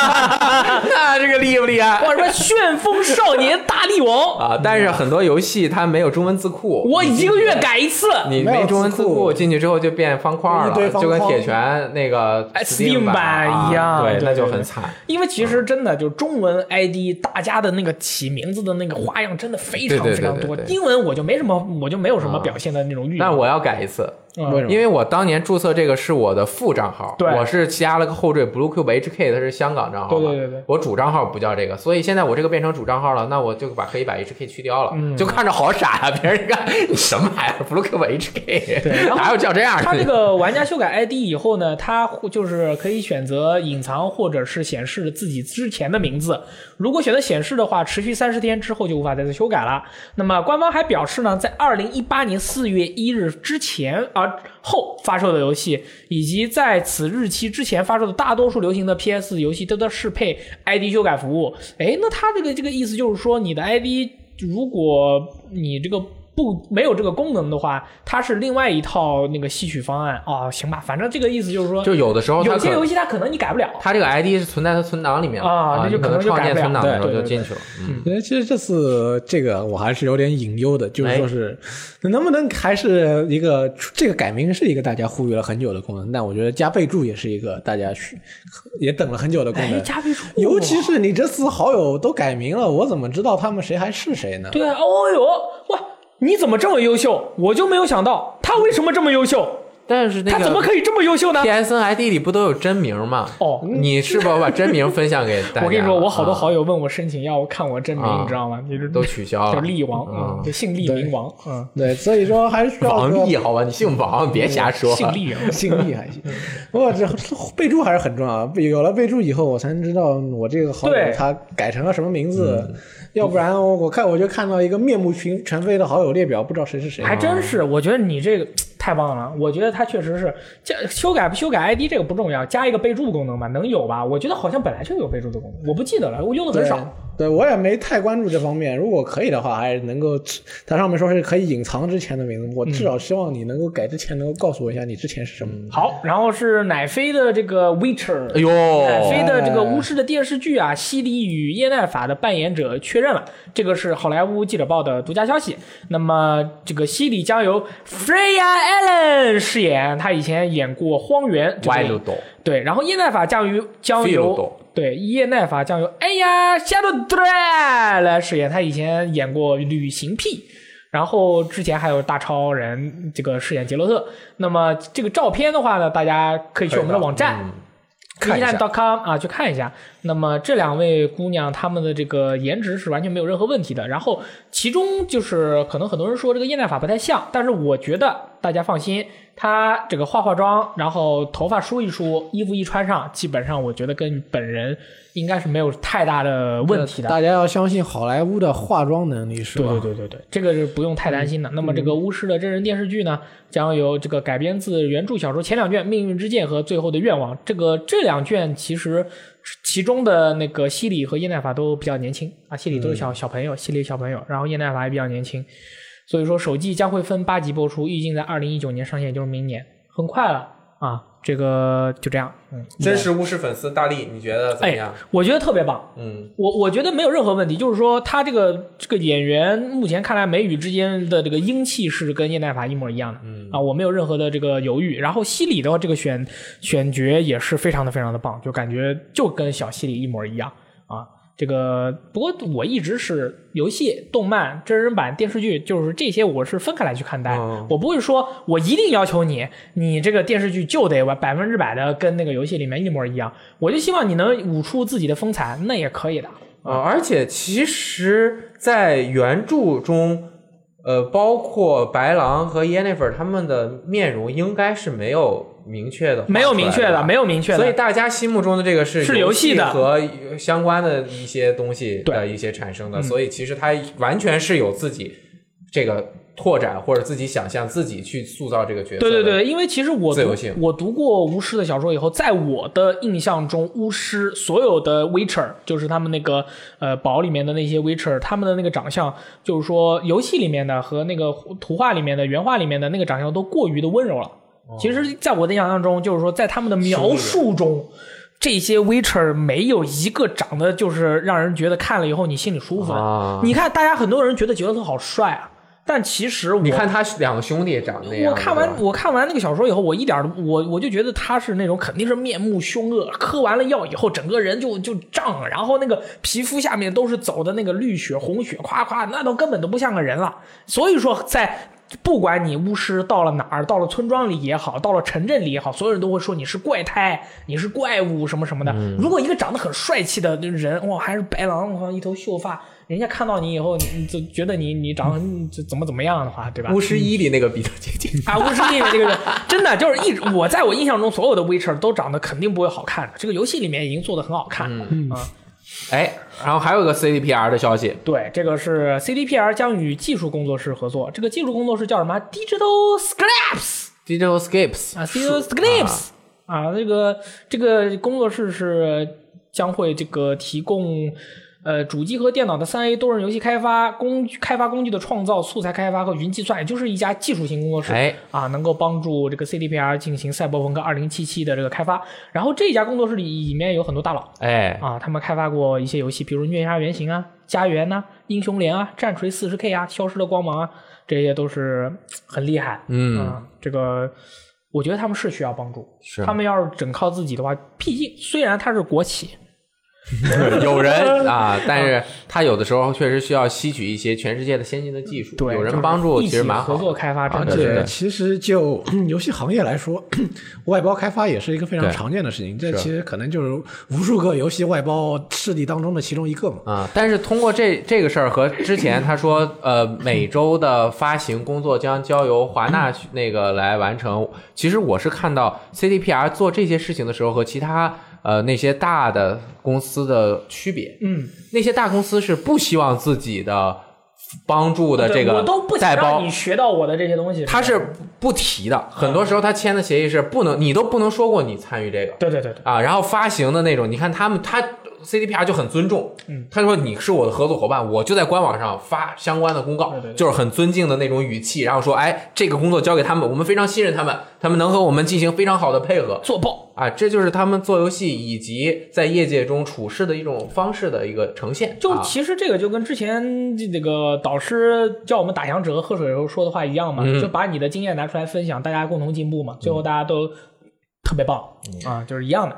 Speaker 2: <laughs> 那这个厉不厉害
Speaker 1: 或者说旋风少年大力王，
Speaker 2: 啊？但是很多游戏它没有中文字库，
Speaker 1: 我一个月改一次。
Speaker 2: 你
Speaker 3: 啊没
Speaker 2: 没
Speaker 3: 有
Speaker 2: 中文
Speaker 3: 字
Speaker 2: 字
Speaker 3: 库
Speaker 2: 库进去之后就变方块
Speaker 3: 一堆
Speaker 2: 了，
Speaker 3: 方
Speaker 2: 就跟
Speaker 3: 框
Speaker 2: 铁拳那个
Speaker 1: 哎 Steam
Speaker 2: 版
Speaker 1: 版
Speaker 2: 啊
Speaker 1: 一样
Speaker 2: 对，
Speaker 1: 对
Speaker 2: 那就
Speaker 1: 对
Speaker 2: 很
Speaker 1: 对
Speaker 2: 惨。
Speaker 1: 因为其实真的就中文 ID，大家的那个起名字的那个花样真的非常
Speaker 2: 对对对
Speaker 1: 非常多
Speaker 2: 对。对
Speaker 1: 英文我就没什么，我就没有什么表现的那种欲
Speaker 2: 但
Speaker 1: 望。
Speaker 2: 我要改一次，
Speaker 3: 为什么？
Speaker 2: 因为我当年注册这个是我的副账号，
Speaker 1: 对
Speaker 2: 我是加了个后缀 Blue Cube HK，它是香港账号嘛，
Speaker 1: 对对对对
Speaker 2: 我主账号不叫这个，所以现在我这个变成主账号了，那我就把可以把 HK 去掉了，
Speaker 1: 嗯
Speaker 2: 就看着好傻呀、别人一看你什么玩意儿 Blue Cube HK，哪有叫这样的？
Speaker 1: 它这个玩家修改 ID 以后呢，它会就是可以选择隐藏或者是显示自己之前的名字。如果选择显示的话，持续三十天之后就无法再次修改了。那么官方还表示呢，在二零一八年四月一日之前而后发售的游戏，以及在此日期之前发售的大多数流行的 PS 游戏都得适配 ID 修改服务。诶，那它这个这个意思就是说，你的 ID 如果你这个不没有这个功能的话，它是另外一套那个吸取方案哦。行吧，反正这个意思就是说，
Speaker 2: 就有的时候它
Speaker 1: 有
Speaker 2: 可
Speaker 1: 些游
Speaker 2: 能。
Speaker 1: 戏它可能你改不了。
Speaker 2: 它这个 ID 是存在它存档里面了
Speaker 1: 啊那就
Speaker 2: 你
Speaker 1: 可
Speaker 2: 可
Speaker 1: 能就
Speaker 2: 创
Speaker 1: 改
Speaker 2: 建
Speaker 1: 不了
Speaker 2: 存档的时候
Speaker 1: 对
Speaker 2: 就
Speaker 1: 对
Speaker 2: 进去了。嗯，
Speaker 3: 因为其实这次这个我还是有点隐忧的，
Speaker 1: 哎
Speaker 3: 就是说是、能不能还是一个这个改名是一个大家呼吁了很久的功能，但我觉得加备注也是一个大家需也等了很久的功
Speaker 1: 哎，
Speaker 3: 能。
Speaker 1: 加倍出，
Speaker 3: 尤其是你这次好友都改名了，我怎么知道他们谁还是谁呢？
Speaker 1: 对啊，哦哟哇，你怎么这么优秀？我就没有想到他为什么这么优秀，
Speaker 2: 但是那个
Speaker 1: 他怎么可以这么优秀呢？
Speaker 2: PSN ID 里不都有真名吗？
Speaker 1: 哦
Speaker 2: 你是否把真名分享给大家？
Speaker 1: 我跟你说，我好多
Speaker 2: 啊
Speaker 1: 好友问我申请要看我真名，
Speaker 2: 啊
Speaker 1: 你知道吗？就是
Speaker 2: 都取消
Speaker 1: 叫
Speaker 2: 了。
Speaker 1: 厉王，嗯，就姓厉名王，嗯，
Speaker 3: 对，所以说还是需要
Speaker 2: 王
Speaker 3: 个
Speaker 1: 啊
Speaker 3: <laughs>
Speaker 2: 力，好吧，你姓王，别瞎说。
Speaker 1: 姓厉啊。
Speaker 3: 姓厉还行。不过这备注还是很重要，啊有了备注以后，我才能知道我这个好友
Speaker 1: 对嗯
Speaker 3: 他改成了什么名字，要不然我我看我就看到一个面目全全非的好友列表，不知道谁是谁。
Speaker 1: 还真是，我觉得你这个太棒了。我觉得它确实是加修改不修改 ID 这个不重要，加一个备注功能吧，能有吧？我觉得好像本来就有备注的功能，我不记得了，我用的
Speaker 3: 对
Speaker 1: 很少。
Speaker 3: 对我也没太关注这方面。如果可以的话，还是能够，它上面说是可以隐藏之前的名
Speaker 1: 嗯
Speaker 3: 字，我至少希望你能够改之前能够告诉我一下你之前是什么。
Speaker 1: 好，然后是奶飞的这个 Witcher，
Speaker 2: 哎呦，哎
Speaker 1: 奶飞的这个巫师的电视剧啊，《西里与耶奈法》的扮演者确认了，这个是好莱坞记者报的独家消息。那么，这个西里将由 Freya Allen 饰演，他以前演过《荒原》这部
Speaker 2: 歪
Speaker 1: 电
Speaker 2: 路
Speaker 1: 影，
Speaker 2: 懂，
Speaker 1: 对，然后叶奈法将于将
Speaker 2: 费路
Speaker 1: 由
Speaker 2: 懂。
Speaker 1: 对叶奈法将由哎呀 Shadow Dra 来饰演，他以前演过《旅行癖》。然后之前还有大超人这个饰演杰洛特。那么这个照片的话呢，大家可以去我们的网
Speaker 2: 嗯
Speaker 1: 站。
Speaker 2: 看一下
Speaker 1: com 啊，去看一下。那么这两位姑娘她们的这个颜值是完全没有任何问题的。然后其中就是可能很多人说这个燕娜法不太像，但是我觉得大家放心，她这个化化妆，然后头发梳一梳，衣服一穿上，基本上我觉得跟本人应该是没有太大的问题的。
Speaker 3: 大家要相信好莱坞的化妆能力是吧？
Speaker 1: 对对对对对，这个是不用太担心的。那么这个巫师的真人电视剧呢，将由这个改编自原著小说前两卷《命运之剑》和《最后的愿望》。这个这两卷其实其中的那个西里和叶奈法都比较年轻啊，西里都是小小朋友，西里小朋友，然后叶奈法也比较年轻。所以说，首季将会分八集播出，预计在二零一九年上线，也就是明年，很快了啊。这个就这样，哎嗯，
Speaker 2: 真实巫师粉丝大力，你觉得怎么样？
Speaker 1: 我觉得特别棒。
Speaker 2: 嗯，
Speaker 1: 我我觉得没有任何问题，就是说他这个这个演员目前看来眉宇之间的这个英气是跟叶奈法一模一样的，嗯啊，我没有任何的这个犹豫。然后西里的话这个选选角也是非常的非常的棒，就感觉就跟小西里一模一样啊。这个不过我一直是游戏、动漫、真人版、电视剧，就是这些我是分开来去看待，
Speaker 2: 嗯
Speaker 1: 我不会说我一定要求你，你这个电视剧就得完百分之百的跟那个游戏里面一模一样，我就希望你能舞出自己的风采，那也可以的。
Speaker 2: 啊，而且其实，在原著中，呃，包括白狼和 Yennefer 他们的面容应该是没有明确的，
Speaker 1: 没有明确的，没
Speaker 2: 有。
Speaker 1: 有明确的，
Speaker 2: 所以大家心目中的这个是
Speaker 1: 是游
Speaker 2: 游
Speaker 1: 戏的
Speaker 2: 和相关的一些东西的
Speaker 1: 对嗯
Speaker 2: 一些产生的，所以其实它完全是有自己这个拓展或者自己想象、自己去塑造这个角色。
Speaker 1: 对对，对，因为其实我
Speaker 2: 自由
Speaker 1: 读
Speaker 2: 性
Speaker 1: 我读过巫师的小说以后，在我的印象中，巫师所有的 Witcher 就是他们那个呃堡里面的那些 Witcher，他们的那个长相，就是说游戏里面的和那个图画里面的原画里面的那个长相都过于的温柔了。
Speaker 2: 哦
Speaker 1: 其实，在我的印象中，就是说在他们的描述中。这些 Witcher 没有一个长得就是让人觉得看了以后你心里舒服的。
Speaker 2: 啊
Speaker 1: 你看，大家很多人觉得杰洛特好帅啊，但其实我
Speaker 2: 你看他两个兄弟长那样，
Speaker 1: 我看
Speaker 2: 是
Speaker 1: 完
Speaker 2: 吧
Speaker 1: 我看完那个小说以后，我一点儿都我我就觉得他是那种肯定是面目凶恶，嗑完了药以后整个人就就胀，然后那个皮肤下面都是走的那个绿血红血，夸夸，那都根本都不像个人了。所以说，在不管你巫师到了哪儿，到了村庄里也好，到了城镇里也好，所有人都会说你是怪胎，你是怪物什么什么的。
Speaker 2: 嗯
Speaker 1: 如果一个长得很帅气的人，哇，还是白狼，哇，一头秀发。人家看到你以后，你你就觉得你你长得你就怎么怎么样的话，对吧？
Speaker 2: 巫师一里那个比较接近。
Speaker 1: 啊，巫师里面这个人真的就是一直，我在我印象中所有的 Witcher 都长得肯定不会好看的，这个游戏里面已经做的很好看了。嗯啊，
Speaker 2: 哎，然后还有一个 CDPR 的消息，
Speaker 1: 对，这个是 CDPR 将与技术工作室合作，这个技术工作室叫什么？Digital Scraps
Speaker 2: Digital Scapes
Speaker 1: 啊，Digital Scraps 啊，这个这个工作室是将会这个提供。呃，主机和电脑的三 A 多人游戏开发工具、开发工具的创造、素材开发和云计算，也就是一家技术型工作室。
Speaker 2: 哎，
Speaker 1: 啊，能够帮助这个 CDPR 进行赛博朋克2077的这个开发。然后这家工作室里里面有很多大佬
Speaker 2: 哎，
Speaker 1: 啊，他们开发过一些游戏，比如《虐杀原型》啊、《家园》呐、英雄联》啊、《战锤 40K》啊、《消失的光芒》啊，这些都是很厉害。
Speaker 2: 嗯，
Speaker 1: 啊，这个我觉得他们是需要帮助。
Speaker 2: 是啊
Speaker 1: 他们要是整靠自己的话，毕竟虽然它是国企，<laughs>
Speaker 2: 有人啊，但是他有的时候确实需要吸取一些全世界的先进的技术，
Speaker 1: 对
Speaker 2: 有人帮助
Speaker 1: 就是
Speaker 2: 其
Speaker 1: 一
Speaker 2: 实
Speaker 1: 起
Speaker 2: 蛮
Speaker 1: 合
Speaker 2: 好
Speaker 1: 作
Speaker 2: 的。
Speaker 1: 开发，真
Speaker 2: 啊
Speaker 1: 的
Speaker 2: 对对
Speaker 1: 是
Speaker 2: 对
Speaker 3: 这其实就 <clears throat> 游戏行业来说，外包开发也是一个非常
Speaker 2: 对
Speaker 3: 常见的事情。这
Speaker 2: 是
Speaker 3: 其实可能就是无数个游戏外包势力当中的其中一个嘛。
Speaker 2: 啊、但是通过这这个事儿和之前他说，呃，每周的发行工作将交由华纳去那个来完成。其实我是看到 CDPR 做这些事情的时候和其他呃那些大的公司的区别，
Speaker 1: 嗯，
Speaker 2: 那些大公司是不希望自己的帮助的
Speaker 1: 对
Speaker 2: 这个
Speaker 1: 我都不
Speaker 2: 外
Speaker 1: 想
Speaker 2: 包
Speaker 1: 让你学到我的这些东西。
Speaker 2: 他是不提的，很多时候他签的协议是不能，你都不能说过你参与这个
Speaker 1: 对对对对。
Speaker 2: 啊。然后发行的那种，你看他们他 CDPR 就很尊重，
Speaker 1: 嗯，
Speaker 2: 他说你是我的合作伙伴，我就在官网上发相关的公告
Speaker 1: 对对，对
Speaker 2: 就是很尊敬的那种语气，然后说，哎，这个工作交给他们，我们非常信任他们，他们能和我们进行非常好的配合
Speaker 1: 做爆，
Speaker 2: 啊，这就是他们做游戏以及在业界中处事的一种方式的一个呈现，
Speaker 1: 就
Speaker 2: 啊
Speaker 1: 其实这个就跟之前这个导师叫我们打响指和喝水的时候说的话一样嘛，
Speaker 2: 嗯
Speaker 1: 就把你的经验拿出来
Speaker 3: 嗯
Speaker 1: 分享，大家共同进步嘛，最后大家都特别棒、啊，就是一样的。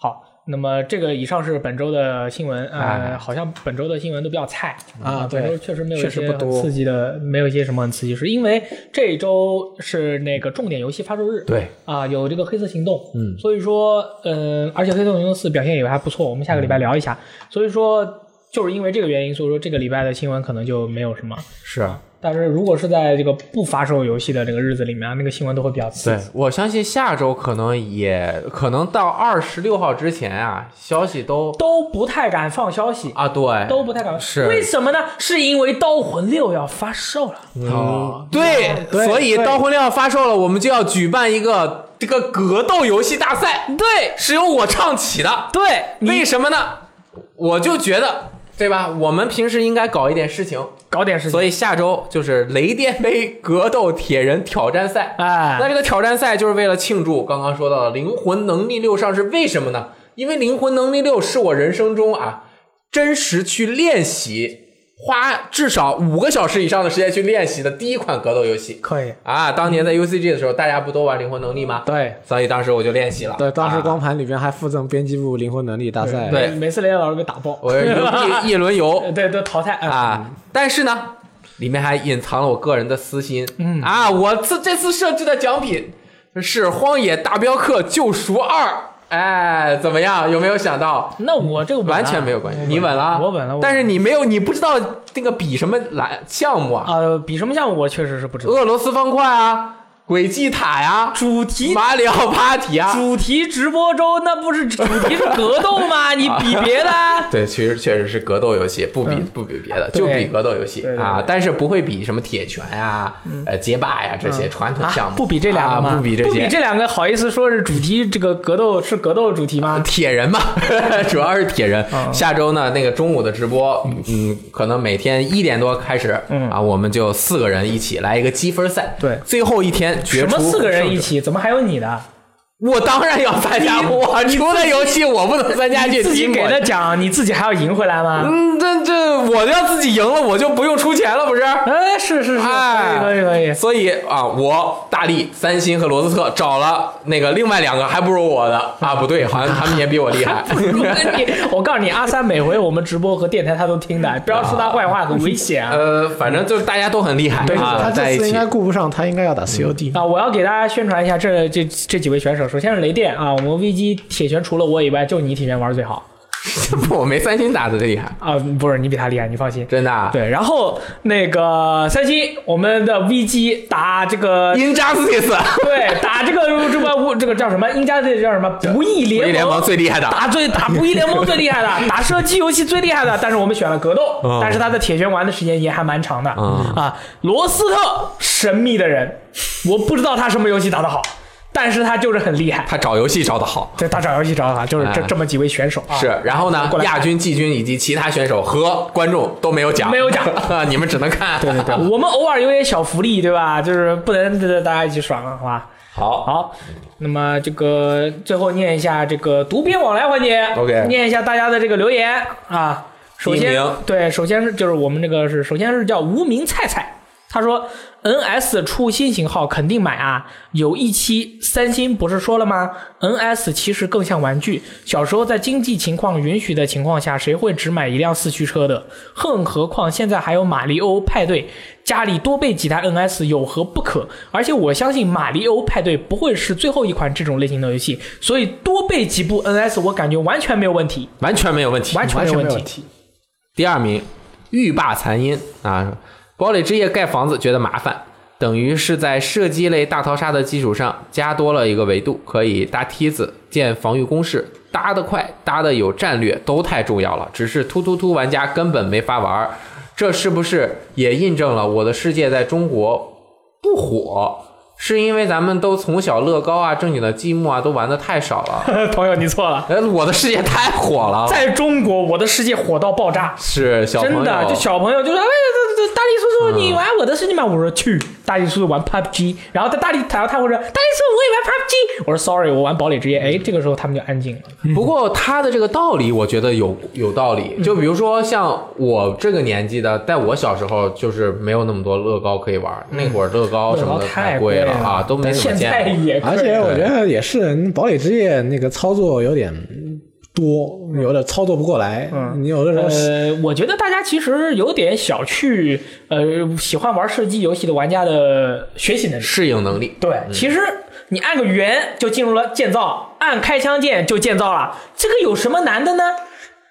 Speaker 1: 好，那么这个以上是本周的新闻，呃，
Speaker 2: 哎
Speaker 1: 好像本周的新闻都比较菜
Speaker 3: 啊对
Speaker 1: 本周确实没有一
Speaker 3: 确实
Speaker 1: 些
Speaker 3: 不
Speaker 1: 很
Speaker 3: 多
Speaker 1: 刺激的，没有一些什么很刺激，是因为这一周是那个重点游戏发售日，
Speaker 2: 对
Speaker 1: 啊，有这个黑色行动，嗯，所以说，嗯，而且黑色行动四表现也还不错，我们下个礼
Speaker 2: 嗯
Speaker 1: 拜聊一下，所以说就是因为这个原因，所以说这个礼拜的新闻可能就没有什么，
Speaker 2: 是。啊
Speaker 1: 但是如果是在这个不发售游戏的这个日子里面啊，那个新闻都会比较刺
Speaker 2: 对
Speaker 1: 激。，
Speaker 2: 我相信下周可能也可能到二十六号之前啊，消息都
Speaker 1: 都不太敢放消息，
Speaker 2: 啊，对，
Speaker 1: 都不太敢。
Speaker 2: 是
Speaker 1: 为什么呢？是因为《刀魂六》要发售了。
Speaker 3: 嗯啊
Speaker 2: 哦对，所以《刀魂六》要发售了，我们就要举办一个这个格斗游戏大赛，
Speaker 1: 对
Speaker 2: 是由我唱起的。
Speaker 1: 对，
Speaker 2: 为什么呢？我就觉得，对吧？我们平时应该搞一点事情，
Speaker 1: 搞
Speaker 3: <laughs>
Speaker 1: 点事情。
Speaker 2: 所以下周就是雷电杯格斗铁人挑战赛。
Speaker 1: 哎
Speaker 2: 那这个挑战赛就是为了庆祝刚刚说到的灵魂能力六上市，为什么呢？因为灵魂能力六是我人生中啊真实去练习，花至少五个小时以上的时间去练习的第一款格斗游戏。
Speaker 1: 可以，
Speaker 2: 啊，当年
Speaker 3: 嗯
Speaker 2: 在 UCG 的时候，大家不都玩灵魂能力吗？
Speaker 3: 对
Speaker 2: 所以当时我就练习了。
Speaker 3: 对，当时
Speaker 2: 啊
Speaker 3: 光盘里边还附赠编辑部灵魂能力大赛，
Speaker 2: 对
Speaker 1: 每次雷老师被打爆，
Speaker 2: 我是一一轮
Speaker 3: <laughs>
Speaker 2: 游，
Speaker 1: <laughs> 对对淘汰啊。
Speaker 2: 啊，但是呢，里面还隐藏了我个人的私心。嗯啊，我这这次设置的奖品是《荒野大镖客：救赎二》。哎，怎么样？有没有想到？
Speaker 1: 那我这个稳啊
Speaker 2: 完全没有关系，你稳了，啊
Speaker 1: 我稳了。我
Speaker 2: 但是你没有，你不知道那个比什么栏项目啊？
Speaker 1: 呃，比什么项目我确实是不知道。
Speaker 2: 俄罗斯方块啊，轨迹塔呀、
Speaker 1: 主题
Speaker 2: 马里奥 party 啊，
Speaker 1: 主题直播周，那不是主题是格斗
Speaker 2: <laughs>
Speaker 1: 吗？你比别的啊
Speaker 2: 对，其实确实是格斗游戏，不比、不比别的，
Speaker 1: 嗯对
Speaker 2: 就比格斗游戏
Speaker 1: 对对
Speaker 2: 啊
Speaker 1: 对，嗯
Speaker 2: 但是不会比什么铁拳呀、呃街霸呀这些传统项目，
Speaker 1: 啊不比这两个吗？
Speaker 2: 啊不比这
Speaker 1: 不比
Speaker 2: 些。
Speaker 1: 这两个，好意思说是主题这个格斗是格斗主题吗？
Speaker 2: 啊铁人嘛， <laughs> 主要是铁人。
Speaker 1: 嗯
Speaker 2: 下周呢，那个中午的直播，嗯，可能每天一点多开始，
Speaker 1: 嗯
Speaker 2: 啊，我们就四个人一起来一个积分赛，
Speaker 1: 对
Speaker 2: 最后一天
Speaker 1: 什
Speaker 2: 决出
Speaker 1: 么四个人一
Speaker 2: 胜者？
Speaker 1: 起？怎么还有你的？
Speaker 2: 我当然要参加，我出的游戏我不能参加
Speaker 1: 你
Speaker 2: 去
Speaker 1: 自己
Speaker 2: 提
Speaker 1: 给
Speaker 2: 我
Speaker 1: 的奖，你自己还要赢回来吗？
Speaker 2: 嗯，这这我要自己赢了，我就不用出钱了，不是？
Speaker 1: 哎，是是是，
Speaker 2: 哎
Speaker 1: 可以可以可以。 <laughs>
Speaker 2: 所以啊，我大力、三星和罗斯特找了那个另外两个还不如我的啊，不对，好像他们也比我
Speaker 1: <laughs>
Speaker 2: 厉害。
Speaker 1: 我告诉你，阿三每回我们直播和电台他都听的，不要说他坏话，很危险啊！
Speaker 2: 呃，反正就是大家都很厉害啊，
Speaker 3: 他
Speaker 2: 在
Speaker 3: 这
Speaker 2: 一
Speaker 3: 次应
Speaker 2: 起
Speaker 3: 该顾不上，他应该要打 COD。
Speaker 1: 啊，我要给大家宣传一下这这这几位选手。首先是雷电啊，我们 VG 铁拳除了我以外，就你铁拳玩的最好
Speaker 2: <laughs> 我没三星打的厉害，
Speaker 1: 啊，不是你比他厉害，你放心。
Speaker 2: 真的啊。
Speaker 1: 对，然后那个三星，我们的 VG 打这个
Speaker 2: Injustice，
Speaker 1: 对打这个这个这个叫什么？英加这叫什么？不义
Speaker 2: 不义
Speaker 1: 联
Speaker 2: 联盟最厉害的
Speaker 1: 打最打不义联盟最厉害的，打射击游戏最厉害的，但是我们选了格斗，但是他的铁拳玩的时间也还蛮长的、啊。罗斯特神秘的人，我不知道他什么游戏打得好，但是他就是很厉害。
Speaker 2: 他找游戏找的好。
Speaker 1: 对，他找游戏找得好，就是这
Speaker 2: 哎
Speaker 1: 这么几位选手啊。
Speaker 2: 是，然后呢
Speaker 1: 过，来
Speaker 2: 亚军、季军以及其他选手和观众都没有奖，
Speaker 1: 没有奖，
Speaker 2: <laughs> 你们只能看。对对
Speaker 1: 啊， <laughs> 我们偶尔有点小福利，对吧？就是不能这大家一起爽了，好吧？
Speaker 2: 好，
Speaker 1: 好，那么这个最后念一下这个读编往来环节
Speaker 2: OK
Speaker 1: 念一下大家的这个留言啊。首
Speaker 2: 第一
Speaker 1: 先
Speaker 2: 名，
Speaker 1: 对，首先是就是我们这个是，首先是叫无名菜菜，他说 NS 出新型号肯定买啊，有一期三星不是说了吗？NS 其实更像玩具，小时候在经济情况允许的情况下，谁会只买一辆四驱车的？更何况现在还有马里欧派对，家里多备几台 NS 有何不可？而且我相信马里欧派对不会是最后一款这种类型的游戏，所以多备几部 NS 我感觉完全没有问题，
Speaker 2: 完全没有问题，
Speaker 1: 完全没有问题。
Speaker 2: 第二名，欲罢残音啊！堡垒之夜盖房子觉得麻烦，等于是在射击类大逃杀的基础上加多了一个维度，可以搭梯子、建防御工事，搭得快、搭得有战略都太重要了。只是突突突玩家根本没法玩儿，这是不是也印证了我的世界在中国不火？是因为咱们都从小乐高啊、正经的积木啊都玩的太少了，
Speaker 1: <laughs> 朋友，你错了。
Speaker 2: 呃，我的世界太火了，
Speaker 1: 在中国，我的世界火到爆炸，
Speaker 2: 是哦小朋
Speaker 1: 真
Speaker 2: 友
Speaker 1: 的，就小朋友就说：“哎，这这大力叔叔，你玩我的世界吗？”我说：“去。”大力叔叔玩 PUBG，然后他大力，然后他会说：“大力哎叔，我也玩 PUBG。”我说：“Sorry，我玩堡垒之夜。”哎，这个时候他们就安静了。
Speaker 2: 不过他的这个道理，我觉得有有道理。
Speaker 1: 嗯
Speaker 2: 就比如说像我这个年纪的，在我小时候就是没有那么多乐高可以玩，那会儿乐高
Speaker 1: 嗯
Speaker 2: 什
Speaker 1: 乐
Speaker 2: 么
Speaker 1: 高
Speaker 2: 的
Speaker 1: 太
Speaker 2: 贵
Speaker 1: 了
Speaker 2: 啊，都没怎么
Speaker 1: 哎现在
Speaker 2: 见过。
Speaker 1: 也贵，
Speaker 3: 而且我觉得也是，嗯堡垒之夜那个操作有点多，有的操作不过来，
Speaker 1: 嗯
Speaker 3: 你有的时候
Speaker 1: 呃，我觉得大家其实有点小觑，呃，喜欢玩射击游戏的玩家的学习能力。
Speaker 2: 适应能力。
Speaker 1: 对，其实你按个圆就进入了建造，按开枪键就建造了，这个有什么难的呢？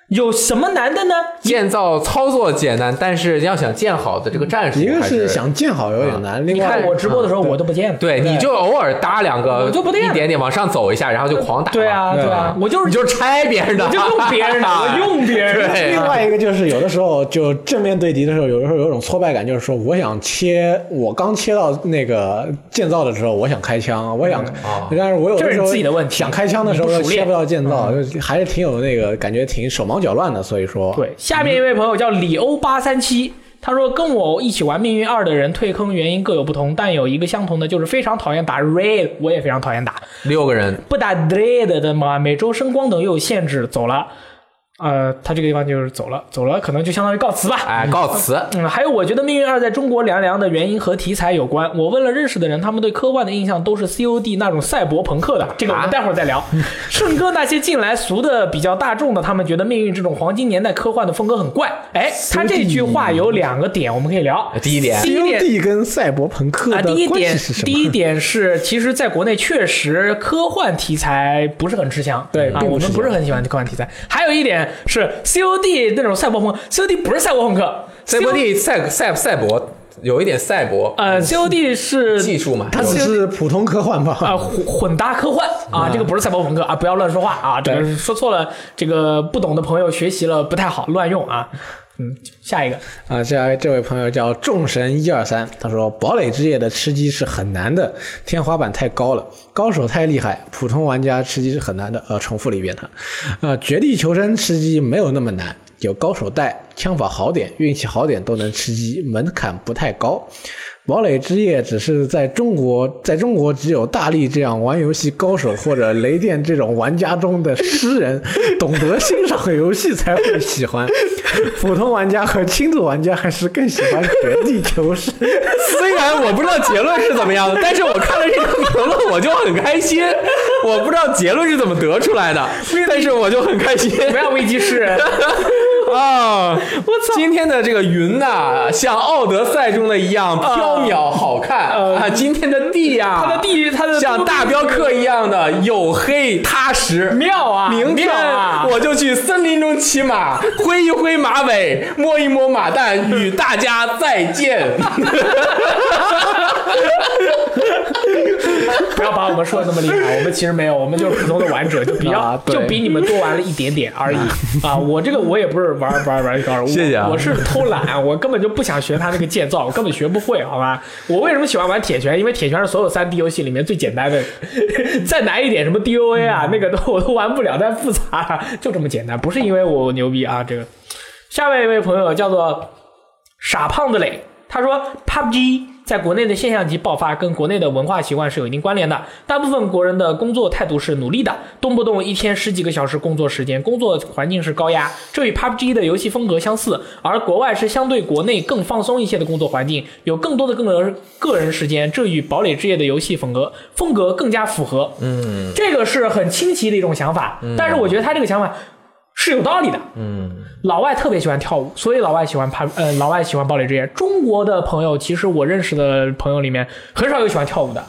Speaker 1: 有什么难的呢？
Speaker 2: 建造操作简单，但是要想建好的这个战术，
Speaker 3: 一个
Speaker 2: 还
Speaker 3: 是啊
Speaker 2: 是
Speaker 3: 想建好有点难，另
Speaker 1: 你
Speaker 3: 外
Speaker 1: 看我嗯直播的时候我都不见了。
Speaker 2: 对，你就偶尔搭两个，
Speaker 1: 我就不练
Speaker 2: 一点点往上走一下，然后就狂打嘛。
Speaker 1: 对啊，对啊，我就是
Speaker 2: 你就拆别人的，
Speaker 1: 我就用别人的，
Speaker 2: <laughs>
Speaker 1: 我用别人 <laughs> 的。
Speaker 2: 对
Speaker 3: 另外一个就是有的时候就正面对敌的时候，有的时候有一种挫败感，就是说我想切，我刚切到那个建造的时候，我想开枪，我想，
Speaker 2: 哦
Speaker 3: 但是我有
Speaker 1: 嗯这是
Speaker 3: 的时
Speaker 1: 你
Speaker 3: 候
Speaker 1: 自己的问题啊
Speaker 3: 想开枪的时候
Speaker 1: 你不熟练嗯
Speaker 3: 切不到建造，就还是挺有那个感觉，挺手忙脚乱的。所以说，
Speaker 1: 对，下面一位朋友叫李欧八三七，他说跟我一起玩《命运二》的人退坑原因各有不同，但有一个相同的就是非常讨厌打 raid，我也非常讨厌打。
Speaker 2: 六个人，
Speaker 1: 不打 raid 的嘛，每周声光等又有限制，走了。呃，他这个地方就是走了，走了，可能就相当于告辞吧。
Speaker 2: 哎，告辞。
Speaker 1: 嗯，还有我觉得《命运二》在中国凉凉的原因和题材有关。我问了认识的人，他们对科幻的印象都是 COD 那种赛博朋克的，这
Speaker 2: 啊
Speaker 1: 个我们待会儿再
Speaker 2: <laughs>
Speaker 1: 聊。顺哥那些近来俗的比较大众的，他们觉得《命运》这种黄金年代科幻的风格很怪。哎，他这句话有两个点，我们可以聊。
Speaker 2: 呃第一点，
Speaker 1: 第一点
Speaker 3: COD 跟赛博朋克
Speaker 1: 啊，
Speaker 3: 的
Speaker 1: 第一
Speaker 3: 关系
Speaker 1: 点
Speaker 3: 是，什
Speaker 1: 第
Speaker 3: 么？
Speaker 1: 一点是，其实在国内确实科幻题材不是很吃香，
Speaker 3: 对
Speaker 1: 啊，
Speaker 3: 并不
Speaker 1: 我们
Speaker 3: 吃
Speaker 1: 不是很喜欢科幻题材。还有一点是 COD 那种赛博朋，COD 不是赛博朋克
Speaker 2: 赛博
Speaker 1: ，COD
Speaker 2: 蒂赛赛赛博有一点赛博
Speaker 1: 呃，COD 是
Speaker 2: 技术嘛，
Speaker 3: 它只是普通科幻吧？
Speaker 1: 啊，混混搭科幻啊，
Speaker 2: 嗯
Speaker 1: 这个不是赛博朋克啊，不要乱说话啊，这个说错了，这个不懂的朋友学习了不太好，乱用啊。嗯，下一个，
Speaker 3: 啊，这这位朋友叫众神一二三，他说《堡垒之夜》的吃鸡是很难的，天花板太高了，高手太厉害，普通玩家吃鸡是很难的。呃，重复了一遍他，呃，《绝地求生》吃鸡没有那么难，有高手带，枪法好点，运气好点都能吃鸡，门槛不太高。堡垒之夜只是在中国，在中国只有大力这样玩游戏高手或者雷电这种玩家中的诗人， <laughs> 懂得欣赏游戏才会喜 <laughs> 欢。普通玩家和轻度玩家还是更喜欢绝地求生。
Speaker 2: 虽然我不知道结论是怎么样的，但是我看了这个评论 <laughs> 我就很开心。我不知道结论是怎么得出
Speaker 1: <laughs>
Speaker 2: 来的，但是我就很开心。
Speaker 1: 不要危机示
Speaker 2: <laughs>
Speaker 1: 人，
Speaker 2: 啊！我操！今天的这个云呐、像《奥德赛》中的一样飘渺好看、
Speaker 1: 呃
Speaker 2: 啊！今天的地呀、
Speaker 1: 他的地，他的
Speaker 2: 像大镖客一样的黝黑踏实。
Speaker 1: 妙啊，
Speaker 2: 明天
Speaker 1: 妙啊，
Speaker 2: 我就去森林中骑马，挥一挥马尾，摸一摸马蛋，与大家再见。
Speaker 1: <laughs> <laughs> 不要把我们说的那么厉害，我们其实没有，我们就是普通的玩者，就比较、
Speaker 3: 啊对
Speaker 1: 就比你们多玩了一点点而已啊。我这个我也不是玩玩玩高手，我
Speaker 2: 谢谢啊
Speaker 1: 我是偷懒，我根本就不想学他那个建造，我根本学不会，好吧？我为什么喜欢玩铁拳？因为铁拳是所有三 D 游戏里面最简单的， <laughs> 再难一点什么 DOA 啊，那个都我都玩不了，太复杂了，就这么简单，不是因为我牛逼啊，这个。下面一位朋友叫做傻胖子磊，他说 PUBG 在国内的现象级爆发跟国内的文化习惯是有一定关联的。大部分国人的工作态度是努力的，动不动一天十几个小时工作时间，工作环境是高压，这与 PUBG 的游戏风格相似。而国外是相对国内更放松一些的工作环境，有更多的个人个人时间，这与堡垒之夜的游戏风格风格更加符合。嗯，这个是很清奇的一种想法，但是我觉得他这个想法是有道理的。
Speaker 2: 嗯
Speaker 1: 老外特别喜欢跳舞，所以老外喜欢攀，呃，老外喜欢堡垒之夜。中国的朋友，其实我认识的朋友里面，很少有喜欢跳舞的，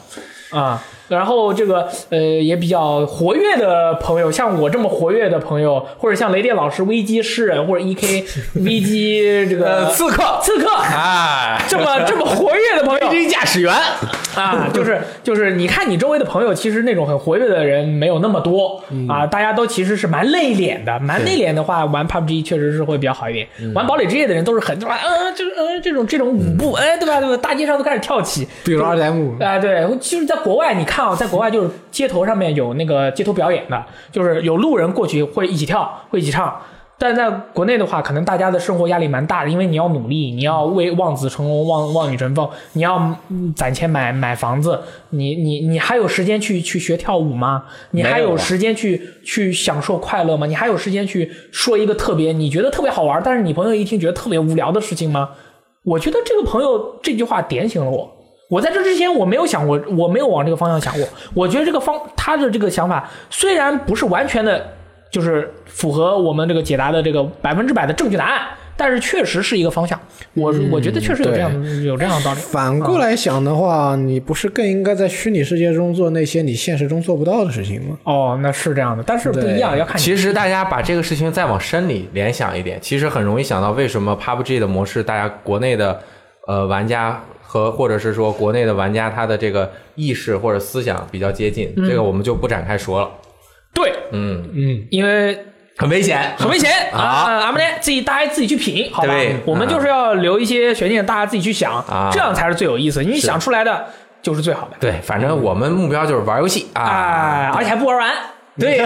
Speaker 1: 啊、然后这个呃也比较活跃的朋友，像我这么活跃的朋友，或者像雷电老师、危机诗人或者 E K 危机这
Speaker 2: 呃，
Speaker 1: 个
Speaker 2: 刺客，
Speaker 1: 刺客
Speaker 2: 哎，
Speaker 1: 这么这么活跃的朋友，
Speaker 2: 机驾驶员，
Speaker 1: <laughs> 啊，就是就是，你看你周围的朋友，其实那种很活跃的人没有那么多、啊，大家都其实是蛮内敛的，蛮内敛的话，玩 PUBG 确实是会比较好一点。玩堡垒之夜的人都是很啊，呃就是呃这种这种舞步，哎，对吧？对吧？大街上都开始跳起，
Speaker 3: <laughs> 比如二代目，
Speaker 1: 啊、对，就是在国外，你看啊，在国外就是街头上面有那个街头表演的，就是有路人过去会一起跳，会一起唱。但在国内的话，可能大家的生活压力蛮大的，因为你要努力，你要为望子成龙、望望女成凤，你要嗯攒钱买买房子，你你你还有时间去去学跳舞吗？你还
Speaker 2: 没有啊
Speaker 1: 有
Speaker 2: 了
Speaker 1: 时间去去享受快乐吗？你还有时间去说一个特别你觉得特别好玩，但是你朋友一听觉得特别无聊的事情吗？我觉得这个朋友这句话点醒了我。我在这之前我没有想过，我没有往这个方向想过。我觉得这个方他的这个想法虽然不是完全的就是符合我们这个解答的这个百分之百的正确答案，但是确实是一个方向。我、我觉得确实有这样有这样的道理。
Speaker 4: 嗯
Speaker 1: 啊
Speaker 4: 反过来想的话，你不是更应该在虚拟世界中做那些你现实中做不到的事情吗？
Speaker 1: 哦，那是这样的，但是不一样，要看你。
Speaker 2: 其实大家把这个事情再往深里联想一点，其实很容易想到为什么 PUBG 的模式，大家国内的呃玩家和或者是说国内的玩家他的这个意识或者思想比较接近，这个我们就不展开说了。
Speaker 1: 对，
Speaker 2: 嗯，
Speaker 1: 因为
Speaker 2: 很危险，
Speaker 1: 很危险
Speaker 2: 好
Speaker 1: 啊！咱们呢自己大家自己去品，好吧
Speaker 2: 对？嗯
Speaker 1: 我们就是要留一些悬念，大家自己去想
Speaker 2: 啊，
Speaker 1: 这样才是最有意思。你想出来的就是最好的。
Speaker 2: 对，反正我们目标就是玩游戏啊，
Speaker 1: 啊，而且还不玩完。
Speaker 2: <laughs> 对，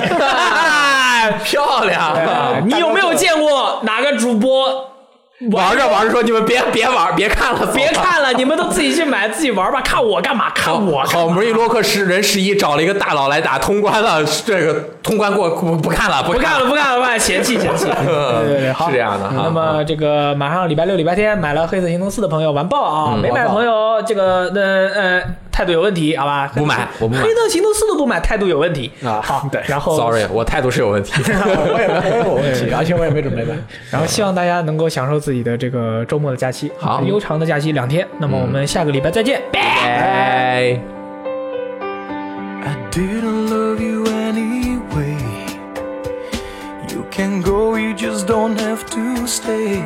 Speaker 2: 漂
Speaker 1: 哎
Speaker 2: 亮。
Speaker 1: 你有没有见过哪个主播
Speaker 2: 玩着玩着说你们别别玩，别看了，
Speaker 1: 别看了，你们都自己去买，自己玩吧，看我干嘛？看我
Speaker 2: 好
Speaker 1: 干
Speaker 2: 好
Speaker 1: 嘛
Speaker 2: 不容易洛克十人十一找了一个大佬来打通关了，这个通关过不不看了，不
Speaker 1: 不看了，不看了，不看了，嫌弃嫌
Speaker 2: 啊
Speaker 1: 弃。对对对，好，
Speaker 2: 是这样的哈
Speaker 1: 那么这个马上礼拜六、礼拜天买了《黑色行动四》的朋友完爆啊！
Speaker 2: 嗯
Speaker 1: 没买的朋友，这个呃呃态度有问题，好吧？
Speaker 2: 不买我不买
Speaker 1: 黑色行动四》都不买，态度有问题
Speaker 2: <laughs>
Speaker 3: 啊
Speaker 1: 好，对，然后
Speaker 2: ，sorry，我态度是有问题。
Speaker 3: <laughs> 我也没有问题，而且我也没准备买。
Speaker 1: 然后希望大家能够享受自己的这个周末的假期，
Speaker 2: 好嗯
Speaker 1: 悠长的假期两天。那么我们下个礼拜再见，拜。
Speaker 2: 拜。
Speaker 5: I didn't love you anyway. You can go, you just don't have to stay.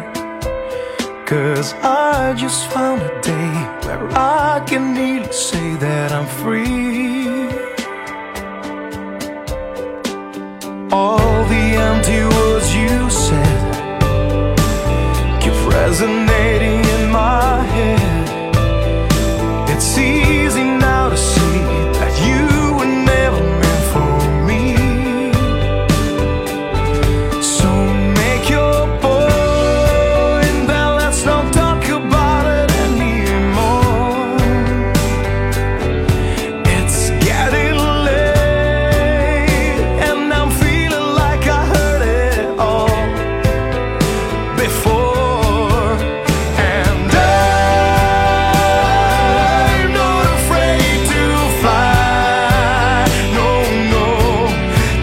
Speaker 5: Cause I just found a day where I can nearly say that I'm free. All the empty words you said keep resonating in my head. It's easy now to see that you were never meant for me. So make your point, then let's not talk about it anymore. It's getting late, and I'm feeling like I heard it all before. And I'm not afraid to fly. No, no,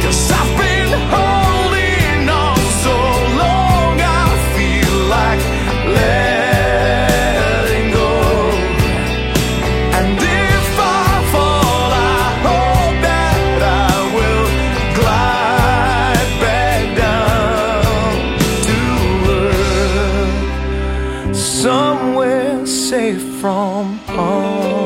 Speaker 5: cause I've been holding on so long. I feel like letting go. And if I fall, I hope that I will glide back down to earth somewhere safe from harm.